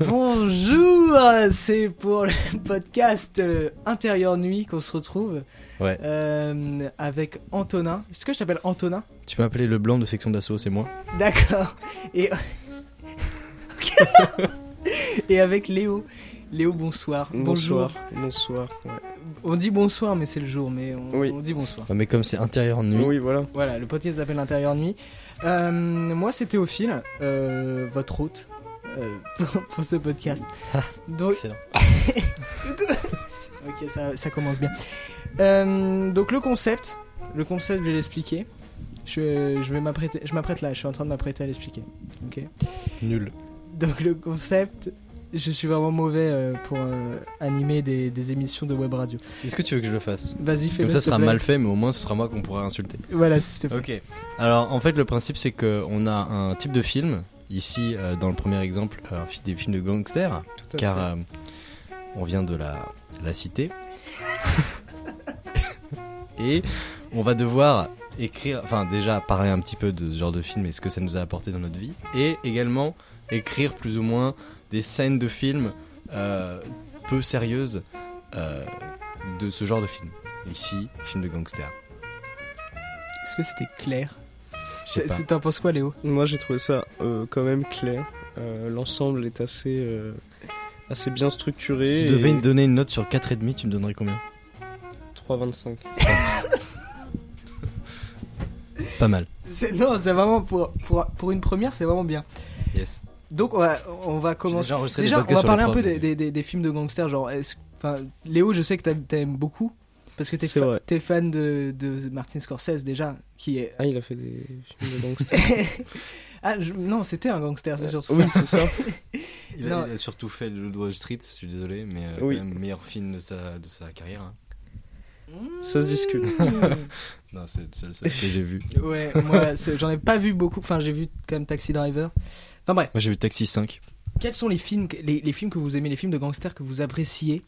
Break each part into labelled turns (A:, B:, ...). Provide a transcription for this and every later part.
A: Bonjour, c'est pour le podcast euh, Intérieur Nuit qu'on se retrouve
B: Ouais.
A: euh, avec Antonin. Est-ce que je t'appelle Antonin
B: Tu peux m'appeler le blanc de section d'assaut, c'est moi.
A: D'accord. Et... Ok. Et avec Léo. Léo, bonsoir.
C: Bonsoir. Bonsoir. ouais.
A: Bonjour. On dit bonsoir, mais c'est le jour, mais on,
C: Oui.
A: on dit bonsoir.
B: Non, mais comme c'est intérieur nuit,
C: Oui, voilà.
A: Voilà, le podcast s'appelle Intérieur Nuit. Euh, moi, c'est Théophile, euh, votre hôte euh, pour, pour ce podcast. Donc,
B: excellent.
A: Ok, ça, ça commence bien. Euh, donc le concept, le concept, je vais l'expliquer. Je, je vais m'apprêter, je m'apprête là, je suis en train de m'apprêter à l'expliquer. Ok.
B: nul.
A: Donc le concept, je suis vraiment mauvais euh, pour euh, animer des, des émissions de web radio.
B: Est-ce que tu veux que je le fasse
A: Vas-y, fais-le.
B: Comme
A: s'il
B: ça, ce
A: te
B: sera
A: plaît.
B: mal fait, mais au moins, ce sera moi qu'on pourra insulter.
A: Voilà, s'il te plaît.
B: Ok. Alors, en fait, le principe, c'est qu'on a un type de film. Ici, euh, dans le premier exemple, euh, un fi- des films de gangsters,
A: à
B: car euh, on vient de la, la cité. et on va devoir écrire, enfin, déjà parler un petit peu de ce genre de film et ce que ça nous a apporté dans notre vie, et également écrire plus ou moins des scènes de films euh, peu sérieuses euh, de ce genre de film. Ici, film de gangsters.
A: Est-ce que c'était clair
B: Je sais
A: C'est-
B: pas.
A: c'est- T'en penses quoi, Léo
C: Moi, j'ai trouvé ça euh, quand même clair. Euh, L'ensemble est assez, euh, assez bien structuré.
B: Si tu devais
C: et-
B: me donner une note sur 4,5, tu me donnerais combien
C: 3,25.
B: Pas mal.
A: C'est- Non, c'est vraiment pour, pour pour une première, c'est vraiment bien.
B: Yes.
A: Donc on va on va commencer.
B: Déjà, enregistré des
A: Déjà, on
B: podcasts
A: va
B: sur le
A: parler un peu
B: prof,
A: des, des- des- des films de gangsters. Genre, est-ce- enfin, Léo, je sais que t'aimes- t'aimes beaucoup parce que t'es
C: C'est
A: fa
C: vrai.
A: t'es fan de, de Martin Scorsese déjà, qui est.
C: Ah, il a fait des films de gangsters.
A: ah je- non, c'était un gangster, c'est sûr.
C: oui,
B: Euh,
A: ça.
C: c'est ça.
B: Il a,
A: Non.
B: il a surtout fait le Wall Street, je suis désolé, mais euh,
C: Oui.
B: quand même meilleur film de sa, de sa carrière. hein.
C: Ça se discute.
B: Non, c'est le seul, seul que j'ai vu.
A: ouais, moi, c'est- j'en ai pas vu beaucoup. Enfin, j'ai vu quand même Taxi Driver. Enfin bref,
B: Moi j'ai vu Taxi 5.
A: quels sont les films, que- les, les films que vous aimez, les films de gangsters que vous appréciez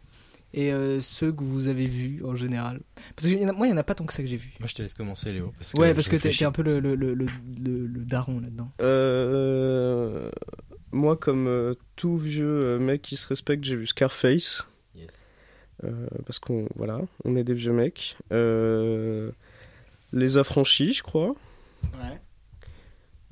A: et euh, ceux que vous avez vus en général Parce que il y en a- moi, il y en a pas tant que ça que j'ai vu.
B: Moi je te laisse commencer Léo. Parce
A: ouais, parce
B: je
A: que t'es
B: réfléchis.
A: t'es un peu le, le, le, le, le- le daron là-dedans.
C: Euh, moi, comme euh, tout vieux euh, mec qui se respecte, j'ai vu Scarface.
B: Yes.
C: Euh, parce qu'on voilà, on est des vieux mecs. Euh, les affranchis, je crois.
A: Ouais.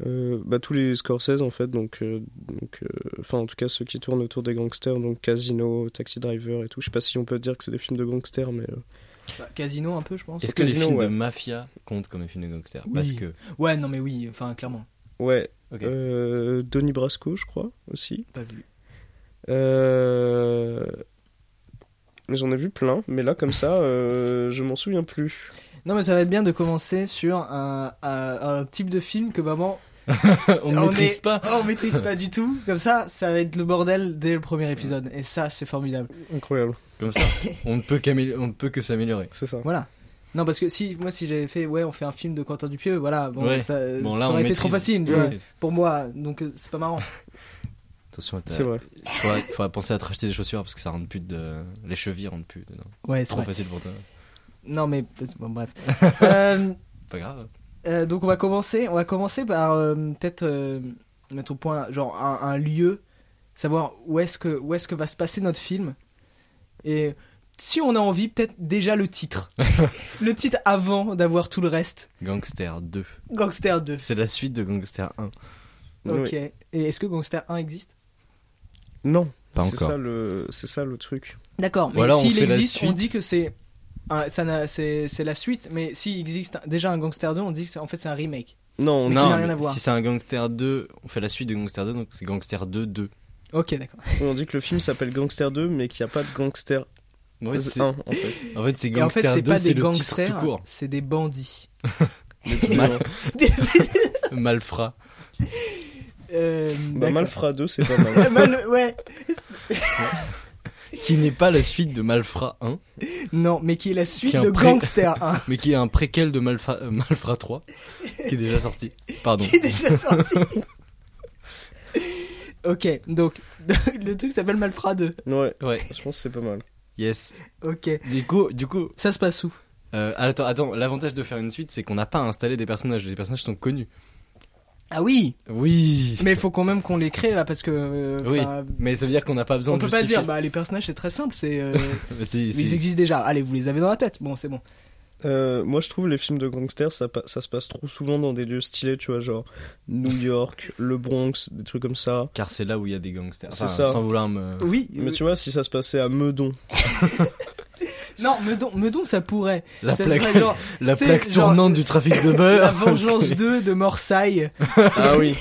C: Euh, bah, tous les Scorsese en fait, donc, euh, donc euh, enfin en tout cas ceux qui tournent autour des gangsters, donc Casino, Taxi Driver et tout. Je sais pas si on peut dire que c'est des films de gangsters, mais euh,
A: casino un peu, je pense.
B: Est-ce que les
C: Casino,
B: films de
C: ouais.
B: mafia comptent comme des films de gangsters
A: Oui.
B: Parce que.
A: Ouais, non, mais oui, enfin, clairement.
C: ouais.
B: Ok.
C: Euh, Donnie Brasco, je crois aussi.
A: Pas vu.
C: Euh, J'en ai vu plein, mais là comme ça, euh, je m'en souviens plus.
A: Non, mais ça va être bien de commencer sur un, un- un type de film que maman.
B: on ne maîtrise
A: est-
B: pas.
A: Oh, on maîtrise pas du tout. Comme ça, ça va être le bordel dès le premier épisode. Et ça, c'est formidable.
C: Incroyable,
B: Comme ça, on ne peut, qu'amé- on ne peut que s'améliorer.
C: c'est ça.
A: Voilà. Non, parce que si, moi, si j'avais fait, ouais, on fait un film de Quentin Dupieux, voilà, bon,
B: Ouais.
A: ça,
B: Bon,
A: ça
B: là, on
A: aurait été
B: maîtrise.
A: trop facile tu
B: On
A: vois,
B: maîtrise.
A: pour moi, donc euh, c'est pas marrant.
B: Attention, il
C: C'est vrai.
B: faudra, faudra penser à te racheter des chaussures parce que ça rentre plus de. Les chevilles rentrent plus dedans.
A: Ouais, c'est
B: Trop
A: vrai.
B: facile pour toi.
A: Non, mais bon, bref. euh,
B: Pas grave.
A: Euh, donc on va commencer, on va commencer par euh, peut-être euh, mettre au point genre un, un lieu, savoir où est-ce que où est-ce que va se passer notre film et si on a envie peut-être déjà le titre, le titre avant d'avoir tout le reste.
B: Gangster 2.
A: Gangster 2.
B: C'est la suite de Gangster 1.
A: Ok.
C: Oui.
A: Et est-ce que Gangster 1 existe
C: Non,
B: Pas
C: c'est
B: encore.
C: ça le, c'est ça le truc.
A: D'accord.
B: Ou
A: Mais
B: alors, on
A: s'il
B: fait la
A: existe, on
B: suite.
A: dit que c'est un- ça n'a- c'est c'est la suite. Mais s'il existe un- déjà un Gangster 2, on dit que c'est- en fait c'est un remake.
C: Non,
A: Mais
C: on,
A: qui
B: non,
A: n'a rien
B: mais
A: à voir.
B: si c'est un Gangster 2, on fait la suite de Gangster 2, donc c'est Gangster 2 2.
A: Ok, d'accord.
C: on dit que le film s'appelle Gangster 2, mais qu'il n'y a pas de Gangster
B: En
C: 1
B: fait, c'est
C: en fait.
B: en fait, c'est
A: Et en fait,
B: Gangster
A: c'est
B: 2,
A: pas des
B: c'est le titre tout
A: gangsters,
B: court.
A: c'est des bandits.
B: Mal- Malfrat.
A: Euh,
C: Bah,
A: d'accord.
C: Malfra 2, c'est pas mal.
A: Ouais, bah, le- ouais.
B: Qui n'est pas la suite de Malfrat 1,
A: Non, mais qui est la suite
B: Qui est un
A: de
B: pré-
A: Gangster 1,
B: mais qui est un préquel de Malfra, euh, Malfrat 3, qui est déjà sorti. Pardon.
A: qui est déjà sorti. ok, donc le truc s'appelle Malfra 2.
C: Ouais,
B: Ouais,
C: je pense que c'est pas mal.
B: yes.
A: Ok,
B: Du coup, du coup
A: ça se passe où
B: euh, attends, attends l'avantage de faire une suite, c'est qu'on n'a pas installé des personnages. Les personnages sont connus.
A: Ah oui
B: Oui.
A: Mais il faut quand même qu'on les crée là parce que. euh,
B: Oui.
A: enfin,
B: Mais ça veut dire qu'on n'a pas besoin
A: On
B: de
A: peut pas
B: justifier.
A: dire, bah les personnages c'est très simple, c'est. euh,
B: Si, si.
A: Ils existent déjà. Allez, vous les avez dans la tête. Bon, c'est bon.
C: Euh, moi, je trouve les films de gangsters, ça, pa- ça se passe trop souvent dans des lieux stylés, tu vois, genre New York, le Bronx, des trucs comme ça.
B: Car c'est là où il y a des gangsters.
C: C'est
B: Enfin,
C: ça.
B: Sans vouloir me.
A: Oui. euh,
C: Mais tu vois, si ça se passait à Meudon,
A: Non, Meudon, Meudon, ça pourrait.
B: La
A: ça
B: plaque,
A: serait genre
B: la
A: tu sais,
B: plaque
A: genre-
B: tournante du trafic de beurre.
A: La Vengeance
B: c'est-
A: 2 de Morsaille.
C: ah oui,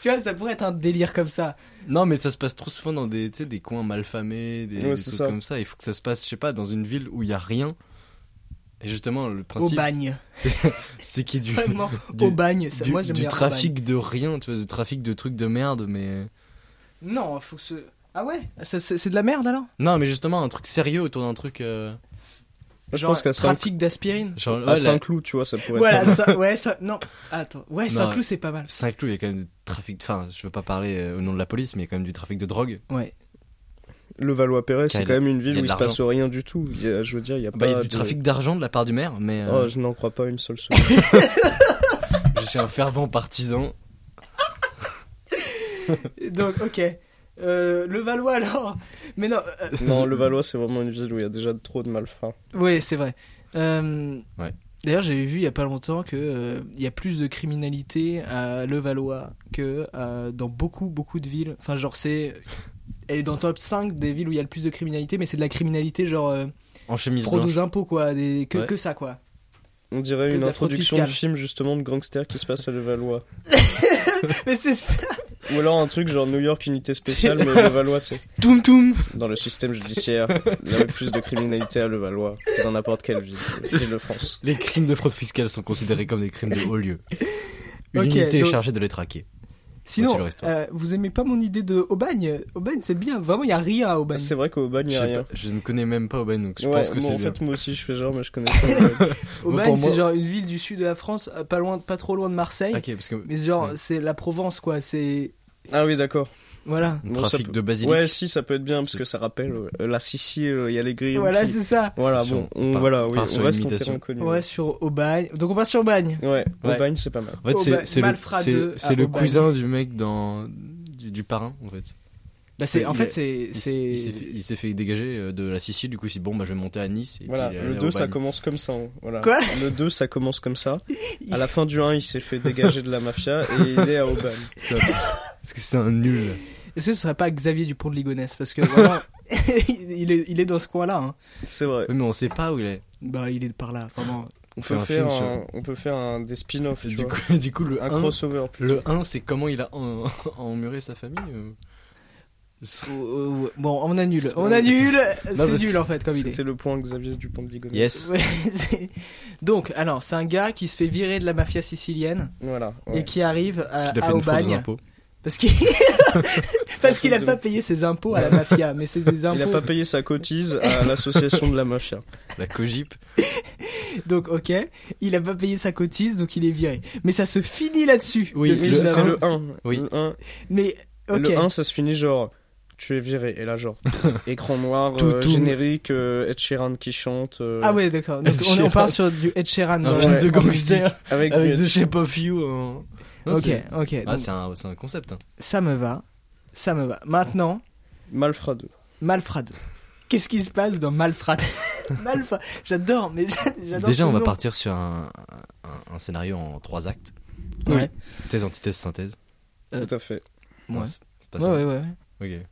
A: Tu vois, ça pourrait être un délire comme ça.
B: Non, mais ça se passe trop souvent dans des, tu sais, des coins malfamés, des,
C: Ouais,
B: des
C: c'est
B: trucs
C: ça.
B: comme ça. Il faut que ça se passe, je sais pas, dans une ville où il y a rien. Et justement, le
A: Au
B: principe,
A: bagne.
B: c'est qu'il y ait du,
A: Vraiment,
B: du-
A: au bagne. Ça,
B: du,
A: moi, j'aime
B: du
A: bien au bagne.
B: trafic de rien, tu vois, du trafic de trucs de merde, mais.
A: Non, faut que ce. Ah ouais Ça, C'est c'est de la merde alors
B: Non, mais justement, un truc sérieux autour d'un truc. euh,
C: je
A: Genre,
C: pense qu'à Saint-
A: Trafic d'aspirine
B: genre,
C: à
B: ouais, la-
C: Saint-Cloud, tu vois, ça pourrait
A: Voilà,
C: être.
A: ça. Ouais, ça. Non. Attends. Ouais,
B: Non,
A: Saint-Cloud, c'est pas mal.
B: Saint-Cloud, il y a quand même du trafic. Enfin, je veux pas parler euh, au nom de la police, mais il y a quand même du trafic de drogue.
A: Ouais.
C: Le Valois-Perret, c'est
B: Car
C: quand
B: il y a-
C: même une
B: il
C: ville
B: y a
C: où
B: de
C: il se passe rien du tout. Il y a- je veux dire, il y a
B: Bah, il y
A: Ah,
C: pas
B: a du
C: de-
B: trafic d'argent de la part du maire, mais euh,
C: Oh, je n'en crois pas une seule seconde.
B: je suis un fervent partisan.
A: Donc, ok. Euh, le Valois alors Mais non. euh,
C: non, le Valois, c'est vraiment une ville où il y a déjà trop de malfrats.
A: Oui, c'est vrai. Euh,
B: Ouais.
A: D'ailleurs, j'avais vu il y a pas longtemps que euh, il y a plus de criminalité à Levallois que euh, dans beaucoup beaucoup de villes. Enfin, genre c'est elle est dans le top 5 des villes où il y a le plus de criminalité, mais c'est de la criminalité genre euh,
B: En chemise
A: fraude
B: blanche.
A: aux impôts quoi, des... que
B: Ouais.
A: que ça quoi.
C: On dirait
A: Que de
C: une
A: la
C: introduction
A: fraude
C: du film justement de gangsters qui se passe à Levallois.
A: mais c'est ça.
C: Ou alors un truc genre New York unité spéciale, mais Levallois, tu sais.
A: Toum toum.
C: Dans le système judiciaire, il y avait plus de criminalité à Levallois que dans n'importe quelle ville, ville de France.
B: Les crimes de fraude fiscale sont considérés comme des crimes de haut lieu. Une
A: Ok,
B: unité
A: donc-
B: est chargée de les traquer.
A: Sinon,
B: Voici le restaurant.
A: euh, vous aimez pas mon idée de Aubagne Aubagne, c'est bien. Vraiment, il y a rien à Aubagne.
C: C'est vrai qu'au Aubagne, il
B: Je,
C: n'y a
B: sais
C: rien.
B: pas, je ne connais même pas Aubagne, donc je
C: Ouais,
B: pense que
C: moi,
B: c'est
C: en
B: bien.
C: fait, moi aussi, je fais genre, mais je connais pas. Aubagne.
B: Ouais, pour
A: Aubagne,
B: moi-
A: c'est genre une ville du sud de la France, euh, pas loin, pas trop loin de Marseille.
B: Ok, parce que
A: Mais genre,
B: Ouais.
A: c'est la Provence quoi. C'est
C: ah oui, d'accord.
A: voilà.
B: le
C: bon, ça
B: trafic
C: peut-
B: de basilic.
C: Ouais, si, ça peut être bien, parce que ça rappelle euh, la Sicile, euh, il y a les grilles.
A: Voilà,
C: qui-
A: c'est ça.
C: Voilà,
B: Sur-
C: bon, on,
B: par-
C: voilà, oui,
B: par
C: on
B: sur
C: reste en
B: imitation.
C: terrain connu.
A: On reste sur Aubagne. Donc on passe sur Aubagne.
C: Ouais,
B: Ouais.
C: Aubagne, c'est pas mal.
B: En fait, c'est
A: Aubagne-
B: c'est le,
A: Malfra
B: c'est-
A: deux à
B: c'est le
A: Aubagne.
B: cousin du mec dans du, du parrain en fait.
A: Bah c'est, en
B: Il
A: fait,
B: est-
A: c'est,
B: Il s-
A: c'est.
B: il s'est fait, il s'est fait dégager euh, de la Sicile, du coup, il s'est dit bon, bah, je vais monter à Nice. Et
C: Voilà,
B: puis, il est allé
C: le
B: à
C: 2, ça
B: Aubagne.
C: commence comme ça. hein, Voilà.
A: Quoi
C: le 2, ça commence comme ça.
A: Il-
C: À la fin du 1, il s'est fait dégager de la mafia et il est à Aubagne.
B: Ça- Parce que c'est un nul.
A: Est-ce que ce serait pas Xavier Dupont de Ligonnès Parce que vraiment, il, est, il est dans ce coin-là. hein.
C: C'est vrai.
B: Oui, mais on sait pas où il est.
A: Bah, il est par là, vraiment.
C: On
B: Faire
C: peut
B: un
C: faire,
B: film sur-
C: un- on peut faire un- des spin-offs, tu
B: Du
C: vois.
B: coup, du coup, le
C: Un
B: 1,
C: crossover.
B: le 1 c'est comment il a en- emmuré sa famille euh? ou-
A: Oh, oh, oh. Bon, on annule.
C: C'est
A: On
C: vrai.
A: annule.
B: parce
A: c'est
B: que
A: nul en fait comme idée.
C: C'était le point Xavier Dupont de Ligonnès.
B: Yes.
A: Ouais, c'est- Donc, alors, c'est un gars qui se fait virer de la mafia sicilienne
C: Voilà. ouais.
A: et qui arrive
B: Parce
A: à,
B: qu'il a
A: à
B: fait une fraude aux
A: Aubagne
B: impôts.
A: parce qu'il parce qu'il a
C: De-
A: pas payé ses impôts à la mafia, mais c'est des impôts.
C: Il a pas payé sa cotise à l'association de la mafia.
B: La cogip.
A: Donc ok, il a pas payé sa cotise, donc il est viré. Mais ça se finit là-dessus.
B: Oui,
A: le
B: oui,
C: Mais
A: film
C: ça, c'est
A: d'avant.
C: le 1.
B: Oui.
C: Le 1,
A: Mais ok.
C: le 1, ça se finit genre. Tu es viré, et là, genre, écran noir,
B: Tout,
C: euh,
B: tout.
C: générique, euh, Ed Sheeran qui chante. euh,
A: Ah ouais, d'accord. Donc,
B: Ed
A: on, on
B: Sheeran.
A: part sur du Ed Sheeran.
B: Un
A: ouais.
B: film de
A: En
B: gangster.
A: musique.
C: Avec,
B: Avec
C: du-
B: The Shape of You. hein. en- Non,
A: Ok,
B: c'est-
A: ok.
B: Ah,
A: donc,
B: c'est un, c'est un concept. hein.
A: ça me va, ça me va. Maintenant,
C: Malfrat 2.
A: Malfrad. Qu'est-ce qui se passe dans Malfrad Malfa. J'adore, mais j'a- j'adore.
B: Déjà,
A: ce
B: on va
A: nom.
B: partir sur un, un- un scénario en trois actes.
A: Ouais.
B: Thèse, antithèse, synthèse.
A: Euh,
C: Tout à fait.
A: Ouais.
B: Non, c'est pas
A: Ouais,
B: ça.
A: ouais, ouais, ouais.
B: Ok.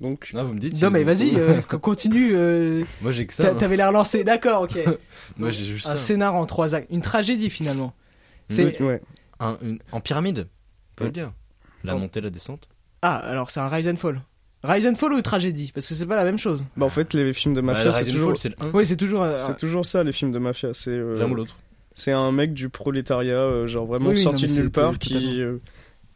C: Donc,
B: Non, vous me dites. si
A: Non, mais
B: vous avez-
A: vas-y, euh, co- continue. euh,
B: Moi, j'ai que ça.
A: t'a-
B: hein.
A: T'avais l'air lancé, d'accord, ok.
B: Moi, j'ai juste
A: Un
B: ça.
A: scénar en trois actes, une tragédie finalement. C'est
C: ouais.
B: Un- une- en pyramide, on peut le dire. La
A: Oh.
B: montée, la descente.
A: ah, alors c'est un Rise and Fall. Rise and Fall ou tragédie Parce que c'est pas la même chose.
C: Bah, en fait, les films de
B: Bah,
C: mafia,
B: la
C: c'est
B: Rise and
C: toujours,
B: Fall, c'est le 1.
A: Oui, c'est toujours. euh, un-
C: c'est toujours ça, les films de mafia. C'est euh,
B: L'un ou l'autre.
C: c'est un mec du prolétariat, euh, genre vraiment
A: Oui, oui, non,
C: sorti
A: mais
C: de
A: c'est-
C: nulle part,
A: totalement.
C: qui, euh,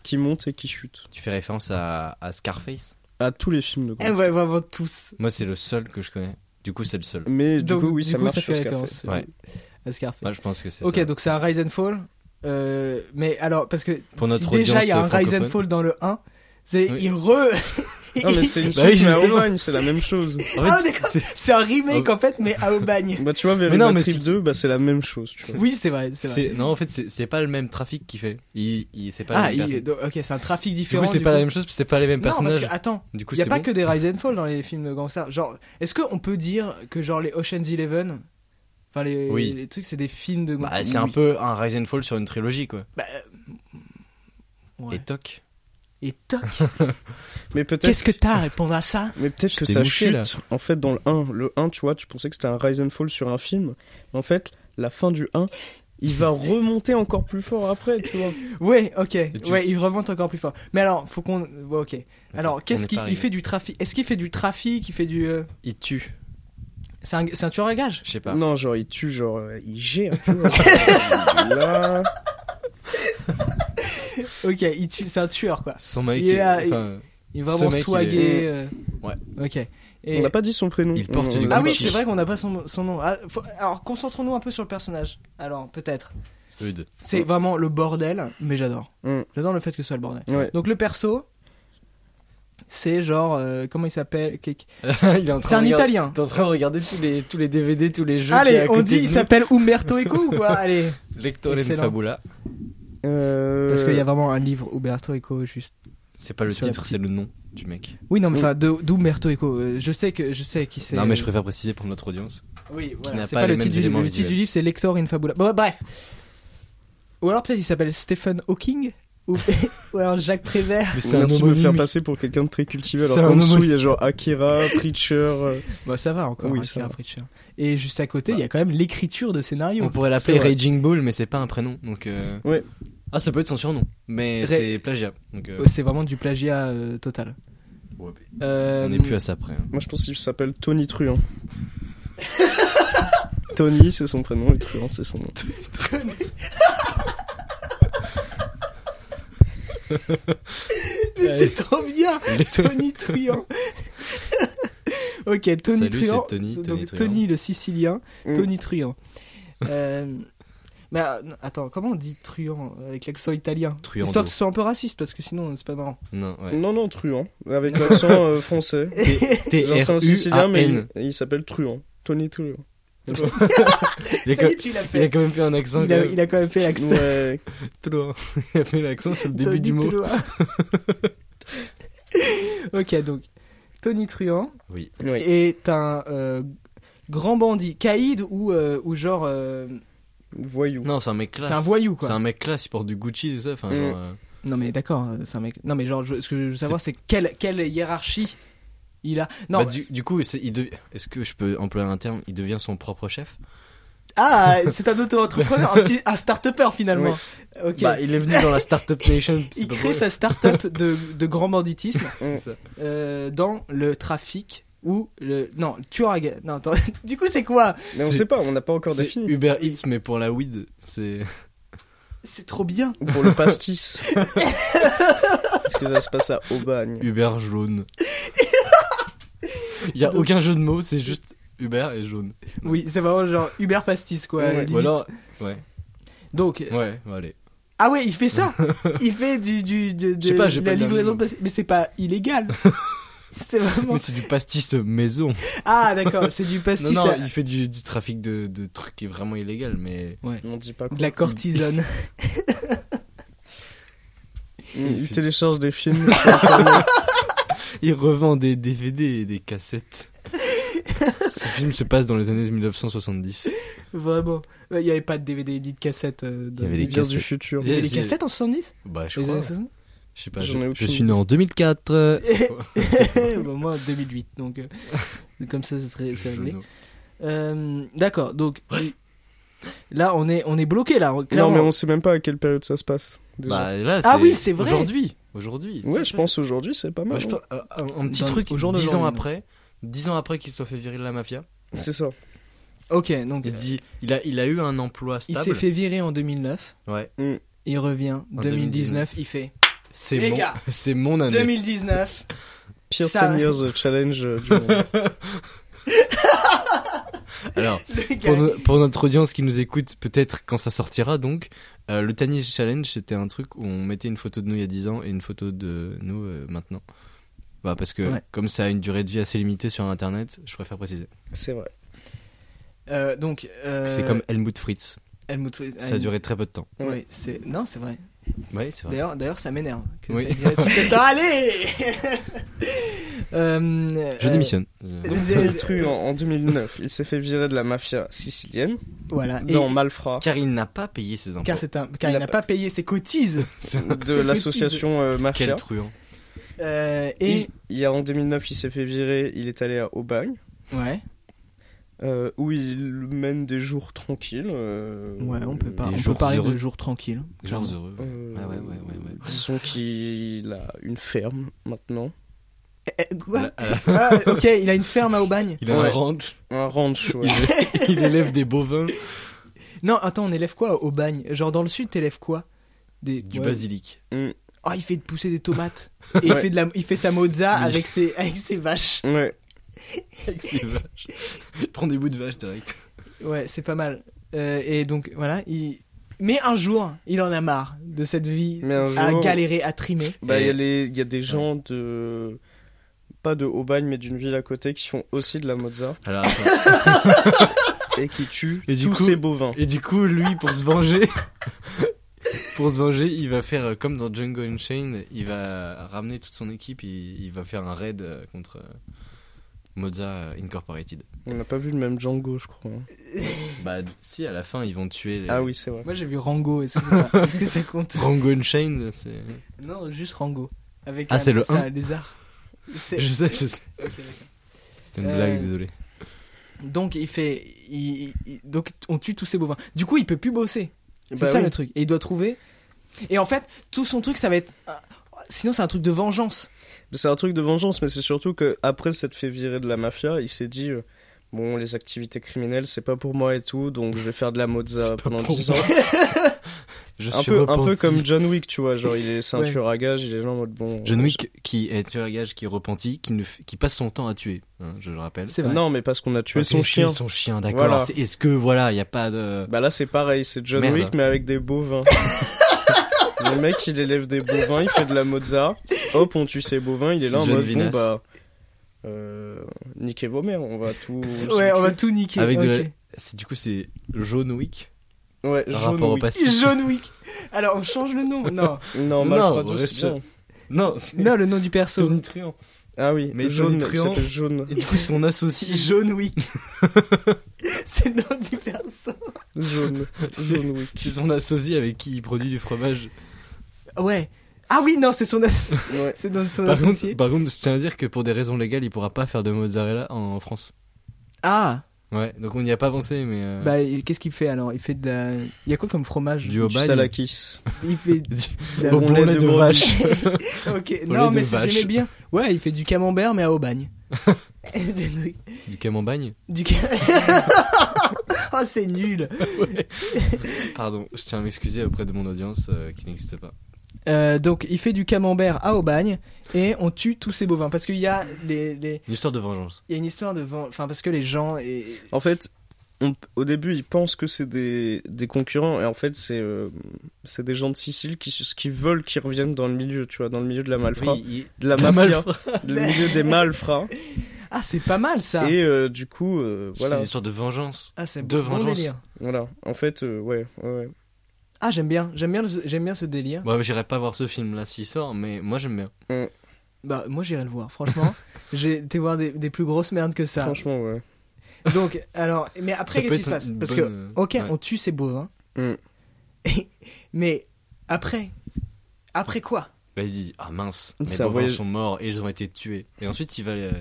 C: qui monte et qui chute.
B: Tu fais référence à, à Scarface.
C: À tous les films de
A: Eh
C: gangsters.
A: ouais, vraiment tous.
B: Moi, c'est le seul que je connais. Du coup, c'est le seul.
C: Mais du
A: Donc,
C: coup, oui, ça marche
A: fait
C: sur ce qu'a
A: référence euh,
B: Ouais.
A: à Scarface.
B: Moi, je pense que c'est
A: ok,
B: ça.
A: donc c'est un Rise and Fall. Euh, mais alors, parce que
B: Pour
A: si
B: notre
A: déjà il y a un
B: audience euh,
A: Rise and
B: francophone.
A: Fall dans le 1, c'est
B: Oui.
A: il re.
C: Non, mais c'est une
B: Bah oui,
C: suite, mais à
B: justement.
C: Aubagne, c'est la même chose.
B: En
A: Ah,
B: fait,
A: d'accord.
B: c'est- Oh.
A: C'est un remake en fait, mais à Aubagne.
C: Bah, tu vois, Very
B: Mais non,
C: Bad
B: mais
C: Trip
B: c'est-
C: 2, bah, c'est la même chose, tu vois.
A: Oui, c'est vrai. C'est vrai.
B: c'est- non, en fait, c'est c'est pas le même trafic qu'il fait. Il, il- c'est pas la
A: Ah,
B: même
A: il-
B: personne.
A: donc, ok, c'est un trafic
B: Du
A: différent.
B: coup, c'est
A: du
B: pas la même chose, puis c'est pas les mêmes
A: Non, parce
B: personnages.
A: que attends,
B: Du coup,
A: il y a
B: c'est
A: pas
B: bon.
A: que des rise and fall dans les films de gangsters. Genre, est-ce qu'on peut dire que genre les Ocean's Eleven, enfin les,
B: Oui.
A: les trucs, c'est des films de
B: Bah, c'est un peu un Rise and Fall sur une trilogie, quoi.
A: Bah, euh, ouais.
B: Et toc.
A: Et toc,
C: Mais peut-être
A: qu'est-ce que t'as à répondre à ça
C: Mais peut-être que
B: t'ai
C: ça
B: mouché,
C: chute.
B: là.
C: En fait, dans le 1, le 1, tu vois, tu pensais que c'était un rise and fall sur un film. Mais en fait, la fin du 1, il va remonter encore plus fort après, tu vois.
A: Ouais, ok.
B: tu
A: Ouais,
B: sais-
A: il remonte encore plus fort. Mais alors, faut qu'on. ouais, ok. Alors,
B: on
A: qu'est-ce
B: est
A: qu'il
B: pas
A: il
B: arrivé.
A: fait du trafic Est-ce qu'il fait du trafic Il fait du. euh,
B: Il tue.
A: C'est un, c'est un tueur à gage.
B: Je sais pas.
C: Non, genre, il tue, genre, euh, il gère, tu vois. Là,
A: Ok, il tue, c'est un tueur quoi.
B: Son mec.
A: Il est
B: est-
A: là,
B: enfin,
A: Il est
B: Ce
A: vraiment
B: mec, il est-
A: swagué. euh,
B: Ouais.
A: Ok. Et-
C: on n'a pas dit son prénom.
B: Il porte
C: On-
B: du
C: on-
A: Ah oui,
B: Gucci.
A: c'est vrai qu'on n'a pas son, son nom. Ah, faut- Alors, concentrons-nous un peu sur le personnage. Alors, peut-être.
B: Eudes.
A: C'est
C: Ouais.
A: vraiment le bordel, mais j'adore.
C: Mm.
A: J'adore le fait que ce soit le bordel.
C: Ouais.
A: Donc, le perso, c'est genre. euh, comment il s'appelle C'est
B: il est en
A: un
B: de regarder-
A: italien.
B: T'es en train de regarder tous les, tous les DVD, tous les jeux. qu'il y a à
A: Allez, on
B: côté
A: dit,
B: de
A: il
B: nous.
A: s'appelle Umberto Eco ou quoi Allez.
B: Lectore in
A: Excellent.
B: Fabula.
C: Euh,
A: Parce qu'il y a vraiment un livre, Umberto Eco, juste.
B: C'est pas le
A: Sur la
B: titre, c'est le nom du mec.
A: Oui, non, mais
C: Mm.
A: enfin, de- d'Umberto Eco. euh, Je sais que je sais qui c'est.
B: Non, mais je préfère préciser pour notre audience.
A: Oui, voilà,
B: n'a
A: c'est
B: pas
A: pas,
B: les
A: le
B: mêmes
A: titre du livre.
B: éléments
A: Le titre
B: visuels.
A: du livre, c'est Lector in Fabula. Bon, bref. Ou alors peut-être il s'appelle Stephen Hawking ou, ou alors Jacques Prévert.
B: Mais
C: Merci de me faire passer pour quelqu'un de très cultivé. Alors
B: C'est
C: qu'en
B: un
C: dessous,
B: homonyme.
C: il y a genre Akira, Preacher. euh,
A: Bah ça va encore.
C: Oui,
A: hein,
C: ça
A: Kira
C: va.
A: Pritchard. Et juste à côté, il y a quand même l'écriture de scénario.
B: Bah. On pourrait
A: C'est
B: l'appeler
A: vrai.
B: Raging Bull, mais c'est pas un prénom. Donc. euh,
C: Ouais.
B: Ah, ça peut être son surnom, mais
A: Ra-
B: c'est plagiat. Donc, euh,
A: Oh, C'est vraiment du plagiat euh, total.
B: ouais, mais
A: Euh,
B: on n'est plus à ça près. hein.
C: Moi, je pense qu'il s'appelle Tony Truant. Tony, c'est son prénom, et Truant, c'est son nom.
A: Mais c'est trop bien, Tony Truant. ok, Tony
B: Salut,
A: Truant.
B: c'est Tony,
A: Donc,
B: Tony Truant.
A: le Sicilien,
C: Mm.
A: Tony Truant. Euh, mais ah, non, attends, comment on dit Truant avec l'accent italien
B: Truando.
A: Histoire que ce soit un peu raciste parce que sinon c'est pas marrant.
B: Non, ouais.
C: Mm. Non, non, Truant, avec l'accent euh, français. Genre, c'est un Sicilien, mais il,
B: T-R-U-A-N.
C: il s'appelle Truant. Tony Truant.
B: Il a
A: Ça y
B: quand-
A: est, tu l'as
B: il a
A: fait.
B: quand même fait un accent.
A: Il a,
B: quand même.
A: il a hein. quand même fait l'accent.
C: Ouais.
B: Truand. Il a fait l'accent sur le début
A: Tony
B: du mot.
A: Truant. ok, donc Tony Truant
B: Oui.
C: Ouais.
A: est un euh, grand bandit, caïd ou, euh, ou genre. euh,
C: Voyou.
B: Non, c'est un mec classe.
A: c'est un voyou quoi.
B: C'est un mec classe, il porte du Gucci, tout ça. Enfin,
C: Mm.
B: genre, euh,
A: Non mais d'accord, euh, c'est un mec. Non mais genre, je- ce que je veux savoir, c'est quelle, quelle hiérarchie il a. Non.
B: bah, du, du coup, c'est- il dev- est-ce que je peux employer un terme Il devient son propre chef
A: Ah, c'est un auto-entrepreneur, un, petit- un start-upper finalement. Ok.
B: Bah, il est venu dans la Startup Nation. c'est
A: il
B: pas
A: crée
B: pour-
A: sa start-up de, de grand banditisme
C: C'est
B: ça.
A: euh, dans le trafic ou le. Non, tueur à ga- Non, attends. Du coup, c'est quoi
C: Mais on
B: C'est-
C: sait pas, on n'a pas encore
B: C'est
C: défini.
B: Uber Eats, mais pour la weed. C'est.
A: C'est trop bien.
C: Ou pour le pastis. Parce que ça se passe à Aubagne.
B: Uber jaune. Il y a aucun jeu de mots, c'est juste Uber et jaune.
A: Oui, c'est vraiment genre Uber Pastis quoi.
C: Ouais.
A: limite.
B: Ou alors, ouais,
A: Donc.
B: ouais, ouais, allez.
A: Ah ouais, il fait ça Il fait du. du de, de
B: Je sais pas, j'ai
A: la
B: pas le
A: livraison.
B: dernier
A: pastis. Mais c'est pas illégal. c'est vraiment.
B: Mais c'est du pastis maison.
A: Ah d'accord, c'est du
B: Non,
A: pastis.
B: non,
A: à-
B: il fait du, du trafic de, de trucs qui est vraiment illégal, mais.
C: On dit pas quoi. Mm.
A: De la cortisone.
C: Il,
B: Il fait-
C: télécharge des films.
B: Il revend des DVD et des cassettes. Ce film se passe dans les années 1970.
A: Vraiment. Ouais, Il y avait pas de DVD ni de cassette. euh, dans-
B: Il y avait
C: Il
B: des
C: vient du
B: cassettes.
C: futur.
A: Il y avait
B: Et
A: des
B: c'est-
A: cassettes en 70
B: Bah, je
A: Les
B: crois.
A: années 60
B: Je sais pas,
C: J'en ai
B: je,
C: aucune
B: je suis né en 2004. euh, c'est quoi
A: Bah, moi, en 2008, donc euh, comme ça, c'est très c'est
B: Je-
A: réglé. Euh, D'accord, donc là, on est, on est bloqué là.
C: Non,
A: clairement.
C: mais on sait même pas à quelle période ça se passe. déjà.
B: Bah, là,
A: Ah oui, c'est vrai.
B: Aujourd'hui. Aujourd'hui.
C: ouais, je pense aujourd'hui, c'est pas mal.
A: Bah,
B: Moi, je
C: hein.
B: pense- euh, un, un petit
A: Dans-
B: truc,
A: au jour
B: 10 ans
A: d'aujourd'hui,
B: après, 10 ans après qu'il soit fait virer de la mafia,
C: C'est ça.
A: Ok, donc
B: il, dit, il, a, il a eu un emploi
A: il
B: stable.
A: s'est fait virer en 2009.
B: Ouais,
A: Il revient 2019,
B: 2019,
A: il fait
B: c'est
A: Les
B: mon,
A: gars,
B: c'est mon année.
A: 2019.
C: Pire
A: Ça-
C: 10 years challenge euh, du monde.
B: Alors,
A: le gars,
B: pour, no- pour notre audience qui nous écoute, peut-être quand ça sortira donc, euh, le Tanish Challenge, c'était un truc où on mettait une photo de nous il y a 10 ans et une photo de nous euh, maintenant. Bah, parce que
A: Ouais.
B: comme ça a une durée de vie assez limitée sur Internet, je préfère préciser.
C: C'est vrai.
A: Euh, donc. euh,
B: C'est comme Helmut Fritz,
A: Helmut Fritz-
B: ça a duré très peu de temps.
A: Oui, c'est. Non, c'est vrai.
B: Oui, c'est vrai.
A: D'ailleurs, d'ailleurs, ça m'énerve. que
B: Oui.
A: ça dise là-dessus. Putain, allez Euh,
B: Je
A: euh,
B: démissionne. Euh,
A: donc-
C: Tom Tru, en, en 2009, il s'est fait virer de la mafia sicilienne
A: Voilà. Et-
C: dans Malfra
B: Car il n'a pas payé ses impôts.
A: car c'est un, car il
C: Il a
A: n'a
C: pas-
A: pas payé ses cotises.
C: de
A: c'est
C: l'association euh,
B: Quel
C: mafia.
B: truand.
A: Euh,
C: Et
A: et
C: il y a en 2009, il s'est fait virer, il est allé à Aubagne,
A: ouais,
C: euh, où il mène des jours tranquilles. euh,
A: ouais, on peut pas,
B: Des
A: on peut
B: jours
A: parler
B: heureux.
A: de jours tranquilles.
B: Genre heureux.
C: euh,
B: Ah ouais, ouais, ouais, ouais.
C: Disons qu'il a une ferme maintenant.
A: Eh, eh, quoi
B: Euh,
A: Ah, Ok, il a une ferme à Aubagne.
B: il a un
C: Ouais.
B: ranch,
C: Un ranch, ouais.
B: il élève des bovins,
A: Non, attends, on élève quoi à Aubagne Genre dans le sud, t'élèves quoi Des
B: du
A: ouais.
B: basilic.
C: Mm,
A: Oh, il fait pousser des tomates. Et il
C: Ouais.
A: fait de la, il fait sa mozza
B: Mais-
A: avec ses, avec ses vaches.
C: mm, ouais.
B: Avec ses vaches. Il prend des bouts de vache direct.
A: Ouais, c'est pas mal. Euh, et donc voilà, il. Mais un jour, il en a marre de cette vie
C: Mais un
A: à
C: jour-
A: galérer, à trimer.
C: Bah, il y,
B: Et-
C: a les- il y a des gens de. Pas de Aubagne, mais d'une ville à côté qui font aussi de la mozza
B: Alors, attends.
C: et qui tuent
B: Et du
C: tous
B: coup-
C: ces bovins.
B: Et du coup, lui, pour se venger, pour se venger, il va faire euh, comme dans Django Unchained, il va ramener toute son équipe, il, il va faire un raid euh, contre euh, Moza euh, Incorporated.
C: On n'a pas vu le même Django, je crois. hein.
B: Bah si, à la fin, ils vont tuer les...
C: Ah oui, c'est vrai.
A: Moi j'ai vu Rango, est-ce que ça, est-ce que ça compte
B: Django Unchained, c'est...
A: Non, juste Rango. Avec
B: Ah,
A: un-
B: c'est le
A: un
B: un
A: lézard. C'est-
B: Je sais, je sais.
A: ok, d'accord.
B: C'était une
A: Euh,
B: blague, désolé.
A: donc il fait, il- il- donc on tue tous ces bovins. Du coup, il peut plus bosser. C'est
C: Bah
A: ça
C: oui.
A: le truc. Et il doit trouver. Et en fait, tout son truc, ça va être. euh, Sinon, c'est un truc de vengeance.
C: C'est un truc de vengeance, mais c'est surtout que après s'être fait virer de la mafia, il s'est dit euh, bon, les activités criminelles, c'est pas pour moi et tout, donc je vais faire de la mozza pendant
B: pour
C: 10 ans.
B: Je
C: Un
B: suis
C: peu, un
B: repenti.
C: peu comme John Wick, tu vois, genre il est c'est un
A: Ouais.
C: tueur à gage, il est là en mode bon.
B: John
C: euh,
B: Wick, qui est tueur à gage, qui repentit, qui, ne f- qui passe son temps à tuer, hein, je le rappelle.
A: C'est
C: je-
A: vrai.
C: Non, mais parce qu'on a tué
B: Ok,
C: son chien.
B: Son chien, d'accord.
C: Voilà.
B: Alors, c'est- Est-ce que, voilà, il n'y a pas de...
C: Bah là, c'est pareil, c'est John
B: Merde.
C: Wick, mais avec des bovins. le mec, il élève des bovins, il fait de la mozza, hop, on tue ses bovins, il est là en
B: C'est John
C: mode bon,
B: Vinasse.
C: bah. Euh, niquez vos mères, on va tout.
A: Ouais, on va tout niquer.
B: Avec de la-
A: ok.
B: C'est- Du coup, c'est Jaune Wick,
C: Ouais,
B: rapport
C: John
B: au
C: Wick.
B: passé.
A: John Wick. Alors, on change le nom. Non,
B: Non,
C: Non, Malfra 12,
B: reste-
C: c'est bien.
B: Non,
A: non, le nom du perso.
B: Truant.
C: Ah oui,
B: Mais
C: jaune,
B: Johnny
C: il
B: Truant-
C: s'appelle jaune.
B: Et du coup, son associé.
A: John Wick. c'est le nom du perso.
C: Jaune.
B: C'est-
C: jaune, oui.
B: C'est son associé avec qui il produit du fromage.
A: Ouais. Ah oui, non, c'est son, as-
C: Ouais.
A: c'est dans son
B: Par
A: associé.
B: contre, bah- par contre, je tiens à dire que pour des raisons légales, il pourra pas faire de mozzarella en France.
A: Ah,
B: Ouais, donc on n'y a pas pensé, mais. euh,
A: bah il- qu'est-ce qu'il fait alors Il fait de la. Il y a quoi comme fromage
B: du
C: Du
B: aubagne.
C: salakis.
A: Il fait.
B: Au
A: de la-
C: Au
B: bon
C: lait
B: lait
C: de
B: de
C: brebis.
B: vache.
A: Ok,
B: Au
A: non,
B: lait
A: mais
B: de
A: c'est-
B: vache.
A: j'aimais bien. Ouais, il fait du camembert, mais à Aubagne. Le truc.
B: du camembagne.
A: du ca- oh, c'est nul.
B: Pardon, je tiens à m'excuser auprès de mon audience euh, qui n'existe pas.
A: Euh, donc, il fait du camembert à Aubagne et on tue tous ces bovins. Parce qu'il y, a les, les-
B: Une histoire de vengeance.
A: il y a une histoire de. ven- Enfin, parce que les gens. Et...
C: En fait, on- au début, ils pensent que c'est des, des concurrents, et en fait, c'est euh, c'est des gens de Sicile qui, qui veulent qu'ils reviennent dans le milieu, tu vois, dans le milieu de la malfra.
B: il-
C: De la,
B: La
C: mafia,
B: malfra-
C: le milieu des malfrats.
A: Ah, c'est pas mal ça.
C: Et euh, du coup, euh,
B: C'est une
C: voilà.
B: histoire de vengeance.
A: Ah, c'est
B: de
A: bon
B: vengeance.
A: délire.
C: voilà. En fait, euh, ouais, ouais, ouais.
A: Ah, j'aime bien. J'aime bien, le- j'aime bien ce délire.
B: Bon, Bah, j'irai pas voir ce film là s'il sort, mais moi j'aime bien.
A: Bah, moi, j'irai le voir, franchement. J'ai été voir des, des plus grosses merdes que ça.
C: Franchement, ouais.
A: Donc, alors. Mais après,
B: Ça peut
A: qu'est-ce qui
B: être
A: se passe
B: une
A: Parce que.
B: bonne, euh,
A: Ok,
B: ouais.
A: on tue ces bovins.
C: Mm.
A: Mais après, après quoi
B: Bah, il dit Ah mince, mes
C: C'est un
B: bovins
C: voyage-
B: sont morts et ils ont été tués. Et ensuite il va. euh,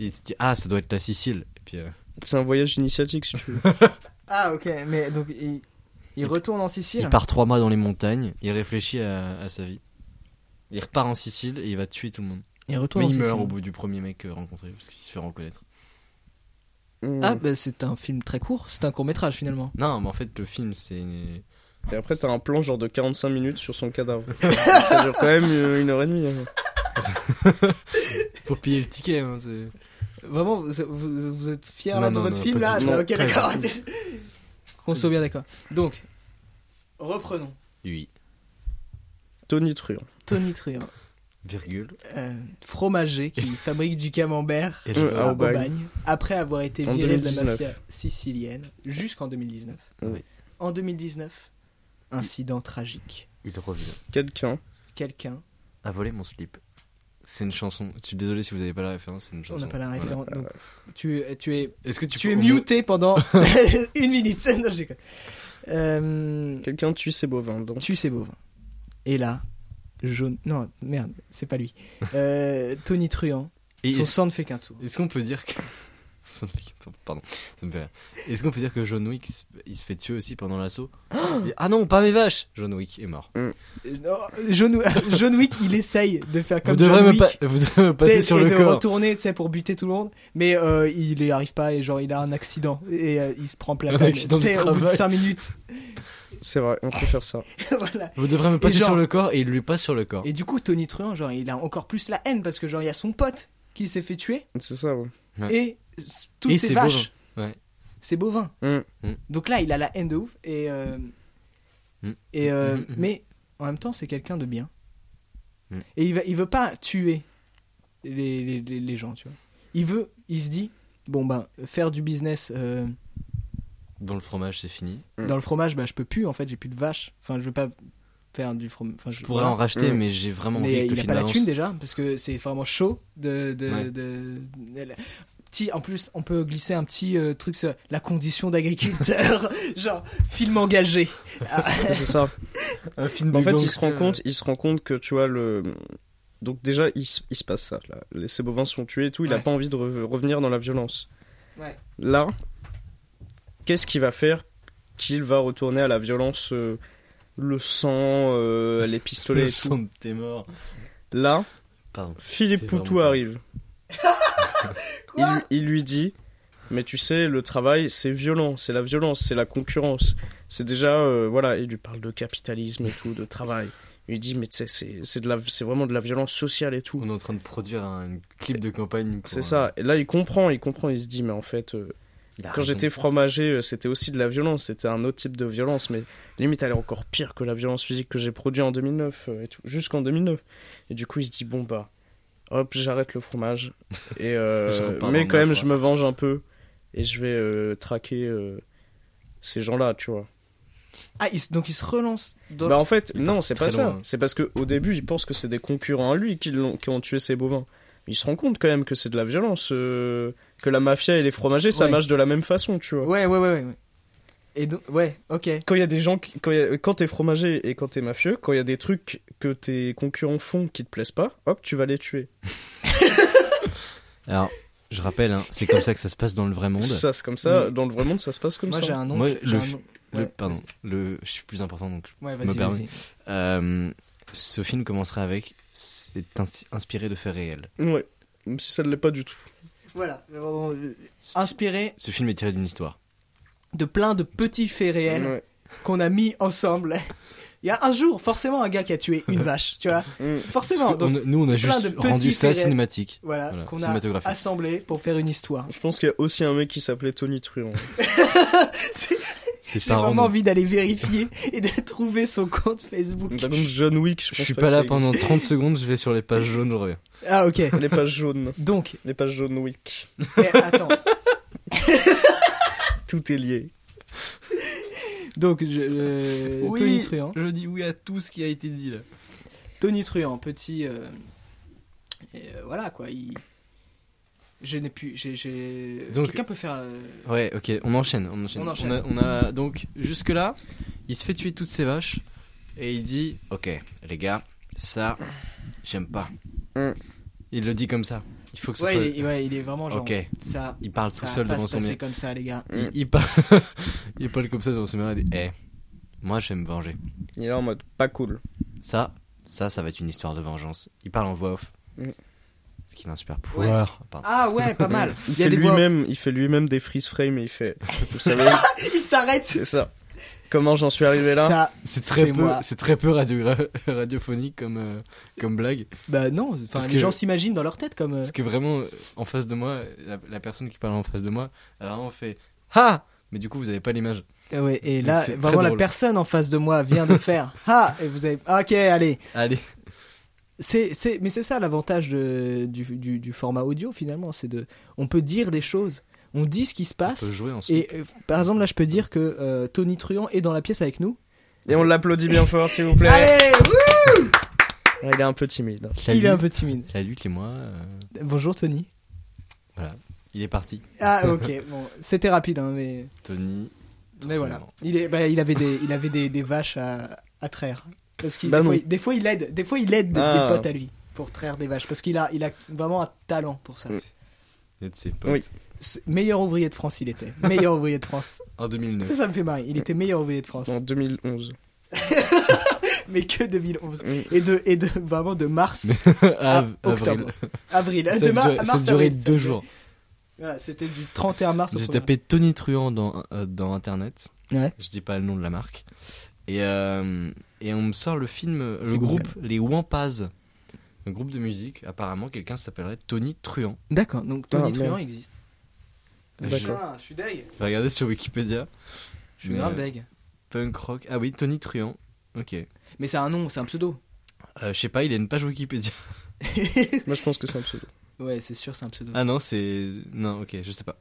B: il se dit Ah, ça doit être la Sicile. Et puis, euh,
C: C'est un voyage initiatique, si tu veux.
A: Ah ok, mais donc il, il
B: Il-
A: retourne en Sicile.
B: il part trois mois dans les montagnes, il réfléchit à, à sa vie. Il repart en Sicile et il va tuer tout le monde.
A: Il retourne
B: Mais
A: en
B: il meurt
A: Sicile.
B: au bout du premier mec euh, rencontré parce qu'il se fait reconnaître.
C: Mm.
A: Ah bah c'est un film très court, c'est un court métrage finalement.
B: Non, mais en fait, le film c'est.
C: Et après, t'as un plan genre de 45 minutes sur son cadavre. ça dure quand même euh, une heure et demie. hein.
B: Faut payer le ticket. hein, c'est-
A: Vraiment, vous, vous- vous êtes fiers
B: Non,
A: là, de
B: non,
A: votre
B: non,
A: film
B: pas
A: là
B: du
C: tout.
A: Bah, Ok
B: Non, pas
A: d'accord.
B: du
A: Qu'on soit bien d'accord. Donc, reprenons.
B: Oui.
C: Tony Truant.
A: Tony Truant.
B: virgule.
A: euh, fromager qui fabrique du camembert
B: Et je veux-
A: à
C: Ah, Aubagne.
A: Aubagne, après avoir été
C: En
A: viré de la
C: 2019.
A: mafia sicilienne jusqu'en 2019.
B: Oui.
A: En 2019, incident tragique.
B: il revient.
C: Quelqu'un.
A: Quelqu'un,
B: A volé mon slip. C'est une chanson. Je suis désolé si vous n'avez pas la référence, c'est une
A: on
B: chanson.
A: n'a pas la
B: Voilà.
A: référence. donc, tu, tu es,
B: Est-ce que tu,
A: tu
B: peux-
A: es
B: on-
A: muté pendant une minute. Non, je déconne. Euh,
C: Quelqu'un tue ses bovins, donc.
A: tue ses bovins. Et là, jaune. Non, merde, c'est pas lui. Euh, Tony Truant,
B: Et
A: son
B: Est-ce
A: sang ne fait qu'un tour.
B: est-ce qu'on peut dire que. Ça me fait- Pardon, ça me fait rire. Est-ce qu'on peut dire que John Wick s- il se fait tuer aussi pendant l'assaut Il dit, Ah non, pas mes vaches John Wick est mort.
A: Euh, non, John, John Wick, il essaye de faire comme
B: vous devrez
A: John
B: me
A: Wick.
B: pa- vous devrez me passer
A: T'sais,
B: sur
A: et
B: le
A: de
B: corps.
A: retourner, tu sais, pour buter tout le monde. Mais euh, il y arrive pas et genre il a un accident et euh, il se prend plein
B: Un
A: de
B: accident du
A: au bout de
B: travail.
A: 5 minutes.
C: C'est vrai, on peut faire ça.
A: voilà.
B: Vous devrez me passer
A: genre-
B: sur le corps et il lui passe sur le corps.
A: Et du coup, Tony Truant, genre, il a encore plus la haine parce que genre il y a son pote qui s'est fait tuer
C: C'est ça, ouais.
B: Ouais.
A: et s- toutes
B: Et
A: ses
B: ses
A: vaches.
B: bovins. Ouais.
A: C'est bovin.
C: Mm.
B: Mm.
A: Donc là, il a la haine de ouf et euh,
B: Mm.
A: et euh,
B: Mm, mm, mm.
A: mais en même temps, c'est quelqu'un de bien.
B: Mm.
A: Et il va, il veut pas tuer les, les, les- les gens, tu vois. Il veut, il se dit, bon ben, faire du business euh,
B: Dans le fromage, c'est fini.
C: Mm.
A: dans le fromage, bah je peux plus. En fait, j'ai plus de vaches. Enfin, je veux pas faire du fromage. Enfin, je
B: Je pourrais
A: voilà.
B: en racheter,
C: Mm.
B: mais j'ai vraiment
A: Mais
B: envie que
A: il
B: le
A: a
B: film
A: pas la
B: avance.
A: thune déjà, parce que c'est vraiment chaud de. de,
B: Ouais.
A: de- de- la- Petit, en plus, on peut glisser un petit euh, truc sur la condition d'agriculteur, genre film engagé. Ah,
C: C'est ça.
B: Un film
C: Mais en fait, il se
A: euh,
C: rend compte, il se rend compte que tu vois le. Donc déjà, il, se- il se passe ça. Là. Les ses bovins sont tués et tout. Il a
A: Ouais.
C: pas envie de re- revenir dans la violence.
A: Ouais.
C: Là, qu'est-ce qu'il va faire Qu'il va retourner à la violence, euh, le sang, euh, les pistolets
B: Le
C: et tout.
B: son de tes morts.
C: Là,
B: Pardon.
C: Philippe
B: C'est
C: Poutou
B: vraiment
C: arrive. il, lui- il lui dit Mais tu sais, le travail, c'est violent, c'est la violence, c'est la concurrence. C'est déjà. euh, voilà, il lui parle de capitalisme et tout, de travail. Il lui dit Mais tu sais, c'est c'est de la- c'est vraiment de la violence sociale et tout.
B: On est en train de produire un clip de campagne. pour,
C: C'est
B: euh,
C: ça. Et là, il comprend, il comprend, il se dit Mais en fait. euh,
B: il a
C: quand
B: raison.
C: j'étais fromager, euh, c'était aussi de la violence, c'était un autre type de violence, mais limite elle est encore pire que la violence physique que j'ai produite en 2009, euh, et tout, jusqu'en 2009. Et du coup, il se dit bon bah, hop, j'arrête le fromage, et euh,
B: Je repars
C: mais
B: dans
C: quand même,
B: neuf,
C: je
B: ouais.
C: me venge un peu, et je vais euh, traquer euh, ces gens-là, tu vois.
A: Ah, il se- donc il se relance dans.
C: Bah en fait,
B: Ils
C: non,
B: partent
C: c'est
B: très
C: pas ça.
B: loin.
C: C'est parce que au début, il pense que c'est des concurrents à lui qui, l'ont- qui ont tué ces bovins. Mais Il se rend compte quand même que c'est de la violence, euh, que la mafia et les fromagers, ça
A: Ouais.
C: marche de la même façon, tu vois.
A: Ouais, ouais, ouais, ouais. ouais. Et donc, ouais, ok.
C: quand il y a des gens qui, quand, il y a- quand t'es fromager et quand t'es mafieux, quand il y a des trucs que tes concurrents font qui te plaisent pas, hop, tu vas les tuer.
B: Alors, je rappelle, hein, c'est comme ça que ça se passe dans le vrai monde.
C: Ça, c'est comme ça.
A: Oui.
C: Dans le vrai monde, ça se passe comme
A: Moi j'ai
C: ça.
A: un nom.
B: Moi,
A: j'ai
B: le
A: un
B: f-
A: nom-
B: Le-
A: ouais,
B: pardon, le, je suis plus important donc.
A: Ouais,
B: me
A: vas-y,
B: permets.
A: vas-y.
B: Euh, ce film commencerait avec c'est ins- inspiré de faits réels.
C: Ouais. Même si ça ne l'est pas du tout.
A: Voilà. vraiment, euh,
B: Ce,
A: Inspiré
B: ce film est tiré d'une histoire.
A: de plein de petits faits réels
C: Ouais.
A: qu'on a mis ensemble. Il y a un jour, forcément, un gars qui a tué une vache, tu vois.
C: Mm.
A: Forcément. Donc,
B: On- nous, on a
A: plein
B: juste
A: de petits
B: rendu ça
A: faits réels.
B: cinématique.
A: voilà,
B: Voilà,
A: qu'on a
B: cinématographique.
A: assemblé pour faire une histoire.
C: Je pense qu'il y a aussi un mec qui s'appelait Tony Truant.
A: C'est-
B: C'est
A: J'ai
B: pas un
A: vraiment
B: roman.
A: envie d'aller vérifier et de trouver son compte Facebook.
B: Bah,
C: Même John Wick. Je,
B: Je
C: pense
B: suis
C: que
B: pas
C: ça
B: là
C: existe.
B: pendant 30 secondes, je vais sur les pages jaunes, je reviens.
A: Ah ok.
C: Les pages jaunes.
A: Donc,
C: Les pages jaunes Wick.
A: mais attends.
C: Tout est lié.
A: Donc, je, euh, Tony Truant.
B: je dis oui à tout ce qui a été dit là.
A: Tony Truant, petit. euh, et, euh, voilà quoi. Il... Je n'ai plus. j'ai- j'ai-
B: Donc-
A: Quelqu'un peut faire. euh,
B: Ouais, ok, on enchaîne. On, enchaîne.
A: On enchaîne.
B: a, on a- donc jusque là, il se fait tuer toutes ses vaches et il dit, ok, les gars, ça, j'aime pas.
C: Mm.
B: Il le dit comme ça. Il faut que ce
A: Ouais,
B: soit.
A: il est, ouais, il est vraiment genre.
B: Ok.
A: Ça,
B: Il parle
A: ça
B: tout seul
A: va pas
B: devant
A: se
B: son
A: passer
B: mur.
A: comme ça, les gars.
B: Il, il parle... il parle comme ça devant son mur. Il dit, eh, moi, je vais me venger.
C: Il est là en mode pas cool.
B: Ça, ça, ça va être une histoire de vengeance. Il parle en voix off.
C: Mm.
B: Ce qui a un super pouvoir. Pardon.
A: Ah ouais, pas mal.
C: Il,
A: Il y a
C: fait
A: des voix off.
C: lui-même, il fait lui-même des freeze frames et il fait. Vous savez,
A: Il s'arrête.
C: c'est ça. Comment j'en suis arrivé là
A: Ça,
B: C'est très
A: c'est
B: peu,
A: moi.
B: c'est très peu radiogra- radiophonique comme euh, comme blague.
A: Bah non, enfin,
B: Parce
A: les
B: que-
A: gens s'imaginent dans leur tête comme. euh,
B: Parce que vraiment, euh, en face de moi, la, la personne qui parle en face de moi, elle a vraiment fait Ah Mais du coup, vous avez pas l'image.
A: euh, ouais, et
B: Mais
A: là,
B: c'est
A: vraiment,
B: très
A: la
B: drôle.
A: personne en face de moi vient de faire. Ah Et vous avez. Ok, allez.
B: Allez,
A: c'est, c'est, mais c'est ça l'avantage de- du, du- du format audio finalement, c'est de, on peut dire des choses, on dit ce qui se
B: On
A: passe.
B: peut jouer ensemble.
A: Et euh, par exemple là, je peux dire que euh, Tony Truant est dans la pièce avec nous.
C: Et on l'applaudit bien fort, s'il vous plaît.
A: Allez, wouh
C: Ouais, Il est un peu timide.
A: il est un peu timide.
B: La lutte et moi, euh,
A: Bonjour Tony.
B: il est parti.
A: Ah ok, bon, c'était rapide hein, mais
B: Tony.
A: mais voilà.
B: mignon.
A: Il est, bah, il avait des, il avait des, des vaches à, à traire parce qu'il
C: Bah
A: des,
C: non.
A: fois, il- des fois, il aide, des fois il aide des-
C: Ah.
A: des potes à lui pour traire des vaches parce qu'il a, il a vraiment un talent pour ça.
C: Mm.
B: Et de ses potes.
C: Oui.
A: C'est- Meilleur ouvrier de France, il était. Meilleur ouvrier de France.
B: En
A: Ça,
B: 2009.
A: ça me fait marrer. Il était meilleur ouvrier de France,
C: En 2011.
A: mais que 2011.
C: Oui.
A: Et de, et de vraiment de mars à
B: Ah,
A: octobre. Avril.
B: Ça
A: De
B: a
A: mar-
B: duré,
A: mars
B: ça a
A: à
B: duré
A: avril, ça a
B: deux
A: duré-
B: jours.
A: Voilà, c'était du 31 mars au
B: J'ai
A: premier.
B: tapé Tony Truant dans, euh, dans internet.
A: Ouais.
B: Je dis pas le nom de la marque. Et, euh, et on me sort le film, euh,
A: C'est
B: le groupe Les Wampaz. Un groupe de musique. Apparemment, quelqu'un s'appellerait Tony Truant.
A: D'accord, donc Tony
C: Ah,
A: Truant
C: merde. Bah,
A: existe.
B: Je
C: D'accord.
A: Ah, je suis deg.
B: je vais regarder sur Wikipédia.
A: Je suis
B: Mais,
A: grave
B: euh,
A: deg.
B: Punk rock. Ah oui, Tony Truant. Ok.
A: Mais c'est un nom, c'est un pseudo.
B: Euh, je sais pas, il a une page Wikipédia.
C: Moi, je pense que c'est un pseudo.
A: ouais, c'est sûr, c'est un pseudo.
B: Ah non, c'est. Non, ok, je sais pas.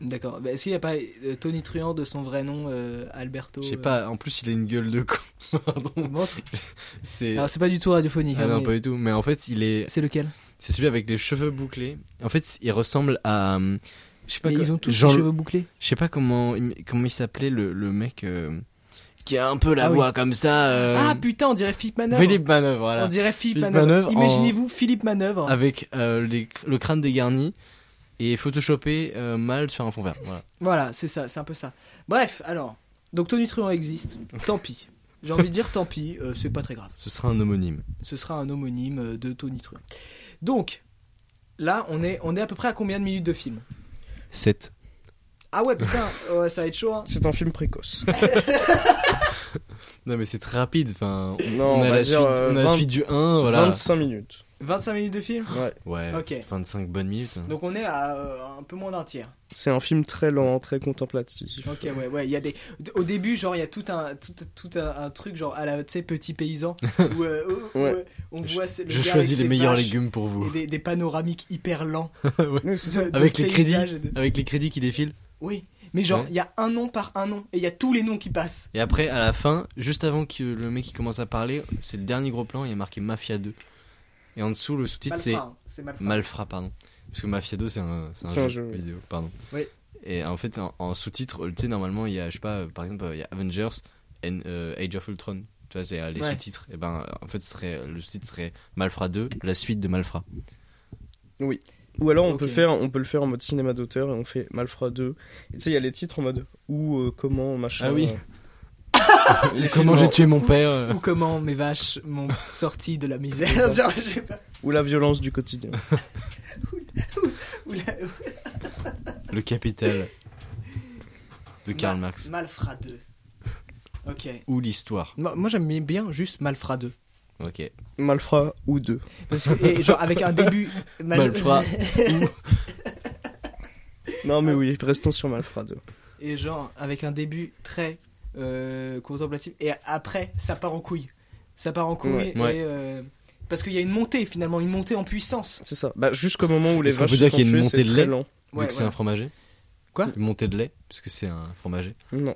A: D'accord. Bah, Est-ce qu'il n'y a pas euh, Tony Truant de son vrai nom, euh, Alberto
B: Je sais
A: euh,
B: pas, en plus, il a une gueule de con. Pardon.
A: montre
B: C'est.
A: Alors, c'est pas du tout radiophonique.
B: Ah
A: hein,
B: non,
A: mais-
B: pas du tout. Mais en fait, il est.
A: C'est lequel
B: C'est celui avec les cheveux bouclés. En fait, il ressemble à. euh, Je sais pas,
A: Mais
B: co-
A: Ils ont tous
B: Jean-
A: les cheveux bouclés.
B: Je sais pas comment, il- comment il s'appelait le, le mec euh, qui a un peu la
A: Ah oui.
B: voix comme ça. euh,
A: Ah putain, on dirait Philippe Manœuvre.
B: Philippe Manœuvre,
A: On
B: voilà.
A: dirait Philippe,
B: Philippe
A: Manœuvre.
B: Manœuvre en-
A: Imaginez-vous Philippe Manœuvre.
B: Avec euh, les cr- le crâne dégarni et photoshopé euh, mal sur un fond vert. Voilà.
A: Voilà, c'est ça, c'est un peu ça. Bref, alors, donc Tony Truant existe. Tant pis. J'ai envie de dire tant pis, euh, c'est pas très grave.
B: Ce sera un homonyme.
A: Ce sera un homonyme euh, de Tony Truant. Donc, là, on est, on est à peu près à combien de minutes de film
B: 7.
A: Ah ouais, putain, ouais, ça va être chaud. hein.
C: C'est un film précoce.
B: Non mais c'est très rapide. Enfin, on-
C: Non,
B: on,
C: on
B: a,
C: va
B: la,
C: dire,
B: suite,
C: euh,
B: on a la
C: 20
B: suite du 1, voilà.
C: 25 minutes.
A: 25 minutes de film
C: Ouais.
B: Ouais,
A: Ok.
B: 25 bonnes minutes. hein.
A: Donc on est à euh, un peu moins d'un tiers.
C: C'est un film très lent, très contemplatif.
A: Ok, ouais, ouais. Il y a des. Au début, genre, il y a tout un, tout, tout un, un truc genre à la, tu sais, petit paysan où, euh, où- où,
C: Ouais.
A: euh, on voit. c'est le
B: Je
A: gars avec
B: choisis les
A: ses
B: meilleurs
A: vaches
B: légumes pour
A: Et
B: vous.
A: des, des panoramiques hyper lents.
C: Oui, c'est ça.
A: de- de
B: Avec les crédits.
A: paysages et de-
B: Avec les crédits qui défilent.
A: Oui, mais genre,
B: Ouais.
A: il y a un nom par un nom, et il y a tous les noms qui passent.
B: Et après, à la fin, juste avant que le mec il commence à parler, c'est le dernier gros plan, il y a marqué Mafia 2. Et en dessous, le sous-titre c'est
A: Malfra, hein, c'est Malfra.
B: Malfra, pardon. Parce que Mafia 2, c'est un, c'est un
C: C'est
B: jeu,
C: un jeu, oui.
B: vidéo, pardon.
A: Oui.
B: Et en fait, en, en sous-titre, tu sais, normalement, il y a, je sais pas, euh, par exemple, euh, il y a Avengers and euh, Age of Ultron. Tu vois, c'est euh, les
A: Ouais.
B: sous-titres. Et ben, euh, en fait, ce serait, le sous-titre serait Malfra 2, la suite de Malfra.
C: Ou alors on,
A: Ok.
C: peut faire, on peut le faire en mode cinéma d'auteur et on fait Malfra 2. Et Tu sais, il y a les titres en mode ou euh, comment, machin.
B: Ah oui.
C: euh. Les
B: Comment
C: films
B: j'ai
C: en-
B: tué mon père euh,
A: Ou comment mes vaches m'ont sorti de la misère. Genre, je sais pas.
C: Ou la violence du quotidien.
A: Ou la-
B: Le Capital de Karl
A: Ma-
B: Marx.
A: Malfra 2. Ok.
B: Ou l'histoire.
A: Moi, moi, j'aime bien juste Malfra 2.
B: Ok.
C: Malfra ou 2.
A: Parce que, et genre, avec un début. Mal-
B: Malfra.
C: Non mais oui, restons sur Malfra 2.
A: Et genre, avec un début très euh, contemplatif. Et après, ça part en couille. Ça part en couille.
C: Ouais.
A: et,
B: Ouais.
A: euh, parce qu'il y a une montée, finalement, une montée en puissance.
C: C'est ça. Bah, jusqu'au moment où les
B: Est-ce qu'on
C: vaches
B: peut dire
C: se font
B: qu'il y a une
C: tuer,
B: montée
C: c'est
B: de
C: très
B: lait
C: lent.
B: Vu
A: Ouais,
B: que c'est
A: voilà.
B: un fromager.
A: Quoi
B: Une montée de lait, puisque c'est un fromager.
C: Non.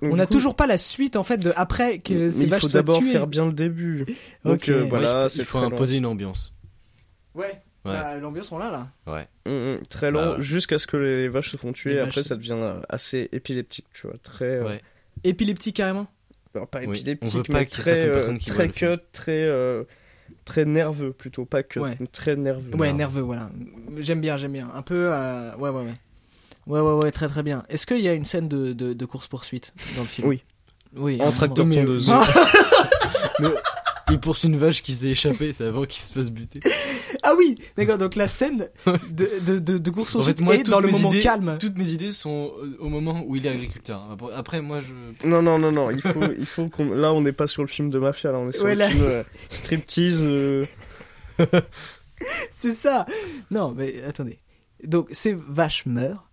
A: On n'a toujours pas la suite, en fait, de après que
C: Mais
A: ces
C: il
A: vaches
C: faut
A: soient
C: d'abord
A: tuées.
C: faire bien le début. Donc
A: Ok.
C: euh,
A: Ouais,
B: Ouais,
C: voilà,
B: il faut-
C: c'est
B: il faut
C: très lent.
B: imposer une ambiance.
A: Ouais.
B: Ouais.
A: Bah, l'ambiance, on l'a là.
B: Ouais.
C: Hum, hum, très
B: Bah
C: lent
B: ouais.
C: jusqu'à ce que les vaches se font tuer.
A: Les
C: et après,
A: vaches-
C: ça devient euh, assez épileptique, tu vois. Très, euh,
B: Ouais.
A: Épileptique carrément.
C: alors, pas
B: Oui,
C: épileptique,
B: on veut pas
C: mais
B: qu'il y ait certaines
C: très, euh,
B: personnes qui voient
C: très
B: le film.
C: cut, très, euh, très nerveux plutôt, pas cut,
A: Ouais.
C: mais très nerveux.
A: Ouais,
B: Nerveux.
A: nerveux, voilà. J'aime bien, j'aime bien. Un peu. euh, Ouais, ouais, ouais. Ouais, ouais, ouais, très très bien. Est-ce qu'il y a une scène de, de, de course-poursuite dans le film
C: Oui.
A: Oui.
C: En
A: hein,
C: tracteur
A: bon.
C: tondeuse.
B: Il poursuit une vache qui s'est échappée, c'est avant qu'il se fasse buter.
A: Ah oui D'accord, donc la scène de, de, de, de course-poursuite
B: En fait, moi,
A: est
B: toutes
A: dans le
B: mes
A: moment
B: idées-
A: calme.
B: Toutes mes idées sont euh, au moment où il est agriculteur. Après- Après, moi, je.
C: Non, non, non, non. Il faut, il faut qu'on. Là, on n'est pas sur le film de mafia. Là, on est sur
A: Ouais,
C: le
A: là.
C: film euh, striptease. euh,
A: C'est ça Non, mais attendez. Donc, ces vaches meurent.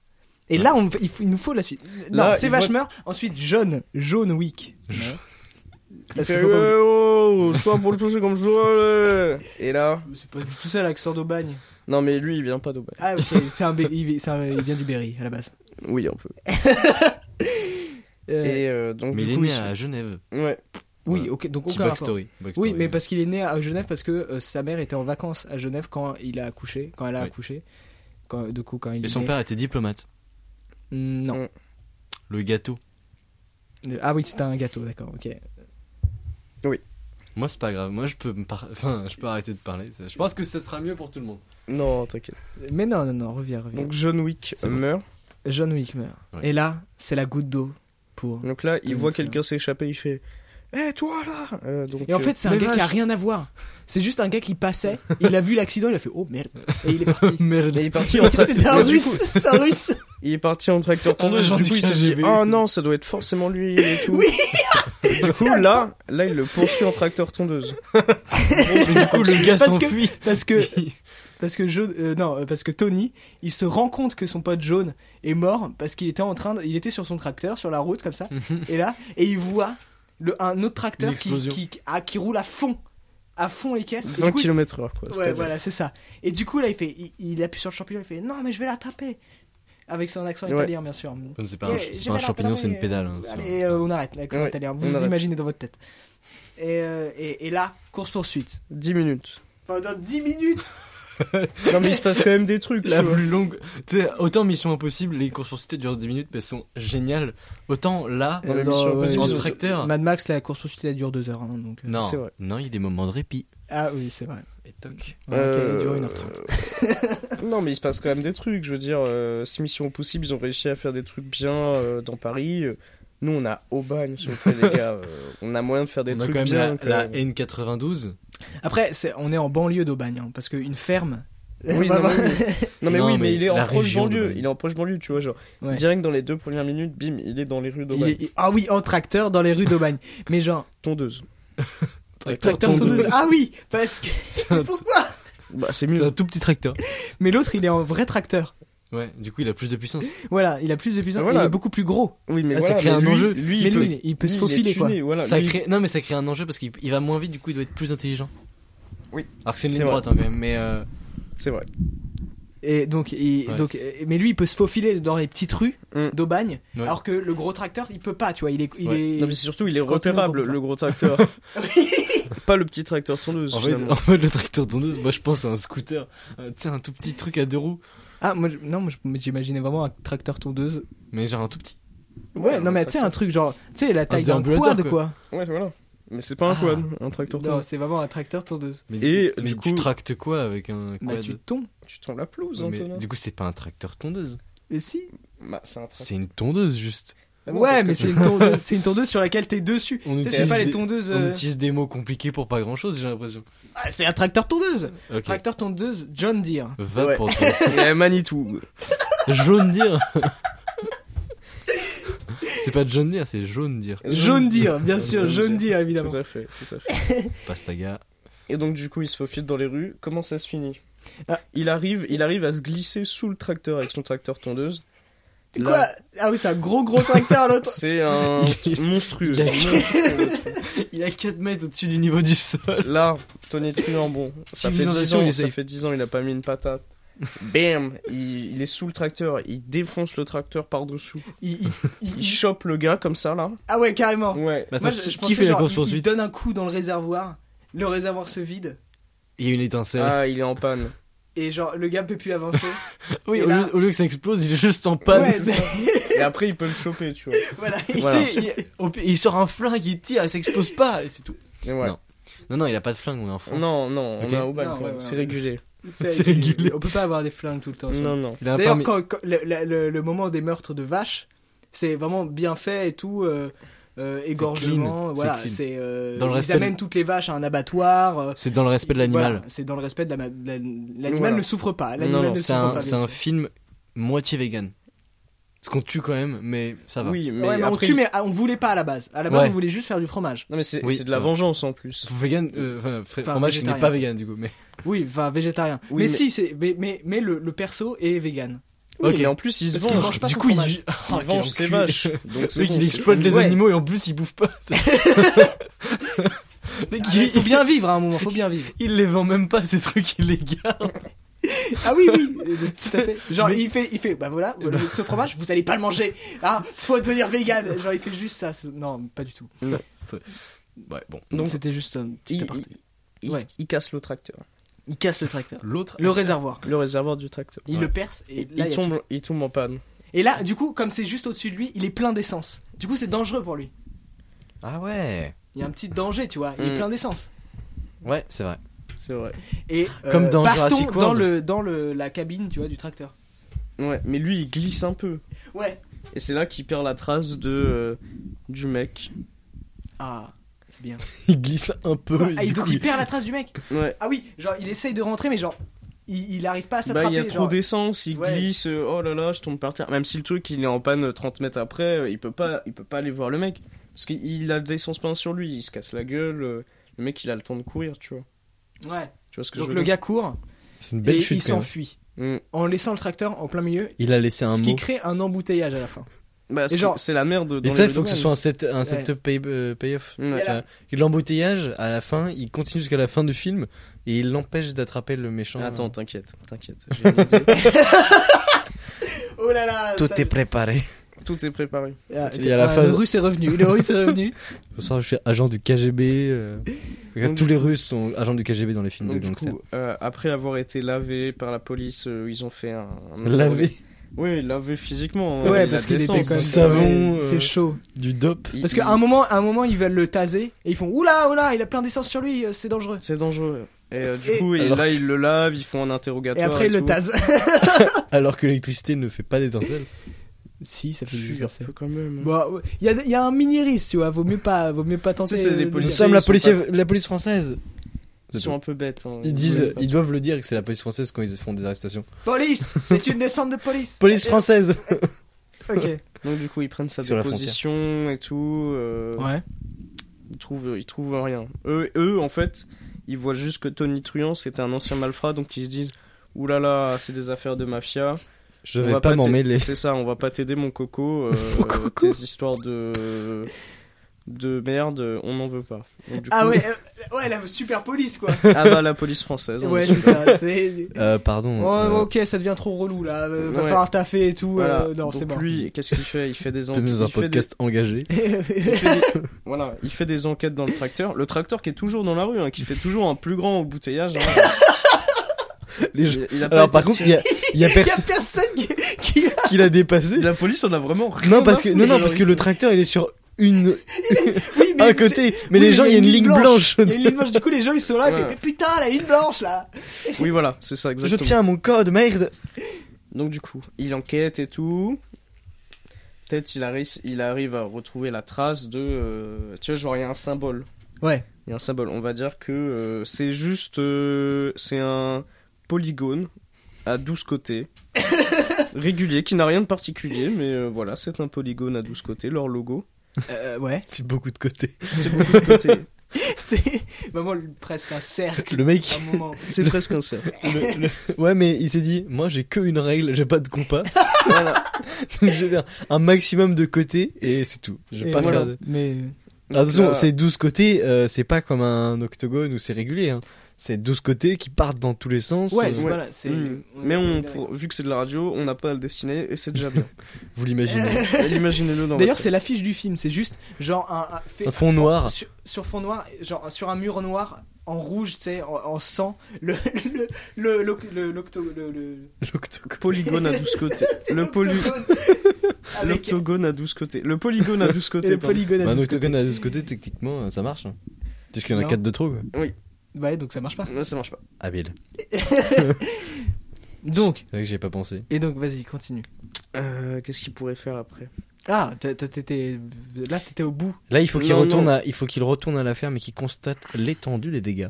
A: Et là, on, il, faut- il nous faut la suite. Non,
C: Là,
A: ces
C: il
A: vaches
C: voit-
A: meurent. Ensuite, jaune. Jaune Wick. meurt. Parce que
C: Fais,
A: faut pas-
B: Euh,
C: ouais, oh, soit pour le toucher comme ça. ouais. Et là.
A: Mais C'est pas du tout ça l'accent d'Aubagne.
C: Non, mais lui, il vient pas d'Aubagne.
A: Ah ok, c'est un, bé- il, c'est un- il vient du Berry à la base.
C: Oui, un peu.
A: Euh,
C: Et euh, donc,
B: Mais il
C: du
B: est
C: coup,
B: né
C: il se-
B: à Genève.
C: Ouais.
A: oui,
B: voilà.
A: ok, donc
B: Petit
A: aucun rapport.
B: backstory. backstory,
A: Oui, mais
B: ouais.
A: parce qu'il est né à Genève parce que euh, sa mère était en vacances à Genève quand il a accouché, quand elle a
B: Oui.
A: accouché. Quand, du coup, quand il
B: Et
A: est
B: son
A: né.
B: père était diplomate.
A: Mm, Non.
B: Le gâteau.
A: Le- Ah oui, c'était un gâteau, d'accord, ok.
B: Moi, c'est pas grave. Moi, je peux, me par- enfin, je peux arrêter de parler. Ça- Je pense que ça sera mieux pour tout le monde.
C: Non, t'inquiète.
A: Mais non, non, non, reviens, reviens.
C: Donc, John Wick
B: C'est bon.
C: meurt.
A: John Wick meurt.
B: Ouais.
A: Et là, c'est la goutte d'eau pour.
C: Donc là, il
A: John
C: voit
A: Wick meurt.
C: quelqu'un s'échapper. Il fait Hé, toi là Euh, donc,
A: Et en
C: euh,
A: fait, c'est un
B: mais
A: gars qui a
B: vache.
A: rien à voir. C'est juste un gars qui passait, il a vu l'accident, il a fait oh merde, et il est parti.
B: Merde.
C: mais il est parti en train
A: c'est un
C: Mais du
A: russe,
C: coup,
A: c'est un russe.
C: Il est parti en tracteur tondeuse,
B: agent
C: du
B: du
C: coup il s'est Ah, dit
B: KGB.
C: Ah non, ça doit être forcément lui et tout.
A: Oui.
C: du coup là, là il le poursuit en tracteur tondeuse.
B: du coup, le gars
A: Parce que-
B: s'enfuit.
A: Parce que parce que Jaune, euh, non, euh, parce que Tony, il se rend compte que son pote Jaune est mort parce qu'il était en train, de- il était sur son tracteur sur la route comme ça,
C: Mhm.
A: et là, et il voit le, un autre tracteur
B: Une
A: qui
B: explosion.
A: qui, ah, qui roule à fond, à fond les caisses. Et du
C: 20
A: coup, il-
C: km heure quoi.
A: ouais,
C: c'est-à-dire.
A: voilà, c'est ça. Et du coup là, il fait, il, il appuie sur le champignon, il fait non mais je vais l'attraper avec son accent
C: Ouais.
A: italien bien sûr.
B: C'est pas un,
A: Eh, j'ai
B: c'est pas un
A: mal à
B: champignon,
A: parler.
B: c'est une pédale. hein,
A: Allez,
B: ça.
A: euh, on arrête l'accent
C: Ouais,
A: italien.
C: on
A: Vous
C: arrête.
A: imaginez dans votre tête. Et, euh, et, et là, course poursuite.
C: 10 minutes.
A: Pendant 10 minutes.
C: Non mais il se passe quand même des trucs.
B: La
C: tu vois.
B: plus longue. Tu sais, autant Mission Impossible, les courses poursuites durent 10 minutes, mais elles sont géniales. Autant là,
C: Dans la
A: Dans-
C: Mission Impossible,
B: euh, en
A: je-
B: tracteur.
A: Mad Max, la course poursuite, elle dure 2 heures. hein, donc, euh.
B: Non,
C: C'est vrai.
B: non, il y a des moments de répit.
A: Ah oui, c'est vrai.
B: Et toc.
A: Ouais, ok, elle dure
C: Euh,
A: 1h30.
C: non mais il se passe quand même des trucs. Je veux dire, euh, si Mission Impossible ils ont réussi à faire des trucs bien euh, dans Paris. euh, Nous on a Aubagne, s'il vous plaît, les gars. euh, on a moyen de faire des
B: On a
C: trucs
B: quand même
C: bien.
B: la,
C: quand
B: la
C: même.
B: N92.
A: Après, c'est- on est en banlieue d'Aubagne. hein, parce qu'une ferme.
C: Oui,
A: Bah,
C: non,
A: bah,
C: mais oui. Non mais
B: Non,
C: oui, mais,
B: mais
C: il est en
B: la
C: proche
B: région
C: banlieue.
B: d'Aubagne.
C: Il est en proche banlieue, tu vois, genre
A: Ouais.
C: direct dans les deux premières minutes, bim, il est dans les rues
A: il
C: d'Aubagne.
A: est- Ah oui, en tracteur dans les rues d'Aubagne. Mais genre,
C: Tondeuse.
A: tracteur
B: tondeuse.
A: tondeuse. Ah oui, parce que.
B: C'est un,
A: Pourquoi
C: Bah
B: c'est
C: c'est mieux.
B: un tout petit tracteur.
A: Mais l'autre, il est en vrai tracteur.
B: Ouais, du coup, il a plus de puissance.
A: Voilà, il a plus de puissance.
C: Ah, Voilà.
A: et Il est beaucoup plus gros.
C: Oui, mais
B: Ah, ça
C: voilà,
B: crée
C: mais
B: un
C: lui-
B: enjeu.
C: Lui,
A: Mais
C: il
A: lui,
C: peut-
A: il, il peut se
C: lui, il est
A: faufiler quoi.
C: tuné, voilà.
B: ça
C: Lui,
B: crée... Non, mais ça crée un enjeu parce qu'il il va moins vite, du coup, il doit être plus intelligent.
C: Oui.
B: Alors que c'est une
C: C'est
B: ligne
C: vrai.
B: droite, hein, quand même. Mais euh,
C: C'est vrai.
A: Et donc, il-
B: Ouais.
A: donc, euh, mais lui, il peut se faufiler dans les petites rues
C: Mm.
A: d'Aubagne,
B: Ouais.
A: alors que le gros tracteur, il peut pas, tu vois. Il est, il
B: Ouais.
A: est.
C: Non, mais c'est surtout, il est
A: Quand on
C: repérable,
A: comprend.
C: le gros tracteur. Pas le petit tracteur tondeuse.
B: en, fait,
C: finalement.
B: en fait, le tracteur tondeuse, moi, je pense à un scooter. Euh, tu sais, un tout petit truc à deux roues.
A: Ah, moi, je- non, moi, je- j'imaginais vraiment un tracteur tondeuse.
B: Mais genre un tout petit.
A: Ouais,
C: Ouais,
A: non,
C: un
A: mais tu sais,
C: tracteur.
A: un truc genre, tu sais, la taille d'un
B: déambulateur,
A: quad, quoi.
C: Ouais, voilà. Mais c'est pas un
B: Ah.
C: quad, un tracteur
A: Non,
C: tondeuse.
A: c'est vraiment un tracteur tondeuse.
B: Mais,
C: Et,
B: mais
C: du
B: tu
C: coup-
B: tractes quoi avec un
A: Bah,
B: quad
A: tu tombes.
C: Tu tombes la pelouse,
B: Ouais, mais
C: Antonin.
B: du coup, c'est pas un tracteur tondeuse.
A: Mais si.
C: Bah, c'est un tracteur.
B: C'est une tondeuse, juste.
C: Ah non, parce
A: ouais,
C: que-
A: mais c'est une tondeuse, c'est une tondeuse sur laquelle t'es dessus.
B: On
A: Tu sais, C'est
B: utilise
A: pas les
B: des-
A: tondeuses.
B: On
A: euh,
B: utilise des mots compliqués pour pas grand chose, j'ai l'impression.
A: ah, c'est un tracteur tondeuse.
B: Ok.
A: Tracteur tondeuse John Deere.
B: Va
C: Ouais.
B: pour toi.
C: Et Manitou.
B: Jaune dire. c'est pas John dire, c'est jaune dire.
A: John Deere, bien sûr,
C: John
A: John
C: Deere.
A: Deere, évidemment.
C: Tout à fait, tout à fait.
B: Pastaga.
C: Et donc, du coup, il se faufile dans les rues. Comment ça se finit
A: Ah.
C: il, arrive, il arrive à se glisser sous le tracteur avec son tracteur tondeuse.
A: Quoi Ah oui, c'est un gros gros tracteur l'autre.
C: C'est un
B: Il-
C: monstrueux.
B: il a-
C: Monstrueux.
B: Il a 4 mètres au-dessus du niveau du sol.
C: Là, Tony Truant, bon, ça fait, 10
B: Civilisation,
C: ans,
B: il
C: ça
B: essaye.
C: fait 10 ans, il a pas mis une patate. Bam il, il est sous le tracteur, il défonce le tracteur par-dessous.
A: Il- il- il-
C: Il chope le gars comme ça, là.
A: Ah ouais,
B: Oh.
A: carrément.
C: Ouais.
B: Attends,
A: Moi,
B: qui-
A: je, je
B: qui
A: pensais
B: fait la
A: genre,
B: course
A: il- il
B: poursuite
A: donne un coup dans le réservoir, le réservoir se vide
B: Il y a une étincelle.
C: Ah, il est en panne.
A: et genre le gars peut plus avancer.
B: oui,
A: et
B: au,
A: là-
B: lieu, au lieu que ça explose, il est juste en panne.
A: ouais,
B: C'est ça.
C: Et après, il peut le choper, tu vois.
A: voilà.
C: Voilà.
B: Tu sais, il, au pire, il sort un flingue, il tire, il s'explose pas, et c'est tout.
C: Mais ouais.
B: Non. Non, non, il a pas de flingue, on est en France.
C: Non, non,
B: Ok.
C: on a au
A: Non,
C: bac,
A: ouais, ouais,
C: c'est
A: ouais.
C: régulé.
B: C'est régulé.
A: On peut pas avoir des flingues tout le temps. ça.
C: Non, non.
B: Il a un
A: D'ailleurs,
B: permis-
A: quand, quand- le, le- le- le moment des meurtres de vaches, c'est vraiment bien fait et tout. euh, euh, égorgement,
B: clean,
A: voilà,
B: c'est clean.
A: c'est euh,
B: Dans le
A: ils
B: respect-
A: amènent toutes les vaches à un abattoir. euh,
B: C'est dans le respect de
A: voilà,
B: l'animal.
A: c'est dans le respect de la ma- de la- l'animal
C: Voilà.
A: ne souffre pas.
C: Non,
A: L'animal
C: non,
A: ne
B: C'est
A: souffre
B: un,
A: pas.
B: c'est
A: bien
B: un
A: sûr.
B: film moitié vegan. Parce qu'on tue quand même, mais ça va.
C: Oui, mais,
A: Ouais, mais on
C: après,
A: tue, mais ah, on voulait pas à la base. À la base,
B: Ouais.
A: on voulait juste faire du fromage.
C: Non, mais c'est
B: Oui,
C: c'est de la
B: ça va.
C: vengeance en plus.
B: Vegan, euh, enfin, fr-
A: Enfin,
B: fromage qui n'est
A: végétarien.
B: pas vegan du coup, mais
A: Oui, enfin végétarien. mais,
C: Oui, mais-
A: si, c'est mais mais, mais le, le perso est vegan. Oui,
C: Et en plus, il se
A: Parce qu'il
C: venge.
A: mange pas
B: du
A: son
B: coup, il,
A: fromage.
B: vit- Ah,
C: Il
B: quel
C: venge ses
B: enculé.
C: vaches. Donc
B: Le
C: c'est
B: mec,
C: bon,
B: il
C: c'est-
B: exploite les
A: Ouais.
B: animaux et en plus, il bouffe pas.
A: Ah,
B: Le mec,
A: mais
B: il,
A: faut bien vivre à un moment, faut bien vivre.
B: il les vend même pas, ces trucs, il les garde.
A: Ah oui, oui, euh, tout à fait. Genre,
B: Mais-
A: il fait, il fait, bah voilà, voilà, ce fromage, vous allez pas le manger. Ah, faut devenir vegan. Genre, il fait juste ça. c'est- Non, pas du tout.
B: C'est- Ouais, bon.
A: Donc,
C: Donc,
A: c'était juste un petit
C: il,
A: aparté.
C: il-
A: Ouais.
C: il casse le tracteur.
A: Il casse le tracteur,
B: L'autre.
A: le réservoir.
C: Le réservoir du tracteur.
A: Il
B: Ouais.
A: le perce et
C: Il,
A: là,
C: il
A: il y a
C: tombe,
A: tout.
C: il tombe en panne.
A: Et là, du coup, comme c'est juste au-dessus de lui, il est plein d'essence. Du coup, c'est dangereux pour lui.
B: Ah ouais.
A: Il y a un petit danger, tu vois. Il est
C: Mm.
A: plein d'essence.
B: Ouais, c'est vrai.
C: C'est vrai.
A: Et euh,
B: Comme dans
A: baston
B: Jurassic
A: dans
B: World.
A: le dans le la cabine, tu vois, du tracteur.
C: Ouais, mais lui, il glisse un peu.
A: Ouais.
C: Et c'est là qu'il perd la trace de euh, du mec.
A: Ah, c'est bien.
B: Il glisse un peu.
A: Ah, et donc il perd la trace du mec.
C: Ouais.
A: Ah oui, genre il essaye de rentrer, mais genre il, il arrive pas à
C: Bah, il y
A: s'attraper.
C: a trop
A: genre.
C: d'essence, il
A: Ouais.
C: glisse, euh, oh là là, je tombe par terre. Même si le truc, il est en panne euh, 30 mètres après, euh, il peut pas, il peut pas aller voir le mec. Parce qu'il il a de l'essence plein sur lui, il se casse la gueule. euh, le mec, il a le temps de courir, tu vois.
A: Ouais.
C: Tu vois ce que
A: Donc
C: je
A: le
C: veux
A: gars court
B: C'est une
A: et
B: belle
A: il
B: chute. quand même.
A: s'enfuit
C: dire Mm.
A: en laissant le tracteur en plein milieu,
B: Il a laissé
A: ce
B: un mot.
A: qui crée un embouteillage à la fin.
C: Bah,
A: Et
C: c'est
A: genre-
C: c'est la merde.
B: Et
C: dans
B: ça,
C: les
B: il faut que ce
C: domaines.
B: soit un, set, un setup pay- euh, payoff.
C: Ouais.
A: Et là-
B: Euh, L'embouteillage, à la fin, il continue jusqu'à la fin du film et il l'empêche d'attraper le méchant.
C: Attends, t'inquiète, t'inquiète. j'ai une idée.
A: Oh là là.
B: tout
A: ça-
B: est préparé.
C: Tout est préparé.
A: Ah,
B: Il y a la
A: ah,
B: phase-
A: Le russe est revenu. Le russe est revenu.
B: Ce soir, je suis agent du KGB. euh. Regarde,
C: Donc,
B: tous
C: du
B: les
C: coup-
B: Russes sont agents du KGB dans les films
C: Donc,
B: de
C: du
B: gangsters.
C: coup, euh, après avoir été lavé par la police, euh, ils ont fait un. un-
B: Lavé
C: Oui, lavé physiquement. hein,
A: ouais,
C: il a
A: parce
C: de
A: qu'il était
C: l'essence.
A: quand même.
B: du savon,
A: Ouais,
B: euh,
A: C'est chaud.
B: du dope.
C: Il-
A: Parce
C: il-
A: qu'à un moment, à un moment, ils veulent le taser et ils font oula oula, il a plein d'essence sur lui, euh, c'est dangereux.
C: C'est dangereux. Et euh, du
A: Et-
C: coup, et
B: Alors
C: là,
B: que-
C: ils le lavent, ils font un
A: Et
C: interrogatoire.
A: après, il le
C: tout.
A: tase.
B: Alors que l'électricité ne fait pas d'étincelles.
A: si, ça
C: Je suis un peu quand même.
A: Bon, Bah, ouais. il y, a- il y a un mini risque, tu vois. Vaut mieux pas, vaut mieux pas tenter.
C: Tu sais,
A: euh,
C: c'est des
A: le-
B: Nous
C: policiers.
B: sommes la
C: ils sont
B: police,
C: pas-
B: la police française.
C: Ils sont un peu bêtes. hein.
B: Ils disent,
C: Ouais.
B: ils doivent le dire que c'est la police française quand ils font des arrestations.
A: Police, c'est une descente de police.
B: Police française.
A: Ok.
C: Donc du coup, ils prennent sa
B: Sur la
C: déposition et tout. euh,
A: Ouais.
C: Ils trouvent, ils trouvent rien. Eux, eux, en fait, ils voient juste que Tony Truant c'était un ancien malfrat, donc ils se disent, oulala, là là, c'est des affaires de mafia.
B: Je
C: On
B: vais
C: va
B: pas m'en
C: t'a-
B: mêler.
C: C'est ça, on va pas t'aider mon coco. euh,
A: Mon coco.
C: Tes histoires de de merde, on n'en veut pas. Donc, du
A: Ah
C: coup,
A: ouais, euh, ouais, la super police quoi.
C: Ah bah la police française. on
A: ouais,
C: est
A: c'est ça. c'est-
B: Euh, pardon.
A: Oh,
B: euh,
A: ok, ça devient trop relou là. euh, Va
C: Ouais.
A: falloir taffer et tout.
C: Voilà.
A: euh, non,
C: Donc
A: c'est bon.
C: lui, qu'est-ce qu'il fait Il fait des
B: de nous un
C: enquêtes. Il, fait des...
B: podcast engagé.
C: il fait des- voilà, il fait des enquêtes dans le tracteur. Le tracteur qui est toujours dans la rue, hein, qui fait toujours un plus grand embouteillage. hein.
B: Les gens-
C: Il- il a pas
B: Alors
C: été
B: par contre, il y a, il y a
A: Il y a
B: personne
A: personne qui, qui a-
B: qui l'a dépassé.
C: tiré. La police en a vraiment rien.
B: Non parce que
C: à
B: non
C: foutre,
B: non parce que
C: genre,
B: le tracteur il est sur une
A: Oui, mais
B: un
A: c'est-
B: côté, mais
A: oui,
B: les gens il y a une ligne blanche.
A: Il y a une ligne blanche. Du coup, les gens ils sont là. ils
C: Ouais.
A: font, mais putain, la ligne blanche là.
C: ils- Oui voilà, c'est ça
B: Je
C: exactement.
B: tiens à mon code merde.
C: Donc du coup, il enquête et tout. Peut-être il arrive, il arrive à retrouver la trace de. euh, tu vois, genre il y a un symbole.
A: Ouais.
C: Il y a un symbole. On va dire que euh, c'est juste. euh, c'est un polygone à 12 côtés. régulier, qui n'a rien de particulier, mais euh, voilà, c'est un polygone à 12 côtés, leur logo.
A: Euh, ouais.
B: C'est beaucoup de côtés.
C: C'est beaucoup de côtés.
A: C'est vraiment presque un cercle.
B: Le mec,
A: à un moment.
C: C'est presque un cercle.
B: le- le- ouais mais il s'est dit, moi j'ai que une règle, j'ai pas de compas. Donc, je vais faire un maximum de côtés et c'est tout. Je vais
A: Et
B: pas
A: voilà.
B: faire. Ah, De...
A: Mais
B: Alors, Attention,
C: là- hmm.
B: c'est 12 côtés, euh, c'est pas comme un octogone où c'est régulier. hein. C'est 12 côtés qui partent dans tous les sens.
A: ouais,
B: Euh,
A: c'est-
C: ouais.
A: voilà. c'est-
C: Mm. Mais on,
A: Ouais.
C: pour- vu que c'est de la radio, on n'a pas à le dessiner et c'est déjà bien.
B: vous l'imaginez.
C: Imaginez-le dans
A: D'ailleurs,
C: votre-
A: c'est l'affiche du film. C'est juste genre un, un- fait-
B: Un fond noir.
A: sur, sur fond noir, genre sur un mur noir en rouge, tu sais, en, en sang, le le le le le, l'octo- le- le-
B: L'octogone.
C: polygone à 12 côtés. le poly...
A: l'octogone avec
C: L'octogone à 12 côtés. Le polygone à 12
A: et
C: côtés.
A: le
C: pardon.
A: polygone à
B: Bah, un
A: douze côtés.
B: octogone à 12 côtés, techniquement, euh, ça marche. hein. Puisqu'il y en a
A: Non. Ah,
B: 4 de trop, quoi.
A: Bah Ouais, donc ça marche pas.
C: Ouais, ça marche pas.
B: Habile.
A: Donc
B: C'est vrai que j'y ai pas pensé.
A: et donc vas-y, continue.
C: Euh, Qu'est-ce qu'il pourrait faire après
A: Ah, t'as- t'as- t'étais là, t'étais au bout.
B: Là, il faut qu'il
C: Non,
B: retourne,
C: non.
B: à, il faut qu'il retourne à la ferme et qu'il constate l'étendue des dégâts.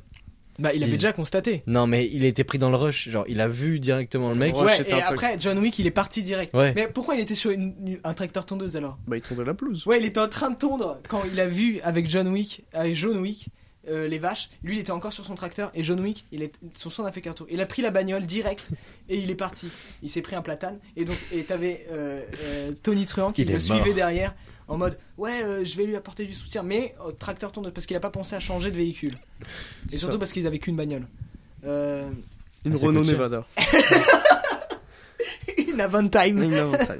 A: Bah, il avait
B: Ils-
A: déjà constaté.
B: Non, mais il était pris dans le rush. Genre, il a vu directement le mec.
C: Ouais,
A: Ouais,
C: c'était
A: et
C: un truc.
A: après John Wick, il est parti direct.
B: Ouais.
A: Mais pourquoi il était sur une- une- un tracteur tondeuse alors
C: Bah, il tombe à la pelouse.
A: Ouais, il était en train de tondre quand il a vu avec John Wick, avec John Wick, euh, les vaches. Lui, il était encore sur son tracteur. Et John Wick, il est... son sang n'a fait qu'un tour. Il a pris la bagnole direct et il est parti. Il s'est pris un platane. Et donc, et t'avais euh, euh, Tony Truant qui
B: Il est
A: le suivait
B: mort.
A: derrière en mode Ouais, euh, je vais lui apporter du soutien. Mais euh, tracteur tourne parce qu'il a pas pensé à changer de véhicule. Et
C: Ça.
A: surtout parce qu'ils avaient qu'une bagnole. Euh,
C: Une
B: Ah, ça
C: Renault
B: coûte cher.
C: Nevada.
A: une Aventime.
C: Une Aventime.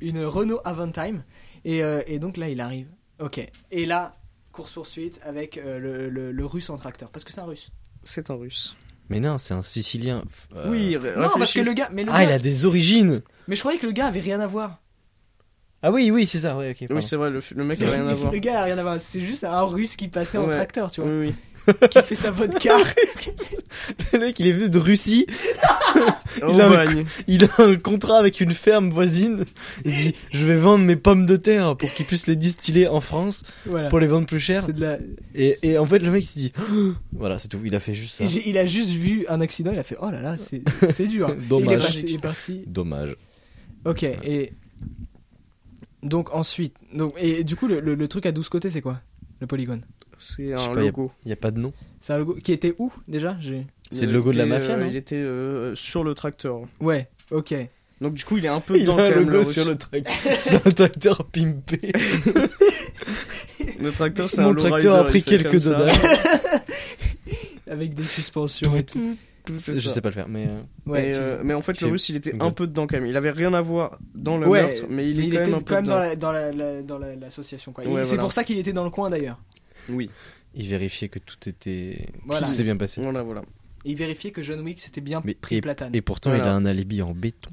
A: une Renault Aventime. Et, euh, et donc là, il arrive. Ok. Et là, course-poursuite avec euh, le, le- le russe en tracteur. Parce que c'est un russe.
C: C'est un russe.
B: Mais non, c'est un Sicilien. euh,
C: Oui,
A: Non, parce que le gars. Mais, le
B: Ah,
A: gars-
B: il a des origines
A: mais je croyais que le gars avait rien à voir.
B: Ah oui, oui, c'est ça, ouais, ok.
C: Oui,
B: pardon.
C: c'est vrai, le, le mec a rien à voir.
A: Le gars a rien à voir. C'est juste un russe qui passait en
C: Ouais.
A: tracteur, tu vois.
C: Oui, oui.
A: qui fait sa vodka.
B: Le mec, il est venu de Russie,
C: En
B: a un
C: bagne.
B: il a un contrat avec une ferme voisine. Il dit Je vais vendre mes pommes de terre pour qu'ils puissent les distiller en France
A: voilà.
B: pour les vendre plus cher.
A: C'est de la-
B: Et, et en fait, le mec, il se dit Oh Voilà, c'est tout, il a fait juste ça.
A: J'ai- Il a juste vu un accident, il a fait oh là là, c'est c'est dur. Il est,
B: Dommage.
A: passé- il est parti.
B: Dommage.
A: Ok, et. Donc ensuite. Donc, et du coup, le, le- le truc à 12 côtés, c'est quoi Le polygone
C: C'est
B: Je sais
C: un
B: pas, y a-
C: logo.
B: Il n'y a pas de nom.
A: C'est un logo qui était où déjà J'ai-
B: C'est
C: Il
B: le logo de la
C: était,
B: mafia,
C: euh,
B: non
C: Il était euh, sur le tracteur.
A: Ouais, ok.
C: Donc du coup, il est un peu dans quand même, russe.
B: tracteur. c'est un tracteur pimpé.
C: Le tracteur, c'est un
B: Mon
C: low
B: tracteur a
C: rider,
B: pris
C: il fait comme
B: quelques
C: ça.
B: dodanes.
A: Avec des suspensions et tout.
C: C'est
B: Je
C: ça.
B: sais pas le faire, mais. euh,
A: Ouais,
C: mais,
A: tu-
C: euh, mais en fait, le
B: J'ai-
C: russe, il était
B: Ok.
C: un peu dedans quand même. Il avait rien à voir dans le
A: Ouais,
C: meurtre, mais il est
A: il
C: quand
A: était
C: même un peu
A: quand même
C: dedans.
A: dans la- dans la- la- dans la- l'association. quoi. Il-
C: Ouais,
A: c'est
C: voilà.
A: pour ça qu'il était dans le coin d'ailleurs.
C: Oui,
B: Il vérifiait que tout était.
A: Voilà.
B: Tout s'est bien passé.
C: voilà, voilà.
A: Et vérifier que John Wick s'était bien
B: Mais-
A: pris platane.
B: Et pourtant, il
C: Voilà.
B: a un alibi en béton.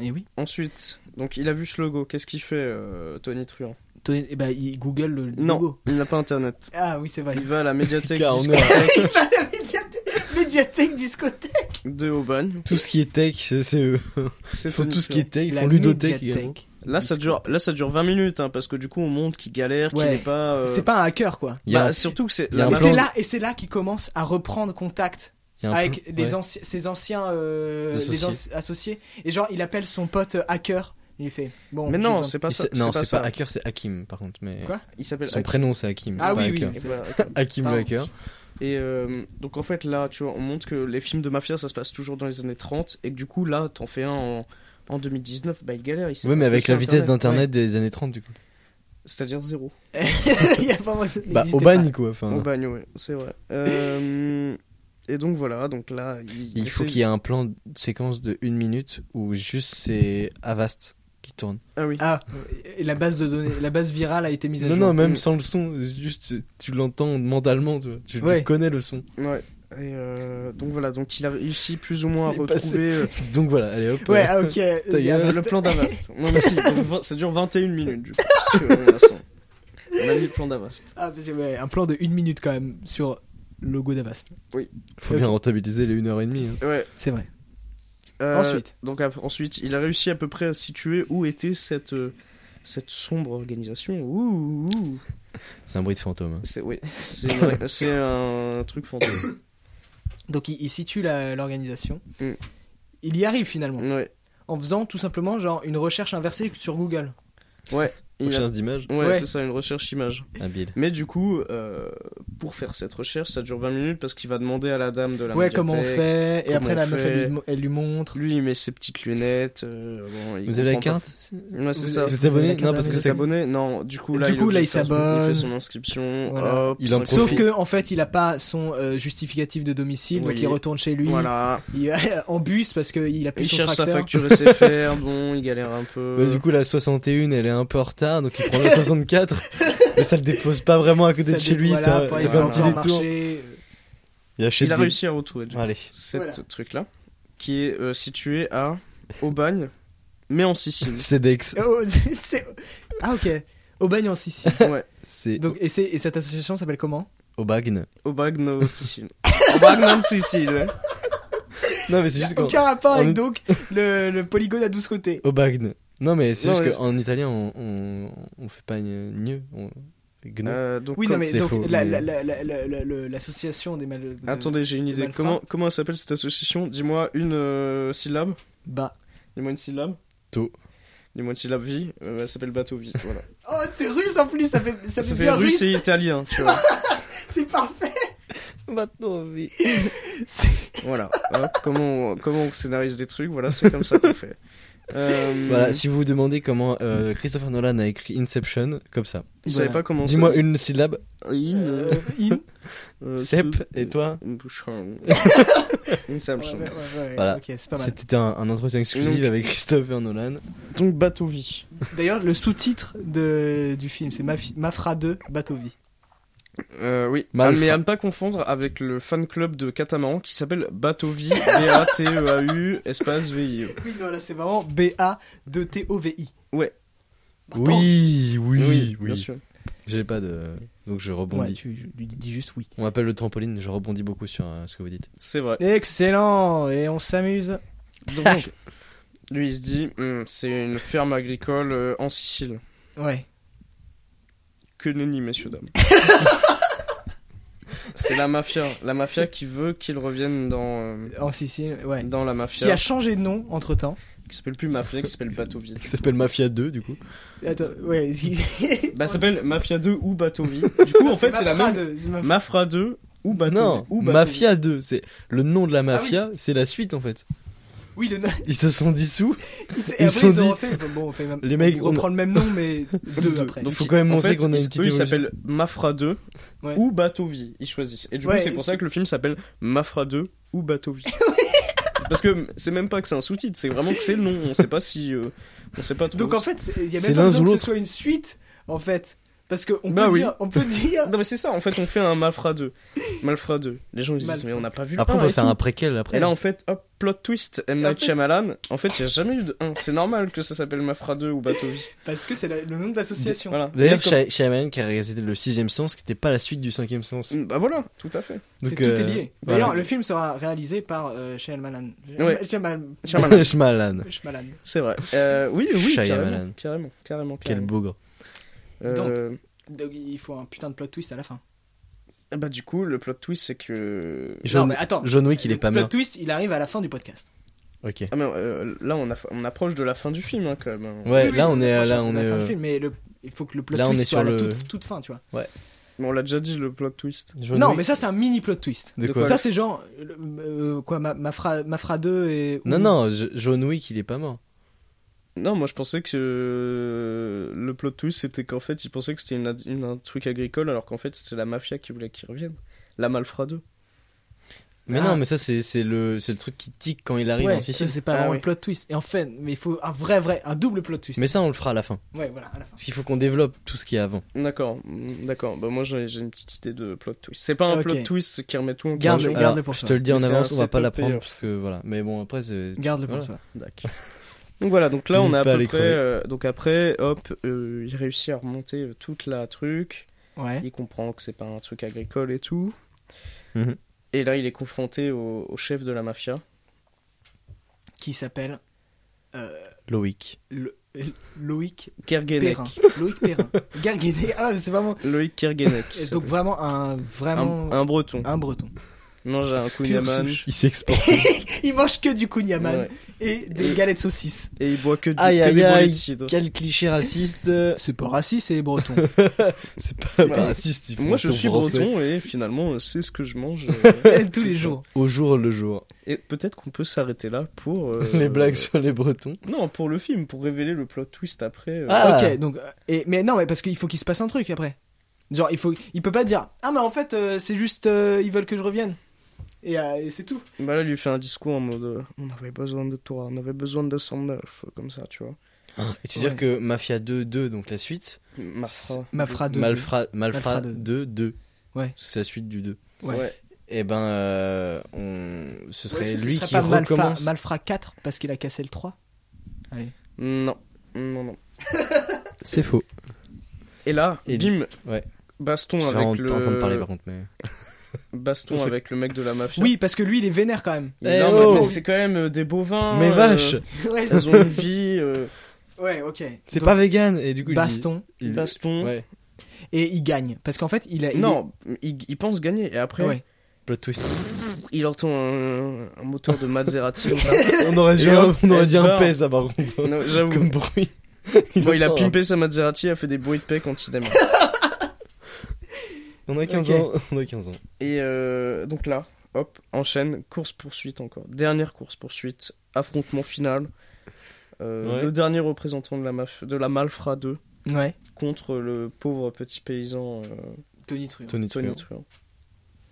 A: Et oui.
C: Ensuite, donc il a vu ce logo. Qu'est-ce qu'il fait, euh, Tony Truant
A: Tony- eh ben, il Google le
C: Non,
A: logo.
C: il n'a pas internet.
A: Ah oui, c'est vrai.
C: Il va à la médiathèque
B: Car on est-
C: discothèque
A: la médiathèque, médiathèque discothèque.
C: de Aubagne.
B: Tout ce qui est tech, c'est- c'est eux.
C: C'est
B: Ils font
C: Tony
B: tout ce qui
C: Truant.
B: est tech, ils
A: La
B: font ludothèque
A: médiathèque.
B: également.
C: Là, ça dure, là, ça dure 20 minutes, hein, parce que du coup, on montre qu'il galère, qu'il
A: Ouais.
C: n'est pas. euh,
A: C'est pas un hacker quoi.
B: Il y a
C: bah,
B: un-
C: surtout que c'est.
B: il y a un
C: la
A: Et
B: plan-
C: maman-
A: c'est là et c'est là qu'il commence à reprendre contact
B: il y a un
A: avec
B: plan-
A: les
B: ouais.
A: anci- ses anciens euh,
B: Des
A: les
B: associés.
A: anci- associés et genre il appelle son pote euh, hacker. Il fait bon. j'ai
C: Mais non,
A: besoin-
C: c'est pas
B: Et
C: ça.
B: c'est- Non,
C: pas
B: c'est pas
C: ça.
B: hacker, c'est Hakim par contre. Mais
A: Quoi
C: Il s'appelle.
B: son prénom, c'est Hakim.
A: Ah
B: c'est pas
A: oui, oui.
B: hacker.
C: Et voilà.
B: Hakim le
A: Pardon.
B: hacker.
C: Et euh, donc en fait là, tu vois, on montre que les films de mafia, ça se passe toujours dans les années 30, et que du coup là, t'en fais un en, en 2019, bah il galère. Il sait
B: Oui,
C: pas
B: mais
C: ce que
B: avec
C: c'est
B: la vitesse
C: Internet.
B: d'internet des années 30, du coup.
C: C'est-à-dire zéro.
A: il y a pas moyen-
B: Bah,
A: n'existait
B: au
A: pas.
B: bagne, quoi.
C: Au
B: Enfin,
C: bagne, ouais, c'est vrai. Euh, et donc voilà, donc là, il,
B: il faut
C: essaie-
B: qu'il y ait un plan de séquence de une minute où juste c'est Avast qui tourne.
C: Ah oui.
A: Ah, et la base de données, la base virale a été mise à
B: Non,
A: jour.
B: non, même
C: Mm.
B: sans le son, juste tu l'entends mentalement, tu vois. Tu le
A: Ouais.
B: connais le son.
C: Ouais. Et euh, donc voilà, donc il a réussi plus ou moins à
B: Il est passé.
C: retrouver euh,
B: Donc voilà, allez hop.
A: Ouais,
B: euh,
A: ah, ok.
B: Ta
A: Il y a
B: gueule,
A: un
C: euh, le
A: reste-
C: plan d'Avast. non mais si, donc, vingt- ça dure 21 minutes du coup. parce que, euh, Vincent, on a mis le plan d'Avast.
A: Ah, parce que, ouais, un plan de une minute quand même sur logo d'Avast.
B: Faut bien rentabiliser les 1h30. Hein.
C: Ouais.
A: C'est vrai.
C: Euh,
A: Ensuite.
C: Donc ap- ensuite, il a réussi à peu près à situer où était cette euh, cette sombre organisation. Ouh, ouh, ouh.
B: C'est un bruit de fantôme. hein.
C: C'est oui, c'est vrai, c'est un truc fantôme.
A: Donc il, il situe la- l'organisation.
C: Mm.
A: Il y arrive finalement
C: Ouais.
A: en faisant tout simplement genre une recherche inversée sur Google.
C: Il a-
B: Recherche d'image,
C: Ouais,
A: Ouais.
C: c'est ça, une recherche image.
B: habile.
C: Mais du coup, euh, pour faire cette recherche, ça dure 20 minutes parce qu'il va demander à la dame de la
A: ouais,
C: médiathèque.
A: comment on fait Et
C: comment
A: après
C: on
A: la meuf elle
C: fait
A: lui, elle lui montre.
C: Lui, il met ses petites lunettes. euh, bon, il
B: Vous avez la
C: comprend
B: carte
C: pas. Euh. Ouais, c'est
A: Vous
C: ça.
A: avez-
B: Vous êtes
A: vous avez
B: abonné
A: la carte
B: Non,
A: d'abonné.
B: parce que
C: Vous êtes
B: c'est.
C: abonné Non, du coup là,
A: Du
C: il est
A: coup, là,
C: obligé
A: il
C: de faire- Il
A: s'abonne.
C: fait son inscription.
A: Voilà.
C: Hop,
B: Il en
C: s'inscrit.
A: Sauf que en fait il a pas son euh, justificatif de domicile donc
C: Oui.
A: il retourne chez lui
C: Voilà.
A: il, en bus parce qu'il a payé
C: Il
A: son
C: cherche sa
A: tracteur.
C: facture SFR, bon, il galère un peu.
B: Bah, du coup, la 61, elle est un peu en retard, donc il prend la 64. mais ça le dépose pas vraiment à côté
A: Ça
B: de chez
A: dé-
B: lui,
A: voilà,
B: ça,
A: après,
B: ça
A: il
B: fait
A: va
B: un petit
A: encore
B: détour.
A: marcher.
B: Il achète
C: il a
B: des-
C: réussi à retrouver déjà
B: Allez.
C: cet
A: Voilà.
C: truc-là, qui est euh, situé à Aubagne, mais en Sicile.
B: C'est Dex.
A: Oh, c'est- c'est- Ah ok. Au bagne en Sicile.
C: ouais,
B: C'est
A: Donc et, c'est- et cette association s'appelle comment
B: Aubagne.
C: Aubagne en Sicile. Aubagne en Sicile.
B: Non, mais c'est juste qu'en.
A: Aucun rapport
B: on
A: avec
B: est-
A: donc le, le polygone à 12 côtés.
B: Aubagne. Non, mais c'est
C: Non,
B: juste
C: mais-
B: qu'en italien, on, on, on fait pas une- mieux. On... Gneu.
C: Euh, donc,
A: Oui, non,
C: comme-
A: mais
B: C'est
A: donc
B: faux,
A: la-
B: mais-
A: la- la- la- la- la- la- l'association des mal. de-
C: Attendez, j'ai une idée.
A: Malfrats.
C: Comment, comment elle s'appelle cette association Dis-moi une euh, syllabe.
A: Bah.
C: Dis-moi une syllabe.
B: To.
C: Dis-moi une syllabe vie. Euh, elle s'appelle Bateau Vie. Voilà.
A: Oh, c'est russe en plus, ça fait, ça
C: Ça
A: fait
C: fait
A: bien
C: russe
A: russe.
C: et italien, tu vois.
A: C'est parfait.
B: Maintenant, oui.
C: Voilà. Hein, comment, on, comment on scénarise des trucs, voilà, c'est comme ça qu'on fait. Euh,
B: Voilà, si vous vous demandez comment euh, Christopher Nolan a écrit Inception, comme ça.
C: Je
A: Voilà.
C: savais pas comment
B: Dis-moi une syllabe,
A: Euh, in.
C: une.
B: Sep, et toi
C: hein. Inception.
A: Ouais, ouais, ouais, ouais,
B: Voilà.
A: Ok, c'est pas mal.
B: C'était un, un entretien exclusif
C: Donc-
B: avec Christopher Nolan.
C: Donc, Batovi.
A: D'ailleurs, le sous-titre de du film, c'est Maf- Mafra 2, Batovie.
C: Euh, oui,
B: Malfa.
C: Ah, mais à ne pas confondre avec le fan club de Catamaran qui s'appelle Batovi, B-A-T-E-A-U, E espace E. V-I-E.
A: Oui, non, là, c'est vraiment B-A-2-T-O-V-I.
C: Ouais.
A: Bah, Attends.
B: Oui,
C: bien sûr.
B: J'ai pas de. Donc je rebondis.
A: Ouais, tu lui dis juste oui.
B: On appelle le trampoline, je rebondis beaucoup sur euh, ce que vous dites.
C: C'est vrai.
A: Excellent, et on s'amuse.
C: Donc, lui, il se dit, Hmm, c'est une ferme agricole euh, en Sicile.
A: Ouais.
C: Que nenni, messieurs, dames. c'est la mafia. La mafia qui veut qu'il revienne dans, euh,
A: En Sicile, ouais.
C: dans la
A: Qui
C: mafia.
A: a changé de nom entre temps.
C: Qui s'appelle plus mafia, qui s'appelle Batovi.
B: Qui s'appelle Mafia 2, du coup.
A: Attends, ouais.
C: Bah, ça s'appelle Mafia 2 ou Batovi. Du coup, en fait, c'est la même.
A: même.
C: Mafra 2 ou Batovi.
B: non,
C: ou Batovi.
B: Mafia 2, c'est le nom
A: Ah
B: de la mafia, c'est la suite en fait.
A: Oui, le nom.
B: Ils se sont dissous.
A: Ils, se-
B: Ils
A: après,
B: sont
A: ils ont
B: dit-
A: refait. Bon, on fait même.
B: Les mecs,
A: on reprend le même nom, mais deux après.
B: Donc, faut quand même
C: en
B: montrer
C: fait,
B: qu'on a
C: ils-
B: une petite
C: eux, ils
B: évolution.
C: s'appellent Mafra 2
A: Ouais.
C: ou Batovi. Ils choisissent. Et du
A: Ouais,
C: coup, c'est pour
A: c'est-
C: ça que le film s'appelle Mafra 2 ou Batovi. Parce que c'est même pas que c'est un sous-titre, c'est vraiment que c'est le nom. On sait pas si. euh, on sait pas trop.
A: Donc en fait, c'est- il y a
B: C'est
A: même pas
B: l'un
A: besoin
B: ou
A: que ce
B: l'autre.
A: soit une suite, en fait. Parce qu'on
C: Bah
A: peut,
C: oui.
A: dire on peut dire.
C: Non, mais c'est ça, en fait, on fait un Mafra 2. Malfra 2. Les gens ils disent,
A: Malfra.
C: mais on n'a pas vu le
B: Après, on
C: un
B: peut
C: et
B: faire
C: tout.
B: un préquel après.
C: Et là, en fait, hop, plot twist, M.
A: Et en
C: Night
A: fait-
C: Shyamalan. En fait, il n'y a jamais eu de 1. C'est normal que ça s'appelle Mafra 2 ou Batovi.
A: Parce que c'est la- le nom de l'association.
C: Voilà.
B: D'ailleurs,
C: Mais comme-
B: Shy- Shyamalan qui a réalisé le sixième sens, qui n'était pas la suite du cinquième sens.
C: Bah voilà, tout à fait.
A: C'est
B: Donc,
A: tout est
B: euh,
A: lié.
B: voilà.
A: D'ailleurs, le film sera réalisé par euh, Shyamalan.
C: Ouais.
A: Shyamalan.
C: Shyamalan.
B: Shyamalan.
A: Shyamalan.
C: C'est vrai. Euh, oui, oui, carrément,
B: Shyamalan.
C: carrément, carrément,
B: Quel
C: carrément.
B: bougre.
C: Euh,
A: Donc, il faut un putain de plot twist à la fin.
C: bah du coup, le plot twist, c'est que...
B: John-
A: Non, mais attends.
B: John Wick, il est
A: Le
B: pas
A: plot
B: mort.
A: twist, il arrive à la fin du podcast.
B: Ok.
C: Ah mais euh, là, on, a- on approche de la fin du film, hein, quand même. hein.
B: Ouais,
A: Oui, oui,
B: là, on
A: oui,
B: est. Là,
A: franchement,
B: on
A: la
B: est
A: fin du
B: euh,
A: film, mais le- il faut que le plot
B: là, on
A: twist
B: est
A: soit
B: sur
A: à la
B: le-
A: toute, toute fin, tu vois.
C: Mais on l'a déjà dit, le plot twist.
B: John
A: non,
B: Wick.
A: mais ça, c'est un mini plot twist.
B: De
C: de
B: quoi
C: quoi
A: Ça, c'est genre. le- euh, quoi, ma, Mafra, Mafra 2 et.
B: Non, non, J- John Wick, il est pas mort.
C: Non, moi, je pensais que euh, le plot twist, c'était qu'en fait, ils pensaient que c'était une, une- un truc agricole, alors qu'en fait, c'était la mafia qui voulait qu'il revienne. La malfra 2.
B: Mais
A: Ah.
B: non, mais ça, c'est c'est le, c'est le truc qui tique quand il arrive
A: Ouais,
B: en
A: ça,
B: Sicile.
A: c'est pas
C: Ah,
A: vraiment
C: oui.
A: le plot twist. Et en fait, mais il faut un vrai, vrai, un double plot twist.
B: Mais ça, on le fera à la fin.
A: Ouais, voilà, à la fin.
B: Parce qu'il faut qu'on développe tout ce qu'il y a avant.
C: D'accord, mm, d'accord. Bah moi, j'ai j'ai une petite idée de plot twist. C'est pas un
A: Ok.
C: plot twist qui remet tout en
A: Garde-
C: question.
A: garde- Garde-le pour
B: je
A: toi.
B: te le dis en
C: Mais c'est
B: avance,
C: un
B: on va pas
C: setup
B: l'apprendre
C: player.
B: parce que voilà. Mais bon, après, c'est.
A: Garde-le pour
B: Voilà.
A: toi.
C: Ah, D'accord. Donc voilà, donc là on
B: N'hésite
C: a à
B: pas à
C: peu
B: les
C: près.
B: crever.
C: euh, donc après, hop, euh, il réussit à remonter euh, toute la truc.
A: Ouais.
C: Il comprend que c'est pas un truc agricole et tout.
B: Mhm.
C: Et là, il est confronté au, au chef de la mafia.
A: Qui s'appelle. euh,
B: Loïc.
A: le- Loïc
C: Kerguenek.
A: Perrin. Loïc Perrin. Garguenet. Ah, mais c'est vraiment.
C: Loïc Kerguenek.
A: Et Donc vraiment un vraiment
C: un,
A: un,
C: un breton.
A: breton.
C: Mange un
A: Pure
C: kouign-aman
A: souche.
B: Il s'exporte.
A: il mange que du kunyaman
C: Ouais.
A: et des galettes saucisses.
C: Et il boit que, du,
B: Aïe,
C: que
B: aïe,
C: des
B: aïe.
C: brûlés de cidre.
B: Quel cliché raciste. euh,
A: C'est pas raciste, c'est breton.
B: C'est pas
C: Bah,
B: raciste, ils font
C: Moi, je
B: son
C: suis
B: français.
C: breton et finalement, euh, c'est ce que je mange. euh,
A: Tous les jours.
B: Au jour le jour.
C: Et peut-être qu'on peut s'arrêter là pour. euh,
B: Les blagues sur les bretons.
C: Non, pour le film, pour révéler le plot twist après. euh,
B: Ah.
A: Ok, donc euh, et mais non mais parce qu'il faut qu'il se passe un truc après. Genre il faut il peut pas dire ah mais en fait euh, c'est juste euh, ils veulent que je revienne. Et, euh, et c'est tout.
C: Bah là, il lui fait un discours en mode euh, On avait besoin de toi, on avait besoin de 109, euh, comme ça, tu vois.
B: Et tu
A: Ah, Ouais.
B: dire que Mafia 2, 2, donc la suite.
C: Mafra.
A: Mafra 2.
B: Malfra, Malfra
A: Ah, Malfra 2.
B: 2, 2.
A: Ouais.
B: C'est la suite du 2.
A: Ouais.
B: Et ben, euh, on...
A: Ou
B: ce
A: est-ce
B: serait
A: que ce
B: lui
A: serait
B: qui
A: pas Malfa-
B: recommence.
A: Malfra 4 parce qu'il a cassé le 3. Allez.
C: Non, non, non.
B: C'est faux.
C: Et là,
B: Et
C: bim
B: ouais.
C: Baston
B: Je suis
C: avec
B: en,
C: le.
B: en train de parler par contre, mais.
C: Baston
B: C'est-
C: avec le mec de la mafia.
A: Oui parce que lui il est vénère quand même.
C: Il
B: Eh
C: est là,
B: oh
C: mais c'est quand même euh, des bovins.
B: mais
C: euh,
B: vache
A: ouais,
C: Ils ont une vie. euh,
A: ouais ok.
B: C'est
A: Donc,
B: pas vegan Et du coup, il-
A: baston
B: il-
C: Baston.
B: Ouais,
A: et il gagne parce qu'en fait il a il
C: Non, il, il pense gagner. Et
A: est-
C: après,
A: ouais.
B: plot twist.
C: il entend un, un moteur de Maserati. comme ça.
B: on aurait dit,
C: Et
B: un,
C: hop,
B: on aurait
C: elle
B: dit
C: se
B: un
C: barre.
B: paix, ça par contre.
C: Non, J'avoue.
B: Comme bruit.
C: Bon, il a
B: entend hein. un-
C: pimpé sa Maserati, il a fait des bruits de paix quand il démarre.
B: On a 15
A: Ok.
B: ans. On a 15 ans.
C: Et euh, donc là, hop, enchaîne, course-poursuite encore. Dernière course-poursuite, affrontement final. Euh,
B: Ouais.
C: Le dernier représentant de la, maf- de la Malfra 2
A: Ouais.
C: contre le pauvre petit paysan euh,
A: Tony Truant.
B: Tony,
C: Tony
B: Truant.
C: Truant.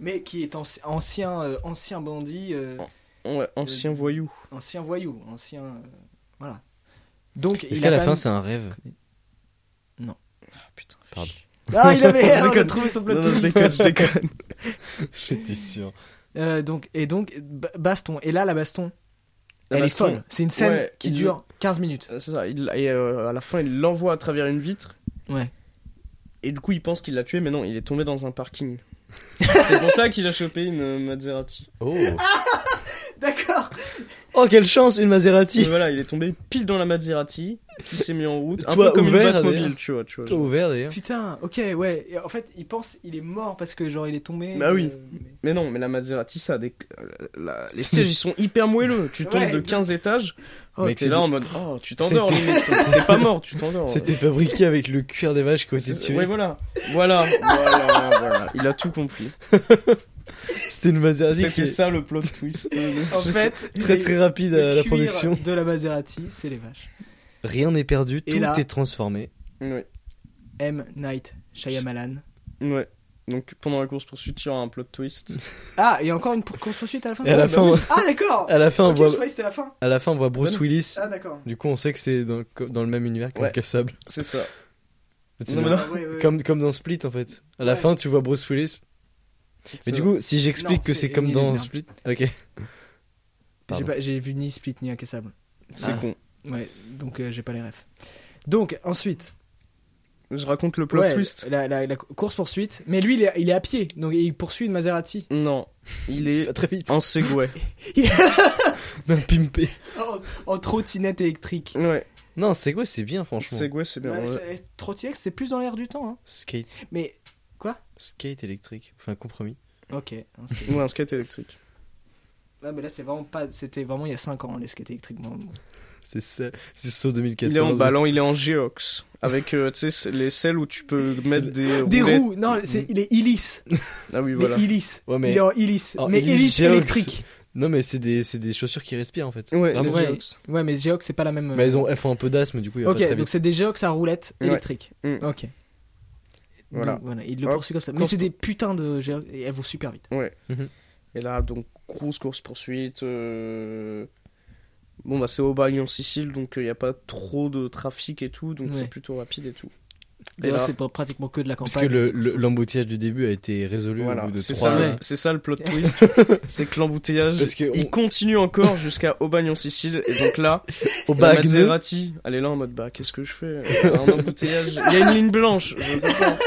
A: Mais qui est anci- ancien, euh, ancien bandit, euh,
C: Ouais, ancien
A: Euh,
C: voyou.
A: ancien voyou, ancien. euh, voilà. Donc,
B: Est-ce
A: il
B: qu'à
A: a
B: la
A: quand
B: fin,
A: même-
B: c'est un rêve
C: Ah, putain,
B: Pardon.
A: Ah, il avait
C: Je
A: on a
C: déconne.
A: trouvé son
C: Non,
A: plateau.
C: non, je déconne, je déconne.
B: J'étais sûr.
A: Euh, donc, et donc, ba- baston. Et là, la baston,
C: La
A: elle
C: baston,
A: est folle. C'est une scène
C: ouais,
A: qui
C: il-
A: dure 15 minutes.
C: euh, C'est ça, il, et euh, à la fin, il l'envoie à travers une vitre.
A: Ouais.
C: Et du coup, il pense qu'il l'a tué, mais non, il est tombé dans un parking. c'est pour ça qu'il a chopé une euh, Maserati.
B: Oh.
A: D'accord.
B: oh, quelle chance, une
C: Et
B: Maserati.
C: voilà, il est tombé pile dans la Maserati, qui s'est mis en route, un
B: Toit
C: peu comme
B: ouvert,
C: une Batmobile,
B: d'ailleurs.
C: tu vois. Tu vois
B: Toi ouvert d'ailleurs.
A: Putain, ok, ouais. Et en fait, il pense il est mort parce que, genre, il est tombé.
C: Bah oui.
A: euh, mais-
C: Mais non, mais la Maserati, ça a des... euh, la- Les sièges, ils sont hyper moelleux. Tu tombes
A: Ouais,
C: de 15 étages, oh,
B: Mec,
C: t'es
B: c'est
C: là
B: du-
C: en mode, oh, tu t'endors,
B: C'était-
C: limite. T'es pas mort, tu t'endors.
B: C'était fabriqué avec le cuir des vaches qu'on s'est
C: C'est-
B: tué.
C: Ouais, voilà. Voilà, voilà, voilà. Il a tout compris.
B: C'était une Maserati qui
C: C'était
B: est
C: ça le plot twist.
A: En fait,
B: très
A: les-
B: très rapide
A: le
B: à la
A: cuir
B: production.
A: de la Maserati, c'est les vaches.
B: Rien n'est perdu,
A: Et
B: tout
A: là-
B: est transformé.
C: ouais.
A: M. Night Shyamalan.
C: ouais. Donc pendant la course poursuite, il y aura un plot twist.
A: Ah, et encore une pour- course poursuite à la fin
B: Et à la
C: bah
B: fin,
A: Ah, d'accord
B: à la fin, on
A: Ok, je
B: voit,
A: croyais que c'était la fin.
B: à la fin, on voit Bruce
C: Ben
B: Willis.
A: Ah, d'accord.
B: Du coup, on sait que c'est dans, comme dans le même univers qu'en
C: Ouais.
B: Cassable.
C: C'est ça.
B: C'est
C: Non, mais
B: marrant.
A: Ah, ouais, ouais, ouais.
B: Comme, comme dans Split en fait. À la
A: Ouais.
B: fin, tu vois Bruce Willis. Mais du coup, si j'explique
A: Non,
B: que
A: c'est
B: c'est comme
A: Emily
B: dans
A: Blunt.
B: Split. Ok.
A: J'ai
B: Pardon.
A: pas- J'ai vu ni Split ni Incassable.
C: c'est
B: Ah.
C: con.
A: Ouais, donc euh, j'ai pas les refs. Donc, ensuite,
C: Je raconte le plot
A: ouais,
C: twist.
A: La, course poursuite. Mais lui, il est, il est à pied, donc il poursuit une Maserati.
C: Non, il
B: Il va
C: est
B: très vite.
C: en Segway.
B: Même pimpé.
A: En, Oh, en trottinette électrique.
C: Ouais,
B: Non, c'est quoi C'est bien, franchement.
C: Segway c'est bien.
A: Ouais,
C: ouais.
A: c'est- eh, Trottinette, c'est plus dans l'air du temps. hein.
B: Skate.
A: Mais,
B: Skate électrique. Enfin, compromis.
A: ok. hein, c'est-
C: Ou un skate électrique.
A: Ouais, mais là, c'est vraiment pas. C'était vraiment il y a 5 ans, hein, les skates électriques. Bon, bon.
B: C'est ça. C'est saut 2014.
C: Il est en ballon, il est en Geox. Avec, euh, tu sais, c'est les selles où tu peux mettre des,
A: Des
C: roulettes.
A: roues Non, c'est- il est illice.
C: Ah oui,
A: Mais
C: voilà. Ah,
A: illice.
B: Ouais, mais-
A: Il est en illice.
B: En
A: mais
B: illice
A: illice
B: Geox.
A: électrique.
B: Non, mais c'est des, c'est des chaussures qui respirent en fait.
C: Ouais,
B: Vraiment.
C: les
A: ouais.
C: Geox.
A: Ouais, mais Geox, c'est pas la même. euh,
B: Mais elles, ont, elles font un peu d'asthme, du coup, il va
A: ok,
B: pas très
A: donc
B: vite.
A: c'est des Geox à roulette
C: Ouais.
A: électrique.
C: Mm.
A: Ok.
C: Voilà.
A: Donc, voilà, il le
C: Hop,
A: poursuit comme ça. Mais
C: course
A: c'est des putains de Geox et elles vont super vite.
C: Et là, donc, grosse course-poursuite. euh, Bon, bah, c'est au Bali en Sicile, donc il n'y a pas trop de trafic et tout, donc
A: Ouais.
C: c'est plutôt rapide et tout. Et
A: D'ailleurs,
C: là-
A: c'est pas pratiquement que de la
B: Parce
A: campagne.
B: que le- le- l'embouteillage du début a été résolu au
C: Voilà,
B: bout de
C: c'est
B: trois-
C: ça,
A: Ouais.
C: le- c'est ça le plot twist. c'est que l'embouteillage,
B: Parce que
C: il
B: on-
C: continue encore jusqu'à Aubagne en Sicile. Et donc là,
B: Au
C: la
B: bagne.
C: Maserati, elle est là en mode bah qu'est-ce que je fais Un embouteillage. Il y a une ligne blanche. je peux pas.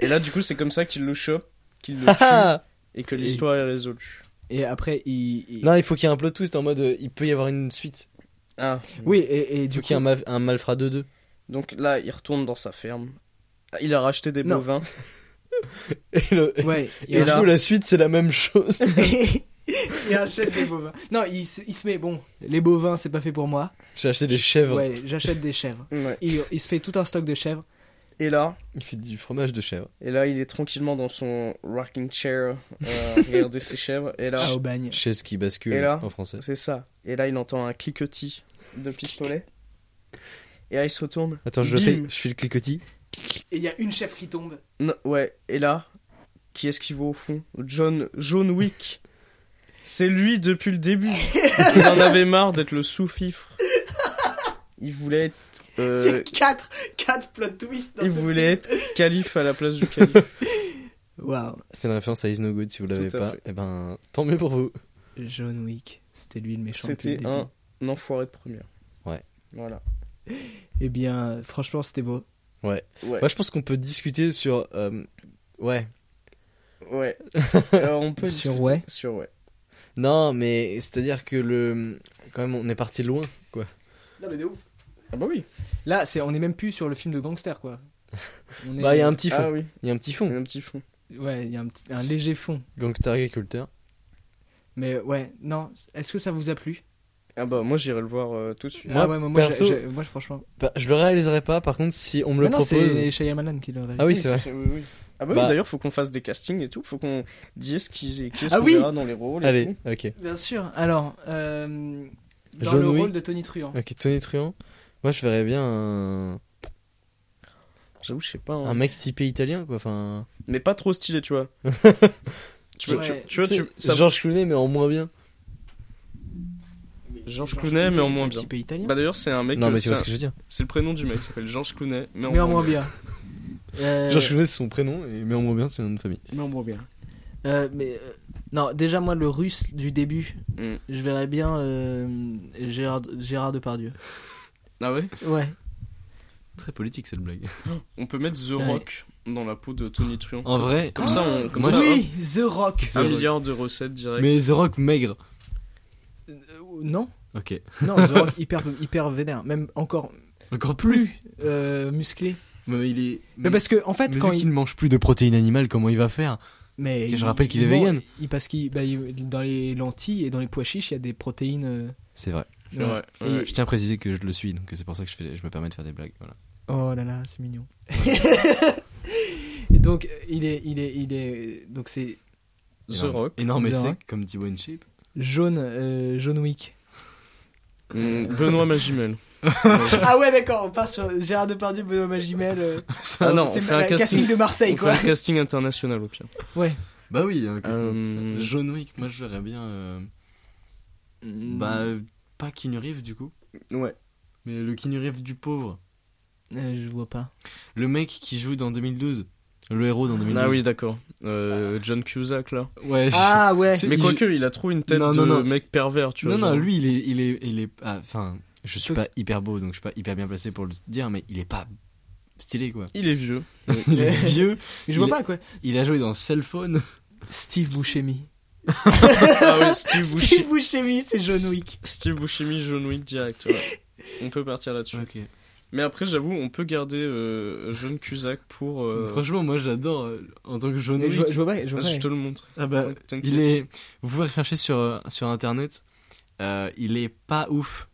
C: Et là, du coup, c'est comme ça qu'il le chope, qu'il le tue
B: Ah
C: et que l'histoire est résolue.
A: Et après, il. il-
B: Non, il faut qu'il y ait un plot twist en mode euh, il peut y avoir une suite.
C: Ah,
A: Oui, et, et
B: Il faut
A: du
B: qu'il y ait
A: coup.
B: un, ma- un Malfra 2-2.
C: donc là, il retourne dans sa ferme. Il a racheté des
A: Non.
C: bovins.
B: Et, le-
A: Ouais,
B: et
A: il,
B: du
C: là-
B: coup, la suite, c'est la même chose.
A: rachète... il rachète des bovins. Non, il, se- il se met, bon, les bovins, c'est pas fait pour moi.
B: J'ai acheté des chèvres.
A: Ouais, j'achète des chèvres.
C: Ouais.
A: Il, il se fait tout un stock de chèvres.
C: Et là,
B: Il fait du fromage de chèvre.
C: et là, il est tranquillement dans son rocking chair, euh, à regarder ses chèvres. Et là,
A: à Aubagne.
B: Chaise qui bascule
C: Et là
B: en français.
C: c'est ça. Et là, il entend un cliquetis de pistolet. Et là, il se retourne.
B: Attends, je le fais.
C: Bim.
B: Je fais le cliquetis.
A: Et il y a une chèvre qui tombe.
C: Non, ouais, et là, qui est-ce qui voit au fond John, John Wick. C'est lui depuis le début. Il en avait marre d'être le sous-fifre. Il voulait être, euh,
A: C'est 4 4 plot twists dans
C: il
A: ce
C: voulait
A: film.
C: être calife à la place du calife.
A: Waouh.
B: C'est une référence à Is No Good si vous l'avez
C: Tout à
B: pas.
C: fait.
B: Et ben, tant mieux pour vous.
A: John Wick, c'était lui le méchant. depuis le
C: C'était
A: début.
C: un, un enfoiré de première.
B: Ouais.
C: Voilà.
A: Eh bien, franchement, c'était beau.
C: Ouais.
B: Moi, je pense qu'on peut discuter sur. euh, Ouais.
C: ouais. Alors, on peut
A: Sur
C: discuter-
A: ouais.
C: Sur ouais.
B: Non, mais c'est-à-dire que le. Quand même, on est parti loin, quoi.
A: Non, mais de ouf.
C: Ah bah oui.
A: Là, c'est, on est même plus sur le film de gangster, quoi. On est-
B: Bah, il y a un petit
C: Ah
B: fond.
C: oui.
B: Il y a un petit
C: Il y
B: fond.
C: a Un petit fond.
A: Ouais, il y a un, petit- un léger fond.
B: Gangster agriculteur.
A: Mais ouais, non. Est-ce que ça vous a plu
C: Ah bah moi j'irai le voir euh, tout de suite.
A: Moi,
B: Moi,
A: Ah ouais, moi,
B: perso-
A: j'ai- j'ai- moi, franchement.
B: Bah, je le réaliserai pas, par contre, si on me le
A: Mais non,
B: propose.
A: c'est Shyamalan qui le réalise.
B: Ah oui, c'est vrai.
C: oui, oui. Ah bah,
B: Bah.
C: oui, d'ailleurs faut qu'on fasse des castings et tout, faut qu'on dise qui, qui est-ce
A: Ah
C: qu'on
A: oui
C: verra dans les rôles. et
B: Allez,
C: tout.
B: ok.
A: Bien sûr. Alors, euh, dans
B: John
A: le
B: Wick.
A: rôle de Tony Truant.
B: Ok, Tony Truant. Moi, je verrais bien un,
C: J'avoue je sais pas. hein.
B: un mec typé italien, quoi. Enfin,
C: Mais pas trop stylé tu vois. tu veux,
A: Ouais.
C: tu, tu vois,
B: tu sais,
C: tu, ça-
B: Georges Clooney, mais en moins bien.
C: Georges Clooney, mais en moins bien.
A: Un petit peu italien.
C: Bah d'ailleurs c'est un mec,
B: non,
C: euh,
B: mais tu
C: c'est
B: vois
C: un-
B: ce que je veux dire.
C: c'est le prénom du mec, il s'appelle Georges Clooney, mais,
A: mais en moins bien. Euh,
B: Georges Clooney, c'est son prénom, et... mais en moins bien, c'est son nom de famille.
A: mais en moins bien. Euh, mais euh, non, déjà moi le russe du début,
C: Mm.
A: je verrais bien euh, Gérard, Gérard Depardieu.
C: Ah ouais
A: Ouais.
B: Très politique, cette blague.
C: On peut mettre The
A: Ouais.
C: Rock dans la peau de Tony Truant.
B: En vrai,
C: Comme ça on... Comme
B: Moi,
C: ça,
A: oui, The Rock. Ah,
C: un
B: Ah, The Rock.
C: milliard de recettes direct.
B: Ah. mais The Rock maigre.
A: Euh, non,
B: Ok.
A: non, The Rock hyper hyper vénère, même encore
B: Encore
A: plus euh, musclé.
B: Mais il est.
A: Mais, parce que en fait
B: Mais
A: quand
B: vu
A: il
B: qu'il ne mange plus de protéines animales, comment il va faire
A: Mais
B: Je
A: il-
B: rappelle qu'il
A: il
B: est
A: ment-
B: vegan.
A: Il, parce qu'il, bah, il- dans les lentilles et dans les pois chiches, il y a des protéines. euh,
B: C'est vrai.
C: Ouais,
A: voilà.
C: ouais.
A: Et-
B: Je tiens à préciser que je le suis, donc c'est pour ça que je, fais- je me permets de faire des blagues. Voilà.
A: Oh là là, c'est mignon. et donc il est, il est, il est, donc c'est
C: The
B: Énorme-
C: Rock.
B: Énorme
A: The
B: et sec,
A: Rock.
B: comme dit One Shape.
A: jaune, euh, jaune wick.
C: Mm, Benoît Magimel.
A: ah ouais, d'accord. On part sur Gérard Depardieu, Benoît Magimel. euh,
C: Ah non, on
A: c'est
C: fait un
A: la-
C: casting.
A: de Marseille,
C: On fait
A: quoi.
C: un casting international au pire.
B: Bah oui, hein,
C: qu'est-ce que c'est
B: John Wick, moi je verrais bien. euh,
C: Ah
B: Bah, euh, pas Keanu Reeves du coup,
C: Hmm. Ouais.
B: mais le Keanu Reeves du pauvre.
A: Euh, je vois pas.
B: Le mec qui joue dans 2012. Le héros dans 2012.
C: Ah oui, d'accord. Euh, John Cusack là.
B: Ouais, je-
A: Ah ouais.
B: C'est-
C: Mais
B: il-
C: quoique, il a trop une tête
B: Non, non,
C: de
B: non.
C: mec pervers, tu vois.
B: Non, non,
C: genre.
B: lui il est. Il est, il est ah, Enfin, je suis
A: Toi,
B: pas hyper beau donc je suis pas hyper bien placé pour le dire, mais il est pas stylé quoi.
C: Il est vieux.
B: il est vieux,
A: Je
B: il
A: vois
B: est-
A: pas quoi.
B: il a joué dans Cell Phone.
A: Steve Buscemi.
C: ah oui, Steve
A: Steve
C: Buscemi.
A: Buscemi, c'est jaune wick.
C: Steve Buscemi, John Wick direct. ouais. On peut partir là-dessus.
B: Ok.
C: Mais après, j'avoue, on peut garder euh, John Cusack pour. euh,
B: Franchement, moi j'adore euh, en tant que John
A: Je
B: Wick.
A: vois je vois pas. Je
C: ah,
A: vois
C: je te
A: pas.
C: le montre.
B: Ah bah,
C: T'inquiète.
B: il est. Vous pouvez rechercher sur euh, sur internet. euh, il est pas ouf.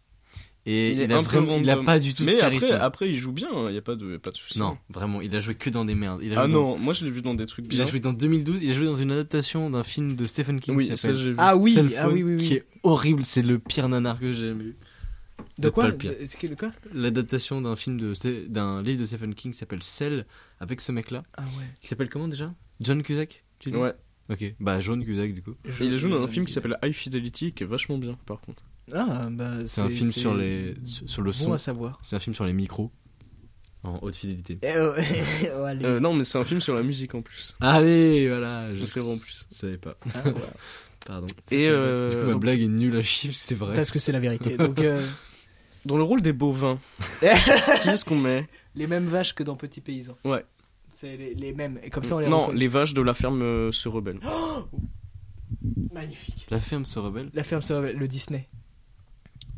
B: Et
C: Il
B: il,
C: est
B: a
C: un peu
B: vraiment, il a
C: random.
B: pas du tout
C: Mais
B: de charisme.
C: après, après, il joue bien, il n'y a pas de, pas de soucis.
B: Non, vraiment, il a joué que dans des merdes. Il a
C: Ah
B: joué dans-
C: non, moi je l'ai vu dans des trucs
B: Il a
C: bien.
B: joué dans 2012, il a joué dans une adaptation d'un film de Stephen King
C: Oui,
B: qui
C: ça
B: s'appelle
C: j'ai vu.
A: Ah oui,
B: Cell
A: ah oui,
B: Phone,
A: oui, oui.
B: qui est horrible, c'est le pire nanar que j'ai jamais vu.
A: De
B: C'est
A: quoi
B: pas le pire.
A: De- c'est- de quoi
B: L'adaptation d'un film de Ste- d'un livre de Stephen King qui s'appelle Cell avec ce mec là,
A: Ah ouais.
B: qui s'appelle comment déjà John Cusack, tu dis
C: Ouais.
B: OK, bah John Cusack du coup.
C: Et il a joué dans un film qui s'appelle High Fidelity, qui est vachement bien par contre.
A: Ah, bah,
B: C'est un film sur les sur sur le
A: Bon
B: son.
A: à savoir.
B: C'est un film sur les micros en haute fidélité.
C: Euh, non, mais c'est un film sur la musique en plus.
B: Allez, voilà,
C: Je sais pas en plus.
B: Je savais pas. Pardon.
C: Et,
B: C'est-
C: euh,
B: du coup ma
C: donc-
B: blague est nulle à chiffre, c'est vrai.
A: Parce que c'est la vérité. Donc, euh,
C: Dans le rôle des bovins, qui est-ce qu'on met
A: les mêmes vaches que dans Petit Paysan.
C: Ouais.
A: C'est les, les mêmes. Et comme ça, on les Oh
C: Non,
A: reconnaît.
C: les vaches de la ferme euh, se rebellent.
A: Magnifique.
B: La ferme se rebelle.
A: La ferme sur le Disney.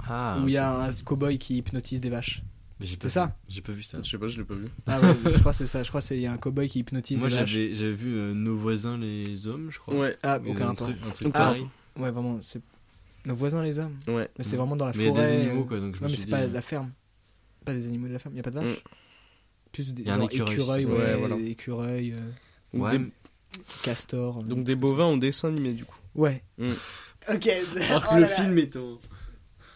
B: Ah.
A: où il y a un cowboy qui hypnotise des vaches.
B: Mais j'ai pas
A: C'est
B: vu-
A: ça
B: J'ai pas vu ça.
C: Je sais pas, je l'ai pas vu.
A: Ah ouais, je crois que c'est ça. Je crois qu'il y a un cowboy qui hypnotise
B: Moi
A: des vaches.
B: j'avais j'avais vu euh, Nos voisins les hommes, je crois.
C: Ouais,
A: Ah,
B: Il y avait
A: aucun
B: un
A: rapport.
B: truc, un truc
C: Ah.
B: pareil.
A: Ouais, vraiment. c'est Nos voisins, les hommes.
C: ouais.
A: Mais c'est vraiment dans la
B: Mm. Mais il y a
A: forêt.
B: des animaux
A: euh,
B: quoi, donc je
A: Non,
B: me
A: mais
B: suis
A: c'est
B: dit.
A: pas la ferme. Pas des animaux de la ferme. Il n'y a pas de vaches. Plus des
B: Mm. Y a un
A: genre
B: écureuil,
A: écureuils,
C: c'est-
A: ouais,
C: Ouais, voilà.
A: écureuils, euh,
C: Donc,
B: Ouais,
C: des,
A: castors. euh.
C: donc des bovins en dessin animé du coup.
A: Ouais.
C: Mm.
A: Ok.
B: Alors que
A: Oh
B: le
A: là là.
B: film est en.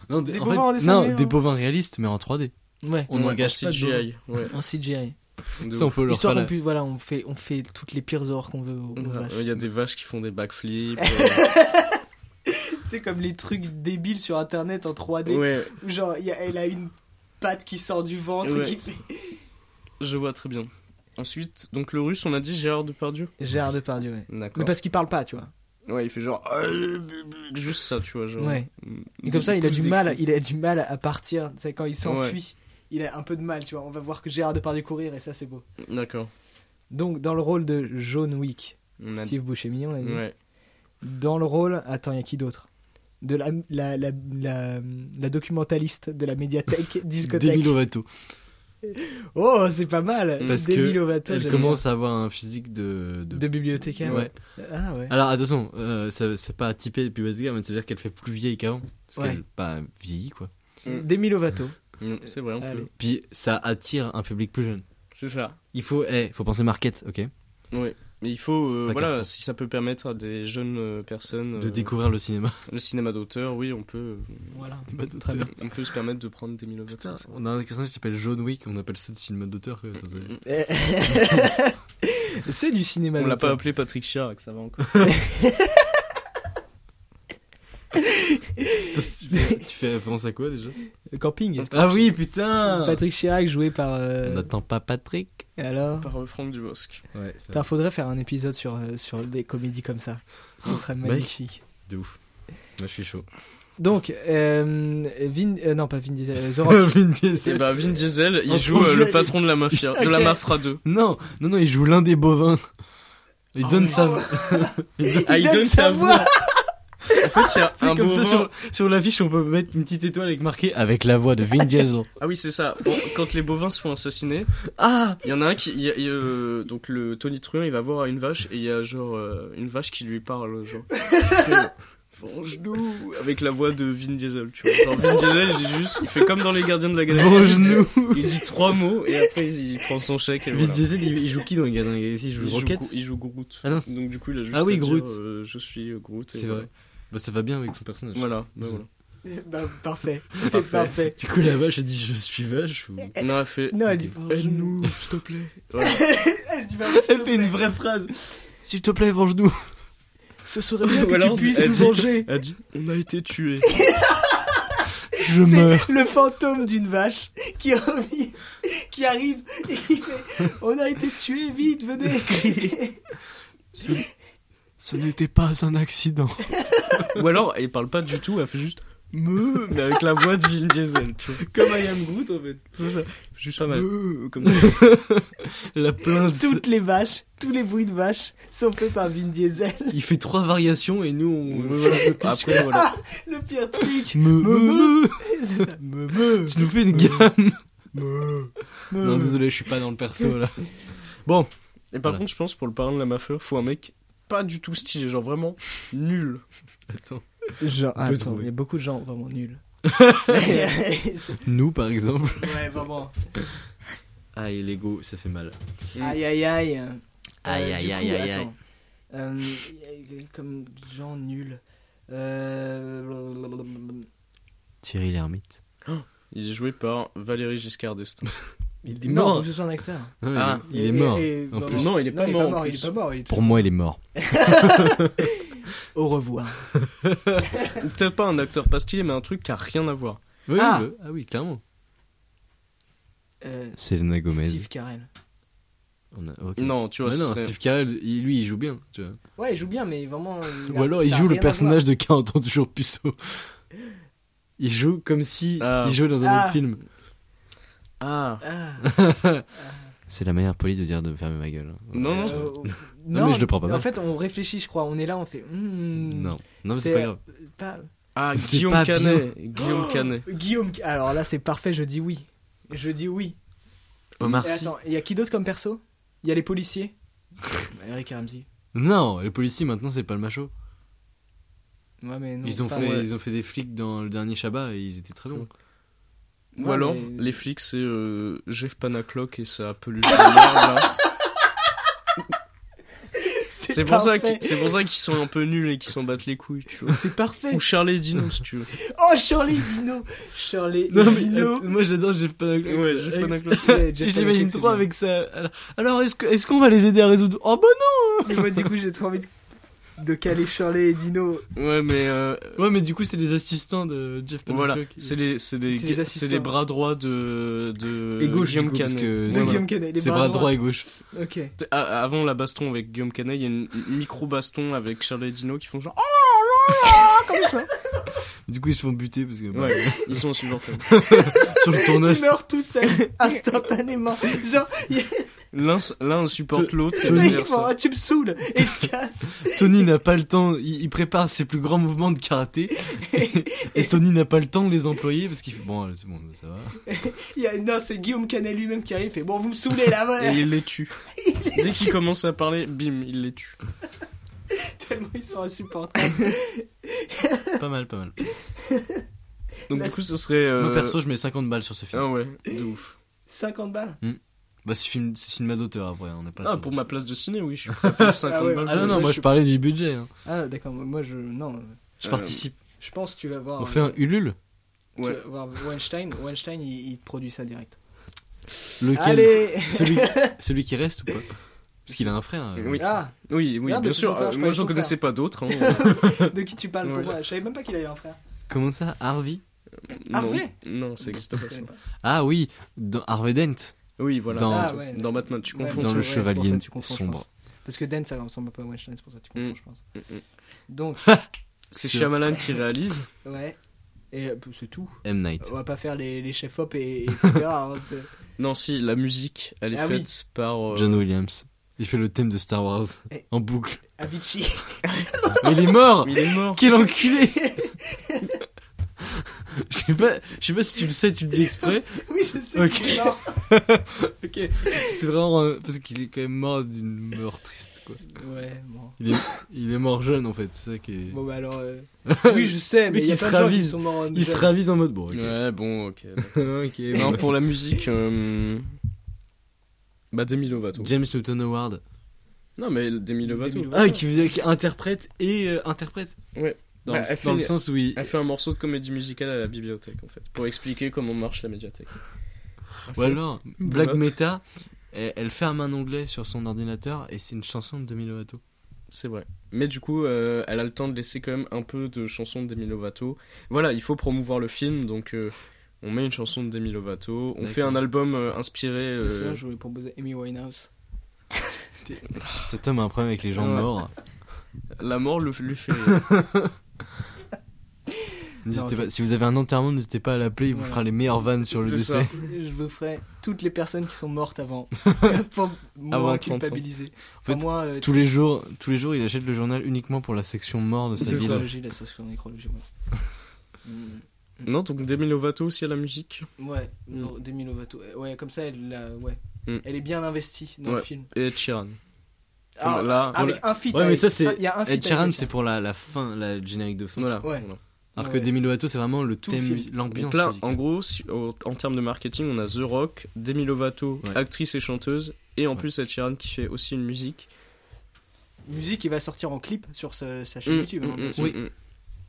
B: Non,
A: Des
B: en
A: bovins
B: fait-
A: en dessin
B: non,
A: animé,
B: des
A: hein.
B: bovins réalistes, mais en 3D.
A: Ouais.
B: On
C: Ouais,
B: n'engage
C: en
B: pas de bovins.
C: CGI. Ouais.
A: En CGI.
C: de
B: Ça, on
C: ouf.
B: peut leur
A: Histoire
B: faire.
A: en
B: la-
A: plus, voilà, on fait, on fait toutes les pires horreurs qu'on veut aux, aux
C: Ouais,
A: vaches.
C: Il y a des vaches qui font des backflips. euh,
A: C'est comme les trucs débiles sur internet en 3D.
C: ouais,
A: Où genre, il y a- elle a une patte qui sort du ventre
C: Ouais.
A: et qui fait.
C: je vois très bien. Ensuite, donc le russe, on a dit Gérard Depardieu.
A: Gérard Depardieu, ouais. Mais
C: D'accord.
A: parce qu'il parle pas, tu vois.
C: Ouais, il fait genre euh, juste ça, tu vois, genre.
A: Ouais.
C: Mm.
A: Et comme ça, il a
C: pousse
A: du
C: des
A: mal,
C: coups.
A: il a du mal à partir. C'est quand il s'enfuit, il a un peu de mal, tu vois. On va voir que Gérard Depardieu courir et ça, c'est beau.
C: D'accord.
A: Donc, dans le rôle de John Wick,
C: On a dit-
A: Steve Buscemi, on a dit.
C: Ouais.
A: Dans le rôle, attends, il y a qui d'autre De la, la, la, la, la documentaliste de la médiathèque discothèque.
B: Demi Lovato.
A: Oh, c'est pas mal.
B: Parce
A: Demi
B: que
A: Lovato,
B: Elle
A: j'aime
B: commence à avoir un physique de.
A: bien. de bibliothécaire.
B: Ouais.
A: Ah ouais.
B: Alors attention, euh, ça- c'est pas typé depuis Westgate, mais ça veut dire qu'elle fait plus vieille qu'avant. Parce
A: Ouais.
B: qu'elle pas vieillit quoi.
A: Demi Lovato.
C: Mm, C'est vrai, on peut.
A: Allez.
B: Puis ça attire un public plus jeune.
C: C'est ça.
B: Il faut, eh, faut penser market, ok
C: Oui. Mais il faut, euh,
B: Pas
C: voilà,
B: Carrefour.
C: si ça peut permettre à des jeunes euh, personnes
B: De
C: euh,
B: découvrir le cinéma.
C: le cinéma d'auteur, oui, on peut, euh,
A: Voilà.
C: Bah,
B: Très bien.
C: on peut se permettre de prendre des hein, Lovato.
B: Putain, on a un personnage qui s'appelle John Wick, on appelle ça du cinéma d'auteur. quoi. Enfin, c'est-
A: c'est du cinéma.
C: On l'a pas
A: d'auteur.
C: appelé Patrick Chirac, ça va encore.
B: Tu fais- tu fais référence à quoi déjà
A: Euh, Camping.
B: Ah oui, putain
A: Patrick Chirac joué par. euh,
B: On n'attend pas Patrick.
A: Alors.
C: Par euh, Franck Dubosc.
B: Ouais, c'est
A: Putain, faudrait faire un épisode sur, euh, sur des comédies comme ça. Ce serait
B: mec.
A: magnifique.
B: de ouf. Moi je suis chaud.
A: Donc, euh, Vin, euh, non pas Vin Diesel, euh, The Rock.
B: Vin Diesel.
C: Et bah, Vin Diesel, il
B: Attends,
C: joue euh,
B: je-
C: le patron de la mafia, de la
A: Ok.
C: Mafra 2.
B: Non, non, non, il joue l'un des bovins. Il
C: Ah
B: donne
C: oui.
B: sa.
C: Ah, il donne sa voix. En fait, il y a
B: C'est
C: un
B: comme ça
C: bovin-
B: sur, sur l'affiche, on peut mettre une petite étoile avec marqué avec la voix de Vin Diesel.
C: Ah oui, c'est ça. Bon, quand les bovins se font assassiner,
B: ah
C: il y en a un qui, il y a- il y a, euh, donc le Tony Truant, il va voir une vache et il y a genre euh, une vache qui lui parle, genre. Mange-nous avec la voix de Vin Diesel, tu vois. Genre Vin Diesel, il est juste, il fait comme dans les Gardiens de la
B: Vos
C: Galaxie.
B: genoux
C: Il dit trois mots et après il prend son chèque. Et
B: Vin
C: voilà.
B: Diesel, il, il joue qui dans les Gardiens de la Galaxie Il joue
C: Il joue,
B: Rocket
C: Grou- il joue Groot.
B: Ah non, c'est-
C: Donc du coup, il a juste
B: Ah oui,
C: à dire,
B: Groot.
C: euh, je suis euh, Groot. et
B: C'est vrai. Bah, ça va bien avec son personnage.
C: Voilà. Voilà, bah, voilà.
A: Bah, parfait, c'est parfait.
B: Du coup, la vache, elle dit Je suis vache. ou-
C: Non, elle fait.
A: Non, elle dit
C: Aide-nous, s'il te plaît. Voilà.
A: Elle dit, bah,
B: Elle fait une vraie phrase S'il te plaît, venge-nous
A: Ce serait bien
C: Ou
A: que
C: alors,
A: tu puisses
C: elle
A: nous
C: dit-
A: venger.
C: Elle dit On a été tués.
B: Je
A: C'est
B: meurs
A: le fantôme d'une vache qui revient, qui arrive et qui fait On a été tués, vite, venez
B: Ce, ce n'était pas un accident.
C: Ou alors, elle parle pas du tout, elle fait juste me, mais avec la voix de Vin Diesel, tu vois.
B: Comme I am Groot en fait.
C: C'est ça. Juste pas
B: mal.
C: comme ça.
B: La plainte.
A: Toutes les vaches, tous les bruits de vaches sont faits par Vin Diesel.
B: Il fait trois variations et nous on.
C: Ouais, voilà. Après, voilà.
B: Ah.
A: Le pire truc,
B: Me, me, me.
A: c'est ça.
B: Tu nous fais une gamme. Non, désolé, je suis pas dans le perso là. Bon,
C: Et par
B: Voilà.
C: contre, je pense pour le parrain de la mafia, faut un mec pas du tout stylé, genre vraiment nul.
B: attends.
A: Genre,
B: peut
A: attends, il
B: trouver.
A: y a beaucoup de gens vraiment nuls.
B: Nous par exemple.
A: ouais, vraiment.
B: Aïe, l'ego, ça fait mal.
A: Aïe, aïe, aïe. Euh,
B: Aïe,
A: du
B: aïe,
A: coup,
B: aïe, aïe,
A: attends.
B: aïe.
A: Euh, comme gens nuls. Euh...
B: Thierry l'ermite.
C: Il est joué par Valérie Giscard d'Estaing.
B: Il est
A: Non, faut
B: mort.
A: que ce soit un acteur.
B: Non,
C: Ah.
B: il, est
A: Et-
B: mort.
A: et- et-
B: en
A: bah,
B: plus.
C: Non, il est pas
A: il est
C: mort, en
A: mort. Il
C: plus.
A: est pas mort. il est
B: Pour moi, il est mort.
A: Au revoir.
C: Ou peut-être pas un acteur pas stylé, mais un truc qui a rien à voir.
B: Oui,
A: Ah.
B: bah, ah oui, clairement.
A: Euh,
B: Selena Gomez.
A: Steve Carell.
B: On a- ok.
C: Non, tu vois,
B: Ouais,
C: ce
B: non,
C: serait-
B: Steve Carell, il- lui, il joue bien, tu vois.
A: Ouais, il joue bien, mais vraiment.
B: Ou alors il joue le personnage de 40 ans toujours puceau. Il joue comme si
C: Ah.
B: il jouait dans un
A: Ah.
B: autre film.
C: Ah.
B: C'est la manière polie de dire de fermer ma gueule. hein.
C: Non, non.
B: Euh,
A: non,
B: mais je le prends pas
A: En
B: mal.
A: fait, on réfléchit, je crois. On est là, on fait. hmm,
B: Non, non, mais
A: C'est- euh,
B: c'est pas grave.
A: pas-
C: Ah,
B: C'est
C: Guillaume
B: pas
C: Canet. Guillaume Canet.
A: Oh Guillaume. Alors là, c'est parfait. Je dis oui. Je dis oui.
B: Omar
A: Et
B: Sy.
A: attends, il y a qui d'autre comme perso Il y a les policiers. Eric Ramsey.
B: Non, les policiers maintenant c'est pas le macho.
A: Ouais, mais non.
B: ils ont
A: enfin,
B: fait,
A: ouais.
B: ils ont fait des flics dans le dernier Shabbat et ils étaient très bons.
C: Ou
A: Ouais,
C: alors,
A: mais-
C: les flics, c'est euh, Jeff Panaclock et sa peluche de merde, là. C'est pour, ça
A: parfait.
C: qu'ils- c'est pour ça qu'ils sont un peu nuls et qu'ils s'en battent les couilles, tu vois.
A: C'est parfait.
C: Ou Charlie Dino, si tu veux.
A: Oh, Shirley Dino. Shirley Dino.
B: euh, moi j'adore Jeff Panaclock.
C: Ouais, Jeff Panaclock.
B: Je l'imagine trop avec ça. Alors, alors, est-ce que- est-ce qu'on va les aider à résoudre Oh bah
A: Et moi, du coup, j'ai trop envie de, de caler Shirley et Dino.
C: Ouais, mais euh,
B: non Ouais, mais du coup c'est les assistants de Jeff Panaclock.
C: voilà, c'est les, c'est des,
A: C'est les
C: c'est
A: assistants.
C: des bras droits de, de
B: Et gauche,
C: Guillaume
B: du coup, parce
C: Canet.
B: que-
A: De
B: Ouais,
A: Guillaume Canet. Les
B: C'est
A: bras,
B: bras droit et gauche.
A: Ok.
C: T- a- Avant la baston avec Guillaume Canet, il y a une micro baston avec Charlie Dino qui font genre. oh!
B: Du coup ils se font buter parce que bah,
C: Ouais, ils sont insupportables.
B: sur le tournage.
A: Il meurt tout seul, instantanément. Genre, il y a-
C: L'un s- l'un supporte l'autre. et
A: Mec,
C: vice-versa.
A: bon, tu me saoules Et il se casse
B: Tony n'a pas le temps, il, il prépare ses plus grands mouvements de karaté. Et, et Tony n'a pas le temps de les employer parce qu'il fait bon, allez, c'est bon, ça va.
A: Il y a- Non, c'est Guillaume Canet lui-même qui arrive et bon, vous me saoulez là,
C: Et
A: ouais
C: il les tue. Dès qu'il commence à parler, bim, il les tue.
A: Tellement ils sont insupportables.
B: Pas mal, pas mal.
C: Donc
A: La-
C: du coup, ça serait. euh,
B: Moi perso, je mets 50 balles sur ce film.
C: Ah ouais, de ouf.
A: 50 balles
B: Bah, c'est film, c'est cinéma d'auteur après, on n'est pas
C: Ah,
B: sûr.
C: pour euh, ma place de ciné, oui, je suis prêt à payer 50
A: ouais.
C: balles.
B: Ah non, non,
A: Moi,
B: moi
A: je
B: je parlais du budget. hein.
A: Ah, d'accord, moi je. Non,
B: Je
C: Euh,
B: participe.
A: je pense que tu vas voir.
B: On fait un Ulule
A: tu
C: Ouais.
A: vas voir Weinstein, Weinstein il, il te produit ça direct.
B: Lequel
A: Allez
B: celui, celui qui reste ou pas Parce qu'il a un frère. euh,
C: Oui.
A: Ah,
C: Oui, oui,
A: Ah, mais
C: bien
A: c'est
C: sûr.
A: son frère, je
C: euh, moi,
A: parlais de
C: j'en
A: son
C: connaissais pas d'autres. hein.
A: de qui tu parles pour
C: Ouais.
A: moi Je savais même pas qu'il avait un frère.
B: Comment ça Harvey
C: Non.
A: Harvey
C: Non, ça existe pas.
A: Ah Je
C: ça.
A: savais pas.
B: Ah oui, dans Harvey Dent.
C: Oui, voilà.
B: Dans-
C: Dans,
A: Ah, ouais.
C: Batman, tu
A: Ouais,
C: confonds.
B: Dans
A: tu-
B: le
A: c'est pour ça que
B: chevalier
A: tu confonds, je
B: sombre.
A: pense. Parce que Dan ça ressemble un peu à Weinstein, c'est pour ça que tu confonds,
C: Mm.
A: je pense.
C: Mm, mm.
A: Donc,
C: C'est Shyamalan qui réalise.
A: ouais. Et euh, c'est tout.
B: M. Night.
A: On va pas faire les, les chefs-op et, et etc. hein, c'est-
C: Non, si, la musique, elle est
A: Ah oui.
C: faite par. euh,
B: John Williams. Il fait le thème de Star Wars
A: Eh.
B: en boucle.
A: Avicii.
B: Mais il est mort
C: Mais il est mort.
B: Quel enculé Je sais pas, je sais pas si tu le sais, tu le dis exprès.
A: oui, je sais.
B: Ok.
A: qu'il est mort.
B: ok. Parce que c'est vraiment euh, parce qu'il est quand même mort d'une mort triste quoi.
A: Ouais, bon.
B: Il est, il est mort jeune en fait, c'est ça qui est.
A: Bon, bah alors. euh, Oui, je sais, mais
B: Mec,
A: il y a
B: il se
A: plein de gens qui
B: ravise.
A: sont morts en
B: il se
A: jeunes.
B: ravise en mode bon. Ok.
C: Ouais, bon, ok.
B: ok.
C: non, pour la musique. euh, Bah, Demi Lovato.
B: James Newton Howard.
C: Non, mais Demi Lovato.
A: Demi Lovato.
B: Ah, qui, veut dire- qui interprète et euh, interprète.
C: Ouais.
B: Dans,
C: Bah,
B: le-
C: elle fait
B: dans le
C: les-
B: sens où il.
C: Elle fait un morceau de comédie musicale à la bibliothèque, en fait, pour expliquer comment marche la médiathèque.
B: Ou alors, Black
C: Note.
B: Meta, elle, elle ferme un onglet sur son ordinateur et c'est une chanson de Demi Lovato.
C: C'est vrai. Mais du coup, euh, elle a le temps de laisser quand même un peu de chansons de Demi Lovato. Voilà, il faut promouvoir le film, donc euh, on met une chanson de Demi Lovato. On
B: D'accord.
C: fait un album euh, inspiré. euh,
A: Sinon, je voulais proposer Amy Winehouse.
B: Cet homme a un problème avec les gens
C: Ouais.
B: morts.
C: La mort le, lui fait.
B: N'hésitez
A: Non, ok.
B: pas, si vous avez un enterrement, n'hésitez pas à l'appeler, il vous
A: Voilà.
B: fera les meilleures vannes sur le
C: C'est
B: décès.
C: ça.
A: Je vous ferai toutes les personnes qui sont mortes avant. pour moins
C: Avant 30 ans.
A: culpabiliser.
B: fait,
A: Enfin, moi, euh,
B: Tous les jours, tous les jours, il achète le journal uniquement pour la section mort de sa
C: C'est
B: ville.
C: ça.
A: Nécrologie, la socionécrologie, ouais. Mm.
C: non, donc Demi Lovato aussi à la musique.
A: Ouais,
C: Mm.
A: pour Demi Lovato. Euh, Ouais, comme ça, elle, l'a- ouais.
C: Mm.
A: elle est bien investie dans le
C: Ouais.
A: film.
C: Et Ed Sheeran.
A: Ah,
C: là,
A: avec un feat.
B: Ouais, mais
A: avec-
B: ça, c'est-
A: ah, Il y a un
B: Ed
A: feat.
B: Sheeran,
A: avec-
B: c'est pour la, la fin, la le générique de fin.
C: Voilà.
A: Ouais.
C: voilà.
B: Alors
A: Ouais,
B: que Demi
A: c'est-
B: Lovato, c'est vraiment le
A: Tout
B: thème,
A: film.
B: mus-
C: Donc
B: l'ambiance.
C: là,
B: musicale.
C: en gros, si- au- en termes de marketing, on a The Rock, Demi Lovato,
B: Ouais.
C: actrice et chanteuse, et en
B: Ouais.
C: plus Ed Sheeran qui fait aussi une musique.
A: Musique, il va sortir en clip sur ce- sa chaîne
C: Mm,
A: YouTube. hein,
C: mm,
A: bien
C: mm,
A: sûr,
C: mm, mm.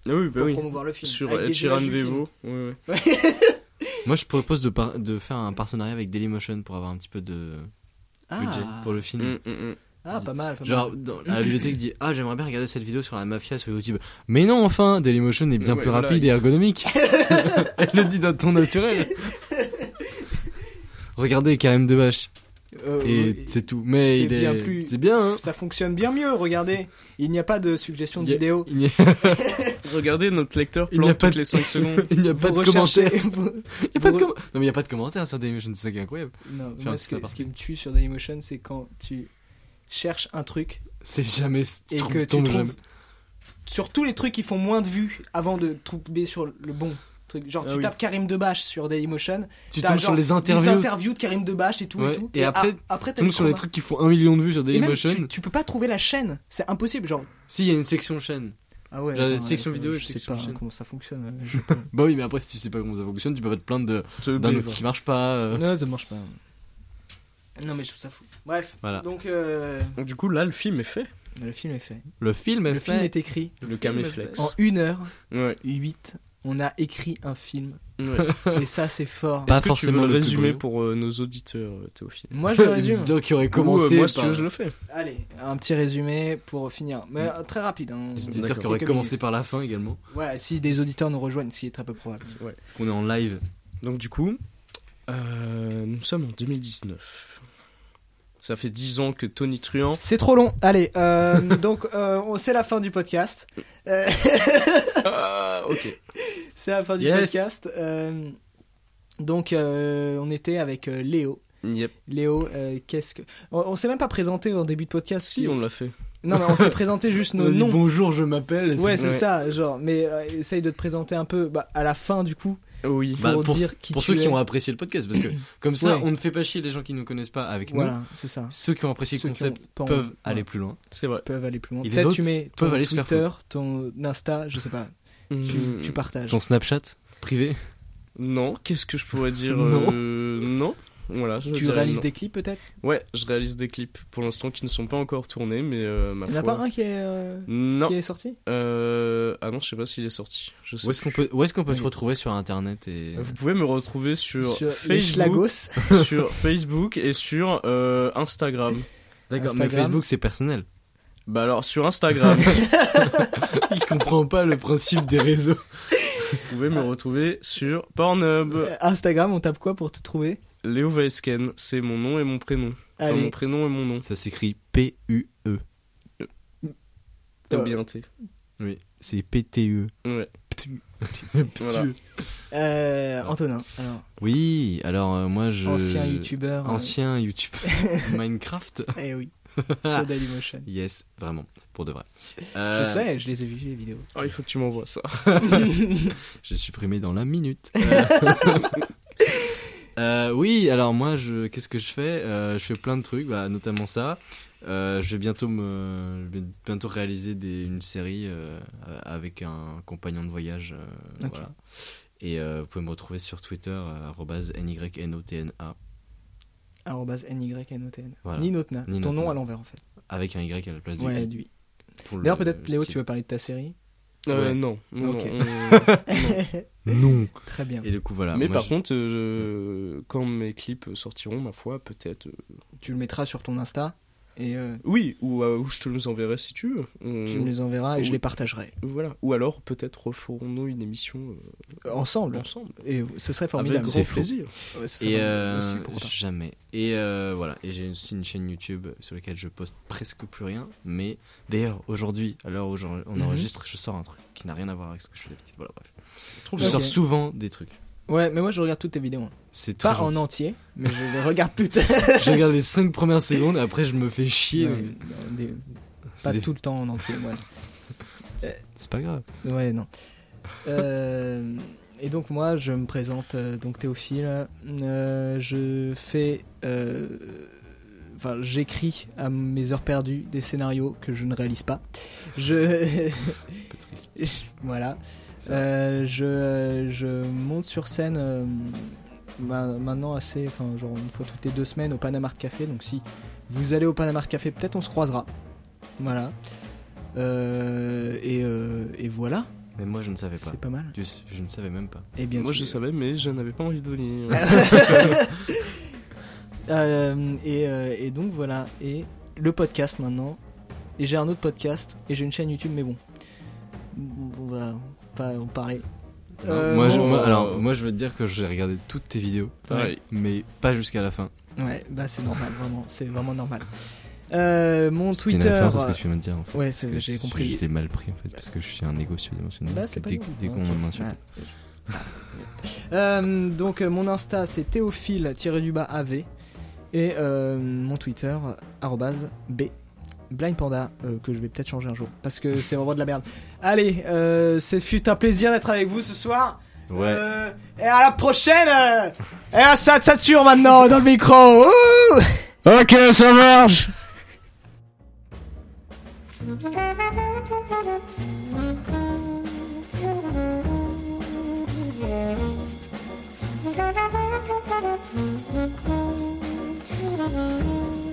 C: Ah Oui, bah
A: Pour
C: oui.
A: promouvoir le film.
C: Sur euh,
A: Avec
C: Ed
A: des
C: Sheeran
A: images du film.
C: Vevo. Ouais, ouais.
B: moi, je propose de, par- de faire un partenariat avec Dailymotion pour avoir un petit peu de budget
A: Ah,
B: pour le film.
C: Mm, mm, mm.
A: ah, pas mal. Pas
B: Genre,
A: mal.
B: dans- à la bibliothèque, dit Ah, j'aimerais bien regarder cette vidéo sur la mafia sur YouTube. Mais non, enfin, Dailymotion est bien
C: Ouais,
B: plus
C: voilà,
B: rapide
C: il-
B: et ergonomique. Elle le dit d'un ton naturel. Regardez Karim Debache,
A: Euh,
B: et
A: ouais,
B: c'est tout. Mais
A: c'est
B: il
A: bien
B: est.
A: plus-
B: C'est bien, hein.
A: Ça fonctionne bien mieux, regardez. Il n'y a pas de suggestion de
B: Il y a-
A: vidéo.
B: Il n'y a,
C: Regardez, notre lecteur
B: il n'y a
C: plante
B: pas
C: toutes
B: de...
C: les 5 secondes.
B: il n'y a
A: Vous
B: pas de
A: recherchez-
B: commentaires.
A: vous-
B: Il n'y a pas de
A: vous-
B: com- Non, mais il n'y a pas de commentaires sur Dailymotion, c'est ça qui est incroyable.
A: Non,
B: J'ai un
A: moi,
B: petit
A: ce, que-
B: aparté.
A: ce qui me tue sur Dailymotion, c'est quand tu cherches un truc
B: C'est jamais.
A: et
B: tombe-
A: que tu
B: tombe
A: trouves
B: jamais.
A: sur tous les trucs qui font moins de vues avant de tomber sur le bon truc. Genre,
C: Ah
A: tu
C: oui.
A: tapes Karim Debache sur Dailymotion,
B: Tu
A: t'as
B: tombes
A: genre
B: sur les
A: des
B: interviews.
A: interviews de Karim Debache et tout
B: Ouais,
A: et tout.
B: et après,
A: a- après
B: Tu
A: t'as
B: tombes
A: des
B: sur les
A: combats.
B: trucs qui font un million de vues sur
A: Et même, tu,
B: Dailymotion.
A: tu peux pas trouver la chaîne, c'est impossible. Genre,
B: Si, il y a une section chaîne.
A: ah ouais,
B: Genre,
A: attends,
B: section
A: euh,
B: vidéo et
A: je sais
B: section
A: pas hein,
B: chaîne.
A: comment ça fonctionne. euh,
B: Bah oui, mais après, si tu sais pas comment ça fonctionne, tu peux pas te plaindre de-
C: Te
B: d'un
C: baiser.
B: outil qui marche pas. euh.
A: non, ça marche pas. Non, mais je trouve ça fou. Bref,
B: Voilà.
A: donc euh,
C: Du coup, là, le film est fait.
A: le film est fait.
B: Le film est
A: le
B: fait.
A: film est écrit
C: Le
B: caméflex.
C: caméflex.
A: en 1h08.
C: Ouais.
A: On a écrit un film,
C: ouais.
A: et ça, c'est fort.
B: Pas
C: Est-ce que tu veux
B: forcément
C: le
B: le plus
C: résumer
B: beau.
C: pour euh, nos auditeurs, euh, Théophile
A: Moi, je le
B: Les
A: résume.
B: auditeurs qui auraient
C: Ou,
B: commencé.
C: euh, moi, si
B: par-
C: tu veux, je le fais.
A: Allez, un petit résumé pour finir. Mais euh, très rapide. hein.
B: Les auditeurs
C: D'accord.
B: qui auraient
A: Quelques
B: commencé
A: minutes.
B: par la fin également.
A: Voilà, si des auditeurs nous rejoignent, ce qui est très peu probable.
B: Qu'on est en live.
C: Donc, du coup, euh, nous sommes en 2019. Ça fait 10 ans que Tony Truant.
A: C'est trop long. Allez, euh, donc euh, on- c'est la fin du podcast. Euh,
C: Ah, ok.
A: c'est la fin du
B: Yes.
A: podcast. Euh, donc euh, on était avec euh, Léo,
C: Yep.
A: Léo, euh, qu'est-ce que. On, on s'est même pas présenté en début de podcast.
C: Ah, Si, on l'a fait.
A: Non, mais on s'est présenté juste nos noms.
B: bonjour, je m'appelle.
A: Ouais, c'est
C: Ouais.
A: ça, genre. Mais euh, essaye de te présenter un peu bah, à la fin, du coup.
C: Oui.
A: pour dire qui
B: Bah, pour
A: tu
B: ceux qui
A: es.
B: ont apprécié le podcast, parce que comme ça,
A: Ouais.
B: on ne fait pas chier les gens qui ne connaissent pas avec nous.
A: Voilà, c'est ça.
B: Ceux qui ont apprécié
A: Ceux
B: le
A: qui ont
B: concept
A: pas envie-
B: peuvent
A: voilà.
B: aller plus loin.
C: C'est vrai.
A: peuvent aller plus loin.
B: Et les
A: Peut-être
B: autres
A: tu mets ton
B: peuvent aller se faire
A: Twitter, ton Insta, je sais pas. Tu,
C: Hmm,
A: tu partages.
B: Ton Snapchat privé
C: Non, qu'est-ce que je pourrais dire
A: Non.
C: euh, Non. Voilà, je
A: Tu
C: dirais
A: réalises
C: non.
A: des clips peut-être
C: Ouais, je réalise des clips pour l'instant qui ne sont pas encore tournés, mais euh, ma
A: Il n'y en a
C: foi.
A: pas un qui est, euh,
C: Non.
A: qui est sorti
C: Euh, Ah non, je sais pas s'il est sorti. Je sais.
B: Où est-ce qu'on peut, où est-ce qu'on peut
A: Oui.
B: te retrouver sur internet et
C: Vous pouvez me retrouver sur,
A: les
C: Facebook,
A: Schlagos.
C: sur Facebook et sur euh, Instagram.
B: D'accord, mais
A: Instagram.
B: Facebook c'est personnel.
C: Bah alors sur Instagram,
B: Il comprend pas le principe des réseaux.
C: vous pouvez me retrouver sur Pornhub.
B: Bah.
A: Euh, Instagram, on tape quoi pour te trouver
C: Léo Vaesken, c'est mon nom et mon prénom. Enfin, mon
A: Allez,
C: prénom et mon nom.
B: Ça s'écrit P U E.
C: T'as
A: Euh.
C: bien T.
B: Oui, c'est P T U. E.
C: Ouais. Voilà.
A: euh, Antonin, alors,
B: Oui, alors euh, moi je
A: ancien youtubeur. euh,
B: ancien YouTube Minecraft.
A: Eh oui, sur Dailymotion.
B: Yes, vraiment, pour de vrai.
A: Je
B: Euh,
A: sais, je les ai vus les vidéos.
C: Oh, il faut que tu m'envoies ça.
B: J'ai supprimé dans la minute. Euh, oui, alors moi, je, qu'est-ce que je fais Euh, Je fais plein de trucs, bah, notamment ça. Euh, je vais bientôt me, je vais bientôt réaliser des, une série euh, avec un compagnon de voyage. euh,
A: Ok.
B: voilà. Et euh, vous pouvez me retrouver sur Twitter euh, arrobase @nynotna
A: Arrobase NYNOTN.
B: Voilà.
A: Ninotna, c'est ton
B: Ninotna.
A: nom à l'envers en fait.
B: avec un y à la place du
A: Ouais,
B: N
A: lui.
B: pour le
A: D'ailleurs, peut-être Léo,
B: style.
A: tu veux parler de ta série
C: Euh,
B: Ouais.
C: Non. non,
A: Ok.
C: non, on- non.
B: Non.
A: Très bien.
B: Et du coup voilà.
C: Mais
B: moi,
C: par
B: je-
C: contre, euh, je- quand mes clips sortiront, ma foi, peut-être. euh,
A: Tu le mettras sur ton Insta et euh,
C: Oui, ou, euh, ou je te les enverrai si tu veux. On-
B: Mm.
A: tu me les enverras et je
C: Oui.
A: les partagerai
C: Voilà. Ou alors, peut-être referons-nous une émission euh,
A: ensemble.
C: ensemble.
A: Et ce serait
C: Avec
A: formidable.
C: grand
B: faux.
C: plaisir.
A: Ouais, ce serait
B: Et
A: formidable.
B: euh,
A: Dessus, pour autant.
B: jamais. Et euh, voilà. Et j'ai aussi une chaîne YouTube sur laquelle je poste presque plus rien. Mais d'ailleurs, aujourd'hui, à l'heure où j'en- on
A: Mhm.
B: enregistre, je sors un truc qui n'a rien à voir avec ce que je fais d'habitude. Voilà, bref.
C: Trop
B: Je
A: Ok.
B: sors souvent des trucs.
A: Ouais, mais moi je regarde toutes tes vidéos. hein.
B: C'est très
A: Pas en
B: gentil.
A: entier, mais je les regarde toutes.
B: Je regarde les 5 premières secondes, après je me fais chier.
A: Ouais, non, des-
B: C'est
A: Pas
B: des-
A: tout le temps en entier, ouais.
B: C'est pas grave.
A: Ouais, non. Euh, et donc moi, je me présente, euh, donc Théophile. Euh, je fais... euh, Enfin, j'écris à mes heures perdues des scénarios que je ne réalise pas. Je...
B: Un peu triste.
A: voilà.
B: Ça va.
A: Euh, je, je monte sur scène euh, ma- maintenant assez, enfin genre une fois toutes les deux semaines au Panama Art Café. Donc si vous allez au Panama Art Café, peut-être on se croisera. Voilà. Euh, et, euh, et voilà,
B: Mais moi je ne savais pas.
A: c'est pas mal.
B: Je, je ne savais même pas.
A: Et bien
C: Moi,
A: tu-
C: je savais, mais je n'avais pas envie de venir.
A: Euh, et, euh, et donc voilà. Et le podcast maintenant. Et j'ai un autre podcast et j'ai une chaîne YouTube, mais bon, on va pas en parler. Euh,
B: moi, je,
A: bon.
B: moi- alors, moi je veux te dire que j'ai regardé toutes tes vidéos,
C: Pareil.
B: mais pas jusqu'à la fin.
A: Ouais, bah c'est normal, vraiment, c'est vraiment normal. Euh, mon
B: C'était une
A: Twitter.
B: référence à ce que tu viens de dire en fait.
A: Ouais,
B: Parce
A: c'est-
B: que
A: j'ai
B: je-
A: compris.
B: Je l'ai mal pris en fait, parce que je suis un égo surdimensionné.
A: Bah, c'est pas
B: dès
A: grave.
B: dès qu'on
A: Ok.
B: m'insulte.
A: Euh, donc euh, mon Insta c'est théophile du bas av et euh, mon Twitter euh, arrobase b blind panda euh, que je vais peut-être changer un jour parce que c'est vraiment de la merde. Allez, euh, ce fut un plaisir d'être avec vous ce soir.
B: Ouais.
A: Euh, et à la prochaine. euh, et à ça ça tue maintenant dans le micro. Ouh
C: Ok, ça marche
D: Thank you.